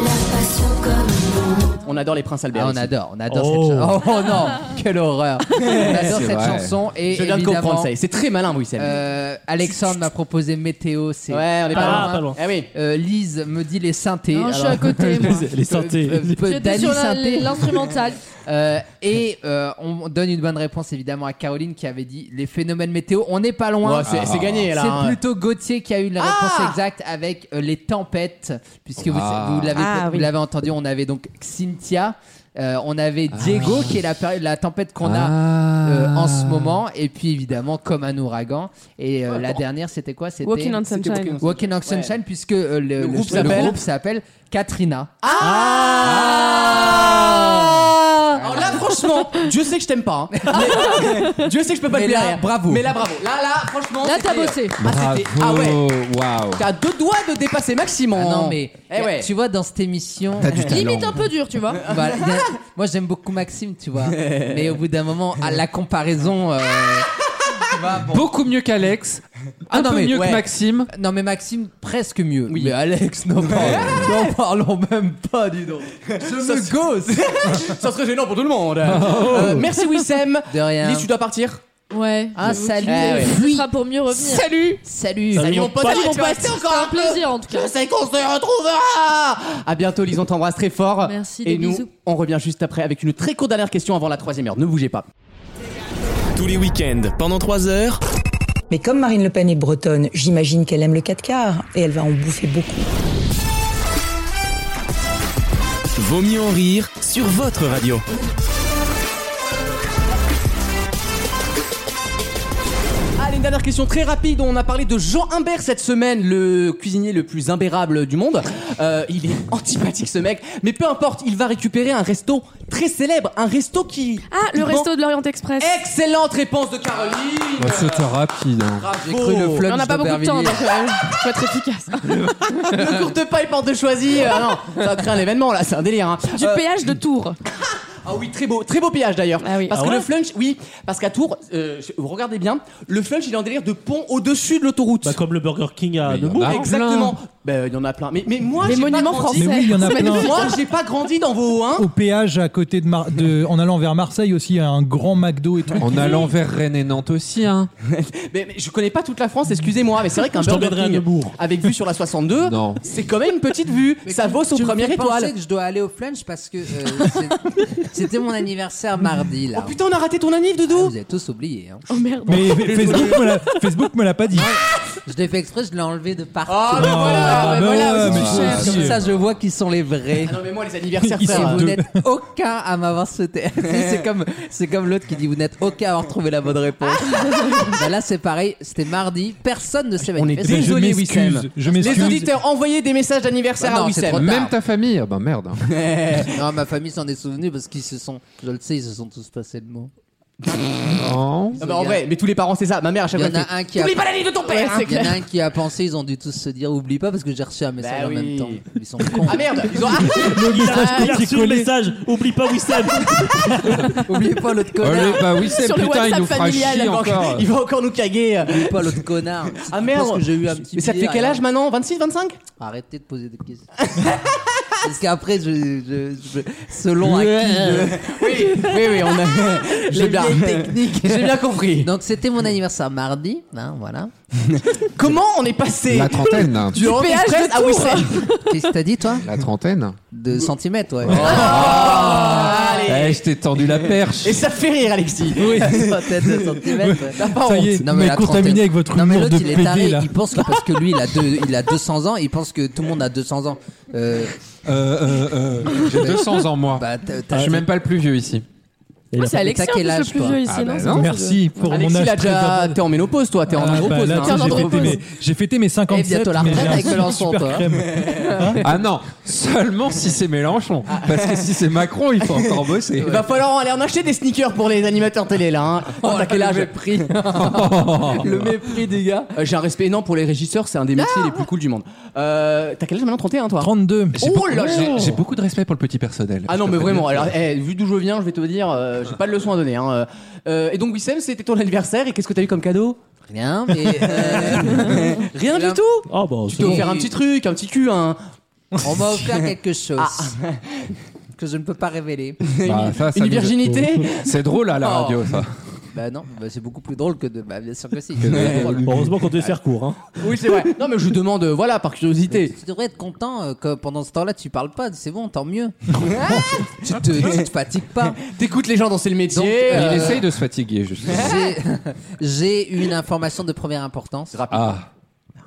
[SPEAKER 13] La passion comme une ombre.
[SPEAKER 2] On adore les Princes Albert.
[SPEAKER 8] Ah, on
[SPEAKER 2] ici.
[SPEAKER 8] adore, on adore cette chanson. Oh non, quelle horreur. On adore
[SPEAKER 2] C'est
[SPEAKER 8] cette
[SPEAKER 2] vrai.
[SPEAKER 8] chanson et
[SPEAKER 2] Je viens de
[SPEAKER 8] évidemment,
[SPEAKER 2] comprendre ça. et C'est très malin, Bruxelles.
[SPEAKER 8] euh, Alexandre m'a proposé météo, c'est
[SPEAKER 2] Ouais, on est pas
[SPEAKER 8] Ah,
[SPEAKER 2] loin.
[SPEAKER 8] Eh oui. Euh, Lise me dit les synthés. Euh,
[SPEAKER 5] Non, je suis
[SPEAKER 14] (laughs)
[SPEAKER 8] (laughs)
[SPEAKER 5] à côté, moi. Les- les
[SPEAKER 8] synthés.
[SPEAKER 5] J'étais sur la- l'instrumental.
[SPEAKER 8] Euh, et euh, on donne une bonne réponse évidemment à Caroline qui avait dit les phénomènes météo. On n'est pas loin.
[SPEAKER 2] Ouais, c'est- c'est gagné, là,
[SPEAKER 8] C'est
[SPEAKER 2] hein.
[SPEAKER 8] plutôt Gauthier qui a
[SPEAKER 14] Ah
[SPEAKER 8] eu la réponse exacte avec euh, les tempêtes, puisque vous-
[SPEAKER 2] Ah.
[SPEAKER 8] vous, l'avez
[SPEAKER 2] Ah,
[SPEAKER 8] vous
[SPEAKER 2] oui.
[SPEAKER 8] l'avez entendu. On avait donc Cynthia. euh, on avait
[SPEAKER 2] Ah,
[SPEAKER 8] Diego qui est la, péri- la tempête qu'on a euh, en ce moment et puis évidemment comme un ouragan et euh, la dernière c'était quoi c'était
[SPEAKER 14] Walking on Sunshine.
[SPEAKER 8] C'était Walking on Sunshine puisque euh, le, le-
[SPEAKER 2] groupe
[SPEAKER 8] le
[SPEAKER 2] s'appelle
[SPEAKER 8] groupe s'appelle Katrina
[SPEAKER 2] Ah
[SPEAKER 14] Ah!
[SPEAKER 8] Ah
[SPEAKER 2] Alors Ah là, franchement, Dieu sait que je t'aime pas. hein. Mais- Dieu sait que je peux pas
[SPEAKER 8] Mais
[SPEAKER 2] te
[SPEAKER 8] là,
[SPEAKER 2] plaire.
[SPEAKER 8] bravo.
[SPEAKER 2] Mais là, bravo. Là, là, franchement.
[SPEAKER 5] Là, t'as
[SPEAKER 2] c'était-
[SPEAKER 5] bossé.
[SPEAKER 2] Ah, c'était- ah ouais.
[SPEAKER 3] Waouh.
[SPEAKER 2] T'as deux doigts de dépasser Maxime. en-
[SPEAKER 8] Ah non, mais
[SPEAKER 2] Eh ouais.
[SPEAKER 8] tu vois, dans cette émission.
[SPEAKER 2] T'as du
[SPEAKER 5] Limite un peu dur, tu vois.
[SPEAKER 8] Bah, y a- moi, j'aime beaucoup Maxime, tu vois. mais au bout d'un moment, à la comparaison. euh, tu vois, bon. Ah
[SPEAKER 3] Beaucoup mieux qu'Alex. Un peu mieux que
[SPEAKER 8] ouais.
[SPEAKER 3] Maxime.
[SPEAKER 8] Non, mais Maxime, presque mieux. Mais (laughs) Alex, non, parlons, n'en parlons même pas, dis donc. Je
[SPEAKER 2] Ça
[SPEAKER 8] me
[SPEAKER 2] se-
[SPEAKER 8] gosse.
[SPEAKER 2] (laughs) Ça serait gênant pour tout le monde.
[SPEAKER 8] Oh.
[SPEAKER 2] Euh, merci Wissem.
[SPEAKER 8] (laughs) De rien.
[SPEAKER 2] Lise, tu dois partir.
[SPEAKER 5] Ouais.
[SPEAKER 8] Ah,
[SPEAKER 5] j'avoue
[SPEAKER 8] salut.
[SPEAKER 5] qu'il-
[SPEAKER 2] Eh ouais.
[SPEAKER 5] Ce sera pour mieux revenir.
[SPEAKER 2] Salut.
[SPEAKER 8] Salut.
[SPEAKER 2] Salut mon pote.
[SPEAKER 5] Salut mon
[SPEAKER 2] Tu vas
[SPEAKER 5] pote.
[SPEAKER 2] rester
[SPEAKER 5] C'était
[SPEAKER 2] encore
[SPEAKER 5] un plaisir, en tout cas.
[SPEAKER 2] Je sais Ah, qu'on se retrouvera. À bientôt, Lise. On t'embrasse très fort.
[SPEAKER 5] Merci, des
[SPEAKER 2] Et nous,
[SPEAKER 5] bisous.
[SPEAKER 2] on revient juste après avec une très courte dernière question avant la troisième heure. Ne bougez pas.
[SPEAKER 1] Tous les week-ends, pendant 3 heures.
[SPEAKER 11] Mais comme Marine Le Pen est bretonne, j'imagine qu'elle aime le 4 quarts et elle va en bouffer beaucoup.
[SPEAKER 1] Vaut mieux en rire sur votre radio.
[SPEAKER 2] Allez, une dernière question très rapide. On a parlé de Jean Humbert cette semaine, le cuisinier le plus imbérable du monde. Euh, il est (laughs) antipathique ce mec, mais peu importe, il va récupérer un resto très célèbre, un resto qui...
[SPEAKER 14] Ah, le
[SPEAKER 2] qui
[SPEAKER 14] resto
[SPEAKER 2] vend-
[SPEAKER 14] de l'Orient Express.
[SPEAKER 2] Excellente réponse de Caroline
[SPEAKER 3] Bah, C'était rapide. hein.
[SPEAKER 2] Bravo.
[SPEAKER 8] cru le flop
[SPEAKER 14] On n'a pas beaucoup de temps, donc euh, faut être efficace.
[SPEAKER 2] Ne courte pas une porte de choisi. Ah non, ça va créer un événement là, c'est un délire. hein.
[SPEAKER 14] Du
[SPEAKER 2] Euh,
[SPEAKER 14] péage de Tours.
[SPEAKER 2] Ah oui, très beau, très beau péage d'ailleurs. Parce
[SPEAKER 14] Ah
[SPEAKER 2] que
[SPEAKER 14] ouais
[SPEAKER 2] le flunch, oui, parce qu'à Tours, euh, je- vous regardez bien, le flunch il est en délire de pont au-dessus de l'autoroute.
[SPEAKER 7] Bah, comme le Burger King à
[SPEAKER 3] Mais il y en
[SPEAKER 7] Nemours.
[SPEAKER 3] a
[SPEAKER 2] Exactement. Ben, il y en a plein. Mais, mais moi,
[SPEAKER 14] Les
[SPEAKER 2] j'ai pas
[SPEAKER 14] monuments
[SPEAKER 2] grandi.
[SPEAKER 14] français. Mais oui,
[SPEAKER 6] il y en a
[SPEAKER 2] C'est
[SPEAKER 6] plein.
[SPEAKER 2] magnifique. Moi, j'ai pas grandi dans vos hauts, hein.
[SPEAKER 6] Au péage à côté de, Mar- de- en allant vers Marseille aussi, il y a un grand McDo et tout.
[SPEAKER 3] En allant vers Rennes et Nantes aussi. Hein.
[SPEAKER 2] Mais, mais je connais pas toute la France, excusez-moi, mais c'est vrai qu'un
[SPEAKER 7] Je
[SPEAKER 2] Burger
[SPEAKER 7] t'emmènerai à
[SPEAKER 2] King
[SPEAKER 7] Neubourg.
[SPEAKER 2] avec vue sur la 62,
[SPEAKER 3] Non.
[SPEAKER 2] c'est quand même une petite vue. Ça vaut son
[SPEAKER 8] Tu me
[SPEAKER 2] première
[SPEAKER 8] fais penser
[SPEAKER 2] étoile.
[SPEAKER 8] que je dois aller au flunch parce que euh, (laughs) c'est- c'était mon anniversaire mardi là.
[SPEAKER 2] Oh putain, on a raté ton anniv, Doudou
[SPEAKER 8] Vous avez tous oublié. Hein.
[SPEAKER 14] Oh merde.
[SPEAKER 6] Mais F- Facebook me l'a- Facebook me l'a pas dit.
[SPEAKER 8] Je l'ai fait exprès, je l'ai enlevé de partout.
[SPEAKER 2] Ah, ben voilà,
[SPEAKER 6] Ah,
[SPEAKER 2] ben
[SPEAKER 6] bah
[SPEAKER 2] voilà,
[SPEAKER 6] ouais,
[SPEAKER 2] aussi,
[SPEAKER 6] mais euh.
[SPEAKER 2] tu cherches.
[SPEAKER 6] c'est
[SPEAKER 8] Comme
[SPEAKER 6] sûr.
[SPEAKER 8] ça, je vois qui sont les vrais.
[SPEAKER 2] Ah non, mais moi, les
[SPEAKER 6] Ils
[SPEAKER 2] anniversaires, euh,
[SPEAKER 6] sont
[SPEAKER 2] ça
[SPEAKER 8] Et
[SPEAKER 2] va.
[SPEAKER 8] vous
[SPEAKER 6] deux.
[SPEAKER 8] n'êtes aucun à m'avoir sauté. (laughs) Si, c'est comme c'est comme l'autre qui dit vous n'êtes aucun à avoir trouvé la
[SPEAKER 2] (laughs)
[SPEAKER 8] bonne réponse. Ben là c'est pareil, c'était mardi, personne ne s'est
[SPEAKER 2] On est
[SPEAKER 8] manifesté.
[SPEAKER 2] désolé,
[SPEAKER 6] je m'excuse,
[SPEAKER 2] Wissem.
[SPEAKER 6] je
[SPEAKER 2] Les
[SPEAKER 6] m'excuse.
[SPEAKER 2] auditeurs, envoyez des messages d'anniversaire
[SPEAKER 8] Bah non,
[SPEAKER 2] à
[SPEAKER 8] c'est trop
[SPEAKER 2] Wissem.
[SPEAKER 8] tard.
[SPEAKER 3] Même ta famille. Ah bah merde.
[SPEAKER 8] Non, ma famille s'en est souvenue parce qu'ils se sont, je le sais, ils se sont tous passés le mot.
[SPEAKER 3] Non.
[SPEAKER 2] Ah bah, en vrai, mais tous les parents, c'est ça. Ma mère, à chaque
[SPEAKER 8] Il y
[SPEAKER 2] fois,
[SPEAKER 8] en a
[SPEAKER 2] elle fait,
[SPEAKER 8] un qui a-
[SPEAKER 2] Oublie pas la ligne de ton père hein.
[SPEAKER 8] Il y en a un qui a pensé, ils ont dû tous se dire oublie pas parce que j'ai reçu un message
[SPEAKER 2] Bah
[SPEAKER 8] en
[SPEAKER 2] oui.
[SPEAKER 8] même temps. Ils sont cons.
[SPEAKER 2] Ah merde,
[SPEAKER 6] (laughs)
[SPEAKER 2] ils ont.
[SPEAKER 7] Il a, il a reçu le message. Oublie pas
[SPEAKER 8] (laughs)
[SPEAKER 7] Wissam.
[SPEAKER 8] Oublie pas
[SPEAKER 6] Ah
[SPEAKER 8] l'autre
[SPEAKER 3] Oh,
[SPEAKER 8] connard.
[SPEAKER 3] le- bah oui, c'est
[SPEAKER 14] Sur le
[SPEAKER 3] putain, il
[SPEAKER 14] WhatsApp
[SPEAKER 3] nous fera
[SPEAKER 14] familial,
[SPEAKER 3] chier
[SPEAKER 14] il va
[SPEAKER 3] encore.
[SPEAKER 2] Il va encore nous caguer.
[SPEAKER 8] Oublie pas l'autre connard. Si
[SPEAKER 2] Ah
[SPEAKER 8] tu
[SPEAKER 2] merde.
[SPEAKER 8] penses que j'ai eu un petit
[SPEAKER 2] Mais ça te fait
[SPEAKER 8] billet,
[SPEAKER 6] hein.
[SPEAKER 2] quel âge
[SPEAKER 8] alors,
[SPEAKER 2] maintenant 26, 25
[SPEAKER 8] Arrêtez de poser des questions. (laughs) Parce qu'après, je, je- je- selon à qui je-
[SPEAKER 2] (laughs) Oui, oui, oui, on
[SPEAKER 8] (laughs)
[SPEAKER 2] a. J'ai bien.
[SPEAKER 8] technique.
[SPEAKER 2] J'ai bien compris.
[SPEAKER 8] Donc c'était mon anniversaire mardi, hein, voilà.
[SPEAKER 2] Comment on est passé
[SPEAKER 3] La trentaine. hein.
[SPEAKER 2] du Orient
[SPEAKER 14] péage de
[SPEAKER 2] Express à
[SPEAKER 14] Tours.
[SPEAKER 2] Wissem
[SPEAKER 8] Qu'est-ce que t'as dit toi
[SPEAKER 3] La trentaine.
[SPEAKER 8] De centimètres,
[SPEAKER 2] Oh.
[SPEAKER 8] ouais. Ah,
[SPEAKER 2] Allez.
[SPEAKER 3] Eh, je t'ai tendu la perche.
[SPEAKER 2] Et ça fait rire, Alexis. (laughs)
[SPEAKER 8] Centaines de centimètres. ouais.
[SPEAKER 2] T'as pas
[SPEAKER 6] Ça
[SPEAKER 2] honte.
[SPEAKER 6] y est,
[SPEAKER 8] Non,
[SPEAKER 6] vous
[SPEAKER 8] mais
[SPEAKER 6] m'avez
[SPEAKER 8] la
[SPEAKER 6] contaminé
[SPEAKER 8] trentaine.
[SPEAKER 6] avec votre
[SPEAKER 8] Non mais
[SPEAKER 6] humour
[SPEAKER 8] l'autre
[SPEAKER 6] de
[SPEAKER 8] il est
[SPEAKER 6] PD
[SPEAKER 8] taré,
[SPEAKER 6] là.
[SPEAKER 8] il pense que parce que lui il a, deux, il a 200 ans, il pense que tout le monde a 200 ans. Euh,
[SPEAKER 6] euh,
[SPEAKER 3] J'ai 200 ans, moi.
[SPEAKER 8] bah, t'as- t'as-
[SPEAKER 2] Ah,
[SPEAKER 3] Je suis même pas le plus vieux ici.
[SPEAKER 7] Il a
[SPEAKER 14] c'est
[SPEAKER 7] pas-
[SPEAKER 14] Alexis,
[SPEAKER 7] T'as
[SPEAKER 14] en
[SPEAKER 7] quel
[SPEAKER 14] plus, le
[SPEAKER 7] âge,
[SPEAKER 14] plus
[SPEAKER 7] toi
[SPEAKER 14] vieux ici,
[SPEAKER 7] Ah,
[SPEAKER 14] non
[SPEAKER 7] bah
[SPEAKER 14] c'est
[SPEAKER 7] non.
[SPEAKER 14] pas
[SPEAKER 6] Merci
[SPEAKER 14] possible.
[SPEAKER 6] pour
[SPEAKER 2] Alexis,
[SPEAKER 6] mon
[SPEAKER 2] il a
[SPEAKER 6] âge.
[SPEAKER 2] déjà-
[SPEAKER 6] préservé.
[SPEAKER 2] t'es en ménopause, toi, t'es en
[SPEAKER 6] Ah,
[SPEAKER 2] andropause,
[SPEAKER 6] bah là,
[SPEAKER 2] là.
[SPEAKER 6] tiens, j'ai, fêté mes, j'ai fêté mes 57.
[SPEAKER 2] Et bientôt la
[SPEAKER 6] mais j'ai
[SPEAKER 2] retraite
[SPEAKER 6] un
[SPEAKER 2] avec Mélenchon,
[SPEAKER 6] super
[SPEAKER 2] toi.
[SPEAKER 6] crème.
[SPEAKER 3] Ah non, seulement si c'est Mélenchon.
[SPEAKER 2] Ah.
[SPEAKER 3] Parce que si c'est Macron, il faut encore bosser.
[SPEAKER 2] Il va falloir aller en acheter des sneakers pour les animateurs télé là. Hein. Oh, t'as quel âge Le
[SPEAKER 6] (laughs)
[SPEAKER 2] mépris. (laughs) le mépris des gars. Euh, J'ai un respect énorme pour les régisseurs, c'est un
[SPEAKER 6] Ah
[SPEAKER 2] des métiers les plus cool du monde. Euh, t'as quel âge maintenant 31 toi
[SPEAKER 6] 32.
[SPEAKER 3] J'ai
[SPEAKER 2] Oh
[SPEAKER 3] beaucoup-
[SPEAKER 2] là là
[SPEAKER 3] j'ai- J'ai beaucoup de respect pour le petit personnel.
[SPEAKER 2] Ah non mais vraiment, alors eh, vu d'où je viens, je vais te dire, euh, j'ai pas de leçon à donner. hein. Euh, et donc Wissem, c'était ton anniversaire et qu'est-ce que t'as eu comme cadeau
[SPEAKER 8] hein,
[SPEAKER 2] Rien, mais... euh, (laughs) rien du tout
[SPEAKER 7] Oh, bon,
[SPEAKER 2] Tu t'es offert un petit truc, un petit cul, un...
[SPEAKER 8] On m'a offert quelque chose
[SPEAKER 2] Ah.
[SPEAKER 8] que je ne peux pas révéler.
[SPEAKER 3] Bah, ça, ça
[SPEAKER 2] une
[SPEAKER 3] nous-
[SPEAKER 2] virginité
[SPEAKER 3] C'est drôle à la
[SPEAKER 8] Oh.
[SPEAKER 3] radio, ça.
[SPEAKER 8] Bah non, bah c'est beaucoup plus drôle que de. Bah bien sûr que si.
[SPEAKER 7] Heureusement qu'on devait faire court.
[SPEAKER 8] (laughs)
[SPEAKER 7] Hein.
[SPEAKER 2] (laughs) Oui, c'est vrai. Non, mais je demande, euh, voilà, par curiosité.
[SPEAKER 8] Tu devrais être content euh, que pendant ce temps-là tu parles pas, c'est bon,
[SPEAKER 2] (laughs)
[SPEAKER 8] tant mieux. tu, te, tu te fatigues pas.
[SPEAKER 2] T'écoutes les gens danser le métier.
[SPEAKER 3] Il
[SPEAKER 2] euh,
[SPEAKER 3] essaye de se fatiguer, justement.
[SPEAKER 8] J'ai- (laughs) J'ai une information de première importance.
[SPEAKER 3] Ah,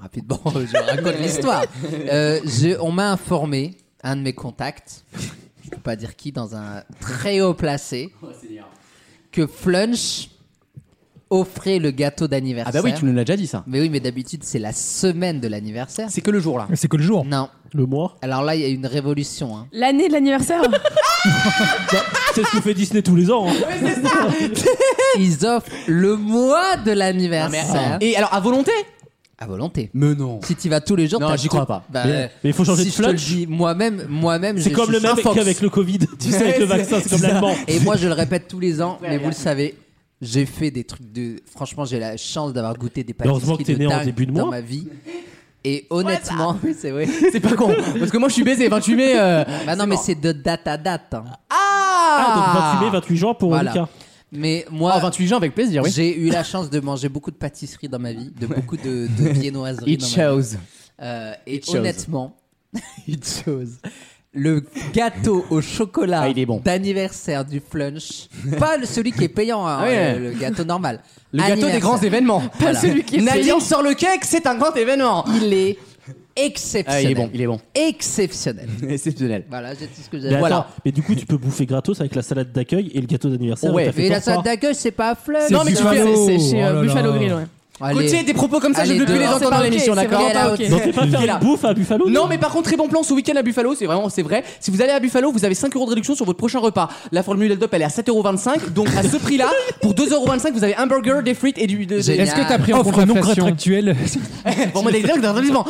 [SPEAKER 8] Rapidement, je
[SPEAKER 2] (laughs)
[SPEAKER 8] raconte l'histoire. Euh, je- on m'a informé, un de mes contacts, je peux pas dire qui, dans un très haut placé, que Flunch offrait le gâteau d'anniversaire.
[SPEAKER 2] Ah bah oui, tu nous l'as déjà dit ça.
[SPEAKER 8] Mais oui, mais d'habitude, c'est la semaine de l'anniversaire.
[SPEAKER 2] C'est que le jour là.
[SPEAKER 6] C'est que le jour.
[SPEAKER 8] Non.
[SPEAKER 7] Le mois
[SPEAKER 8] Alors là, il y a une révolution. hein.
[SPEAKER 14] L'année de l'anniversaire
[SPEAKER 7] C'est ce que fait Disney tous les ans. hein.
[SPEAKER 8] Ils offrent le mois de
[SPEAKER 2] Ah.
[SPEAKER 8] l'anniversaire.
[SPEAKER 2] Et alors, à volonté
[SPEAKER 8] À volonté.
[SPEAKER 2] Mais non.
[SPEAKER 8] Si tu vas tous les jours,
[SPEAKER 2] Non,
[SPEAKER 8] t'as
[SPEAKER 2] j'y crois
[SPEAKER 8] tout-
[SPEAKER 2] pas.
[SPEAKER 8] Bah,
[SPEAKER 7] Mais- mais il faut changer
[SPEAKER 8] si
[SPEAKER 7] de
[SPEAKER 8] je te le
[SPEAKER 7] flunch.
[SPEAKER 8] dis, Moi-même, moi-même,
[SPEAKER 7] C'est
[SPEAKER 8] je
[SPEAKER 7] comme
[SPEAKER 8] suis
[SPEAKER 7] le même
[SPEAKER 8] Fox.
[SPEAKER 7] qu'avec le Covid. Tu sais, avec le vaccin, c'est comme l'allemand.
[SPEAKER 8] Et moi, je le répète tous les ans, mais
[SPEAKER 2] Ouais,
[SPEAKER 8] vous le savez, j'ai fait des trucs de. Franchement, j'ai la chance d'avoir goûté des
[SPEAKER 7] Heureusement
[SPEAKER 8] pâtisseries
[SPEAKER 7] que t'es
[SPEAKER 8] de
[SPEAKER 7] né en
[SPEAKER 8] dingue
[SPEAKER 7] début de
[SPEAKER 8] dans
[SPEAKER 7] mois.
[SPEAKER 8] ma vie. Et honnêtement, oui, (laughs) c'est vrai.
[SPEAKER 2] C'est pas con. Parce que moi, je suis baisé. 28 mai. euh,
[SPEAKER 8] Bah non, mais c'est de date à date. hein.
[SPEAKER 7] Ah, donc 28 mai, 28 juin pour
[SPEAKER 8] Voilà.
[SPEAKER 7] Lucas.
[SPEAKER 8] Mais moi,
[SPEAKER 2] Ah, 28 juin, avec plaisir, oui.
[SPEAKER 8] j'ai eu la chance de manger beaucoup de pâtisseries dans ma vie, de beaucoup de,
[SPEAKER 2] (laughs)
[SPEAKER 8] de viennoiseries.
[SPEAKER 2] It
[SPEAKER 8] dans ma vie.
[SPEAKER 2] shows.
[SPEAKER 8] Euh, et
[SPEAKER 2] It shows.
[SPEAKER 8] honnêtement, it shows. Le gâteau au chocolat
[SPEAKER 2] Ah, il est bon.
[SPEAKER 8] d'anniversaire du flunch, pas le- celui qui est payant, hein,
[SPEAKER 2] Ah ouais.
[SPEAKER 8] le, le gâteau normal.
[SPEAKER 2] Le gâteau des
[SPEAKER 8] Anniversaire.
[SPEAKER 2] grands événements.
[SPEAKER 8] Voilà.
[SPEAKER 14] celui qui est
[SPEAKER 2] Nadine
[SPEAKER 14] payant.
[SPEAKER 2] sort le cake, c'est un grand événement.
[SPEAKER 8] Il est
[SPEAKER 2] Ah,
[SPEAKER 8] exceptionnel.
[SPEAKER 2] il est bon, il est bon.
[SPEAKER 8] Exceptionnel.
[SPEAKER 2] Exceptionnel.
[SPEAKER 8] Voilà, j'ai dit ce que
[SPEAKER 7] Mais,
[SPEAKER 8] j'avais.
[SPEAKER 7] attends,
[SPEAKER 2] Bah,
[SPEAKER 8] Voilà.
[SPEAKER 7] mais du coup, tu peux bouffer gratos avec la salade d'accueil et le gâteau d'anniversaire.
[SPEAKER 2] Ouais.
[SPEAKER 7] et t'as fait
[SPEAKER 8] Mais la
[SPEAKER 7] ton
[SPEAKER 8] salade
[SPEAKER 7] repas.
[SPEAKER 8] d'accueil, c'est pas un flunch.
[SPEAKER 6] C'est
[SPEAKER 2] Non, mais tu
[SPEAKER 6] Buffalo.
[SPEAKER 2] fais-
[SPEAKER 14] C'est chez euh,
[SPEAKER 6] Oh là là.
[SPEAKER 14] Buffalo Grill, ouais.
[SPEAKER 8] Allez.
[SPEAKER 2] Coutier, des propos comme ça, je
[SPEAKER 8] Allez,
[SPEAKER 2] ne veux plus les
[SPEAKER 8] dehors, c'est
[SPEAKER 2] entendre
[SPEAKER 14] pas
[SPEAKER 2] dans
[SPEAKER 14] ok,
[SPEAKER 2] l'émission,
[SPEAKER 14] c'est
[SPEAKER 2] d'accord
[SPEAKER 14] vrai, là,
[SPEAKER 2] Pas
[SPEAKER 14] ok.
[SPEAKER 2] ok.
[SPEAKER 7] Non, t'es pas faire
[SPEAKER 2] Là.
[SPEAKER 7] une bouffe à Buffalo
[SPEAKER 2] Oh Non,
[SPEAKER 7] toi
[SPEAKER 2] mais par contre, très bon plan ce week-end à Buffalo, c'est vraiment, c'est vrai. Si vous allez à Buffalo, vous avez 5 euros de réduction sur votre prochain repas. La formule Held Up, elle est à 7,25€. Donc à ce (laughs) prix-là, pour 2,25€, vous avez un burger, des frites et du. de- de-
[SPEAKER 8] Génial.
[SPEAKER 6] Est-ce que t'as pris en
[SPEAKER 3] Offre
[SPEAKER 6] compte
[SPEAKER 3] non
[SPEAKER 6] non contractuelle
[SPEAKER 2] Bon, moi, des (laughs) exemples d'arrondissement.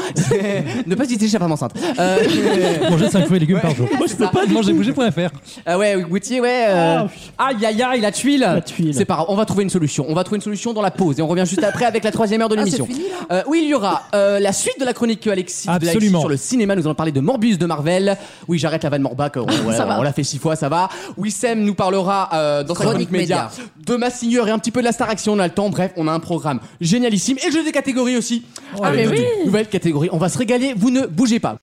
[SPEAKER 2] Ne pas hésiter, je suis pas enceinte. Euh, (laughs)
[SPEAKER 6] Manger 5 fruits et légumes par jour. Moi, je peux pas. Manger bouger pour faire.
[SPEAKER 2] ah ouais, Goutier, ouais. euh, Aïe, aïe, aïe, la tuile.
[SPEAKER 7] tuile.
[SPEAKER 2] C'est pas grave, on va trouver une solution. On va trouver une solution dans la pause et on revient juste après avec la troisième heure de l'émission. Euh, oui, il y aura euh, la suite de la chronique Alexis, de Alexis
[SPEAKER 6] Absolument.
[SPEAKER 2] sur le cinéma. Nous allons parler de Morbius de Marvel. Oui, j'arrête la vanne Morbac. On, ouais,
[SPEAKER 14] Ça va.
[SPEAKER 2] on l'a fait six fois, ça va. Wissem nous parlera euh, dans sa
[SPEAKER 8] Chronique
[SPEAKER 2] chronique média
[SPEAKER 8] média.
[SPEAKER 2] de Massigneur et un petit peu de la Star Action. On a le temps. Bref, on a un programme génialissime et le jeu des catégories aussi. Ah,
[SPEAKER 14] mais
[SPEAKER 2] Avec
[SPEAKER 14] oui.
[SPEAKER 2] une Nouvelle catégorie. On va se régaler. Vous ne bougez pas.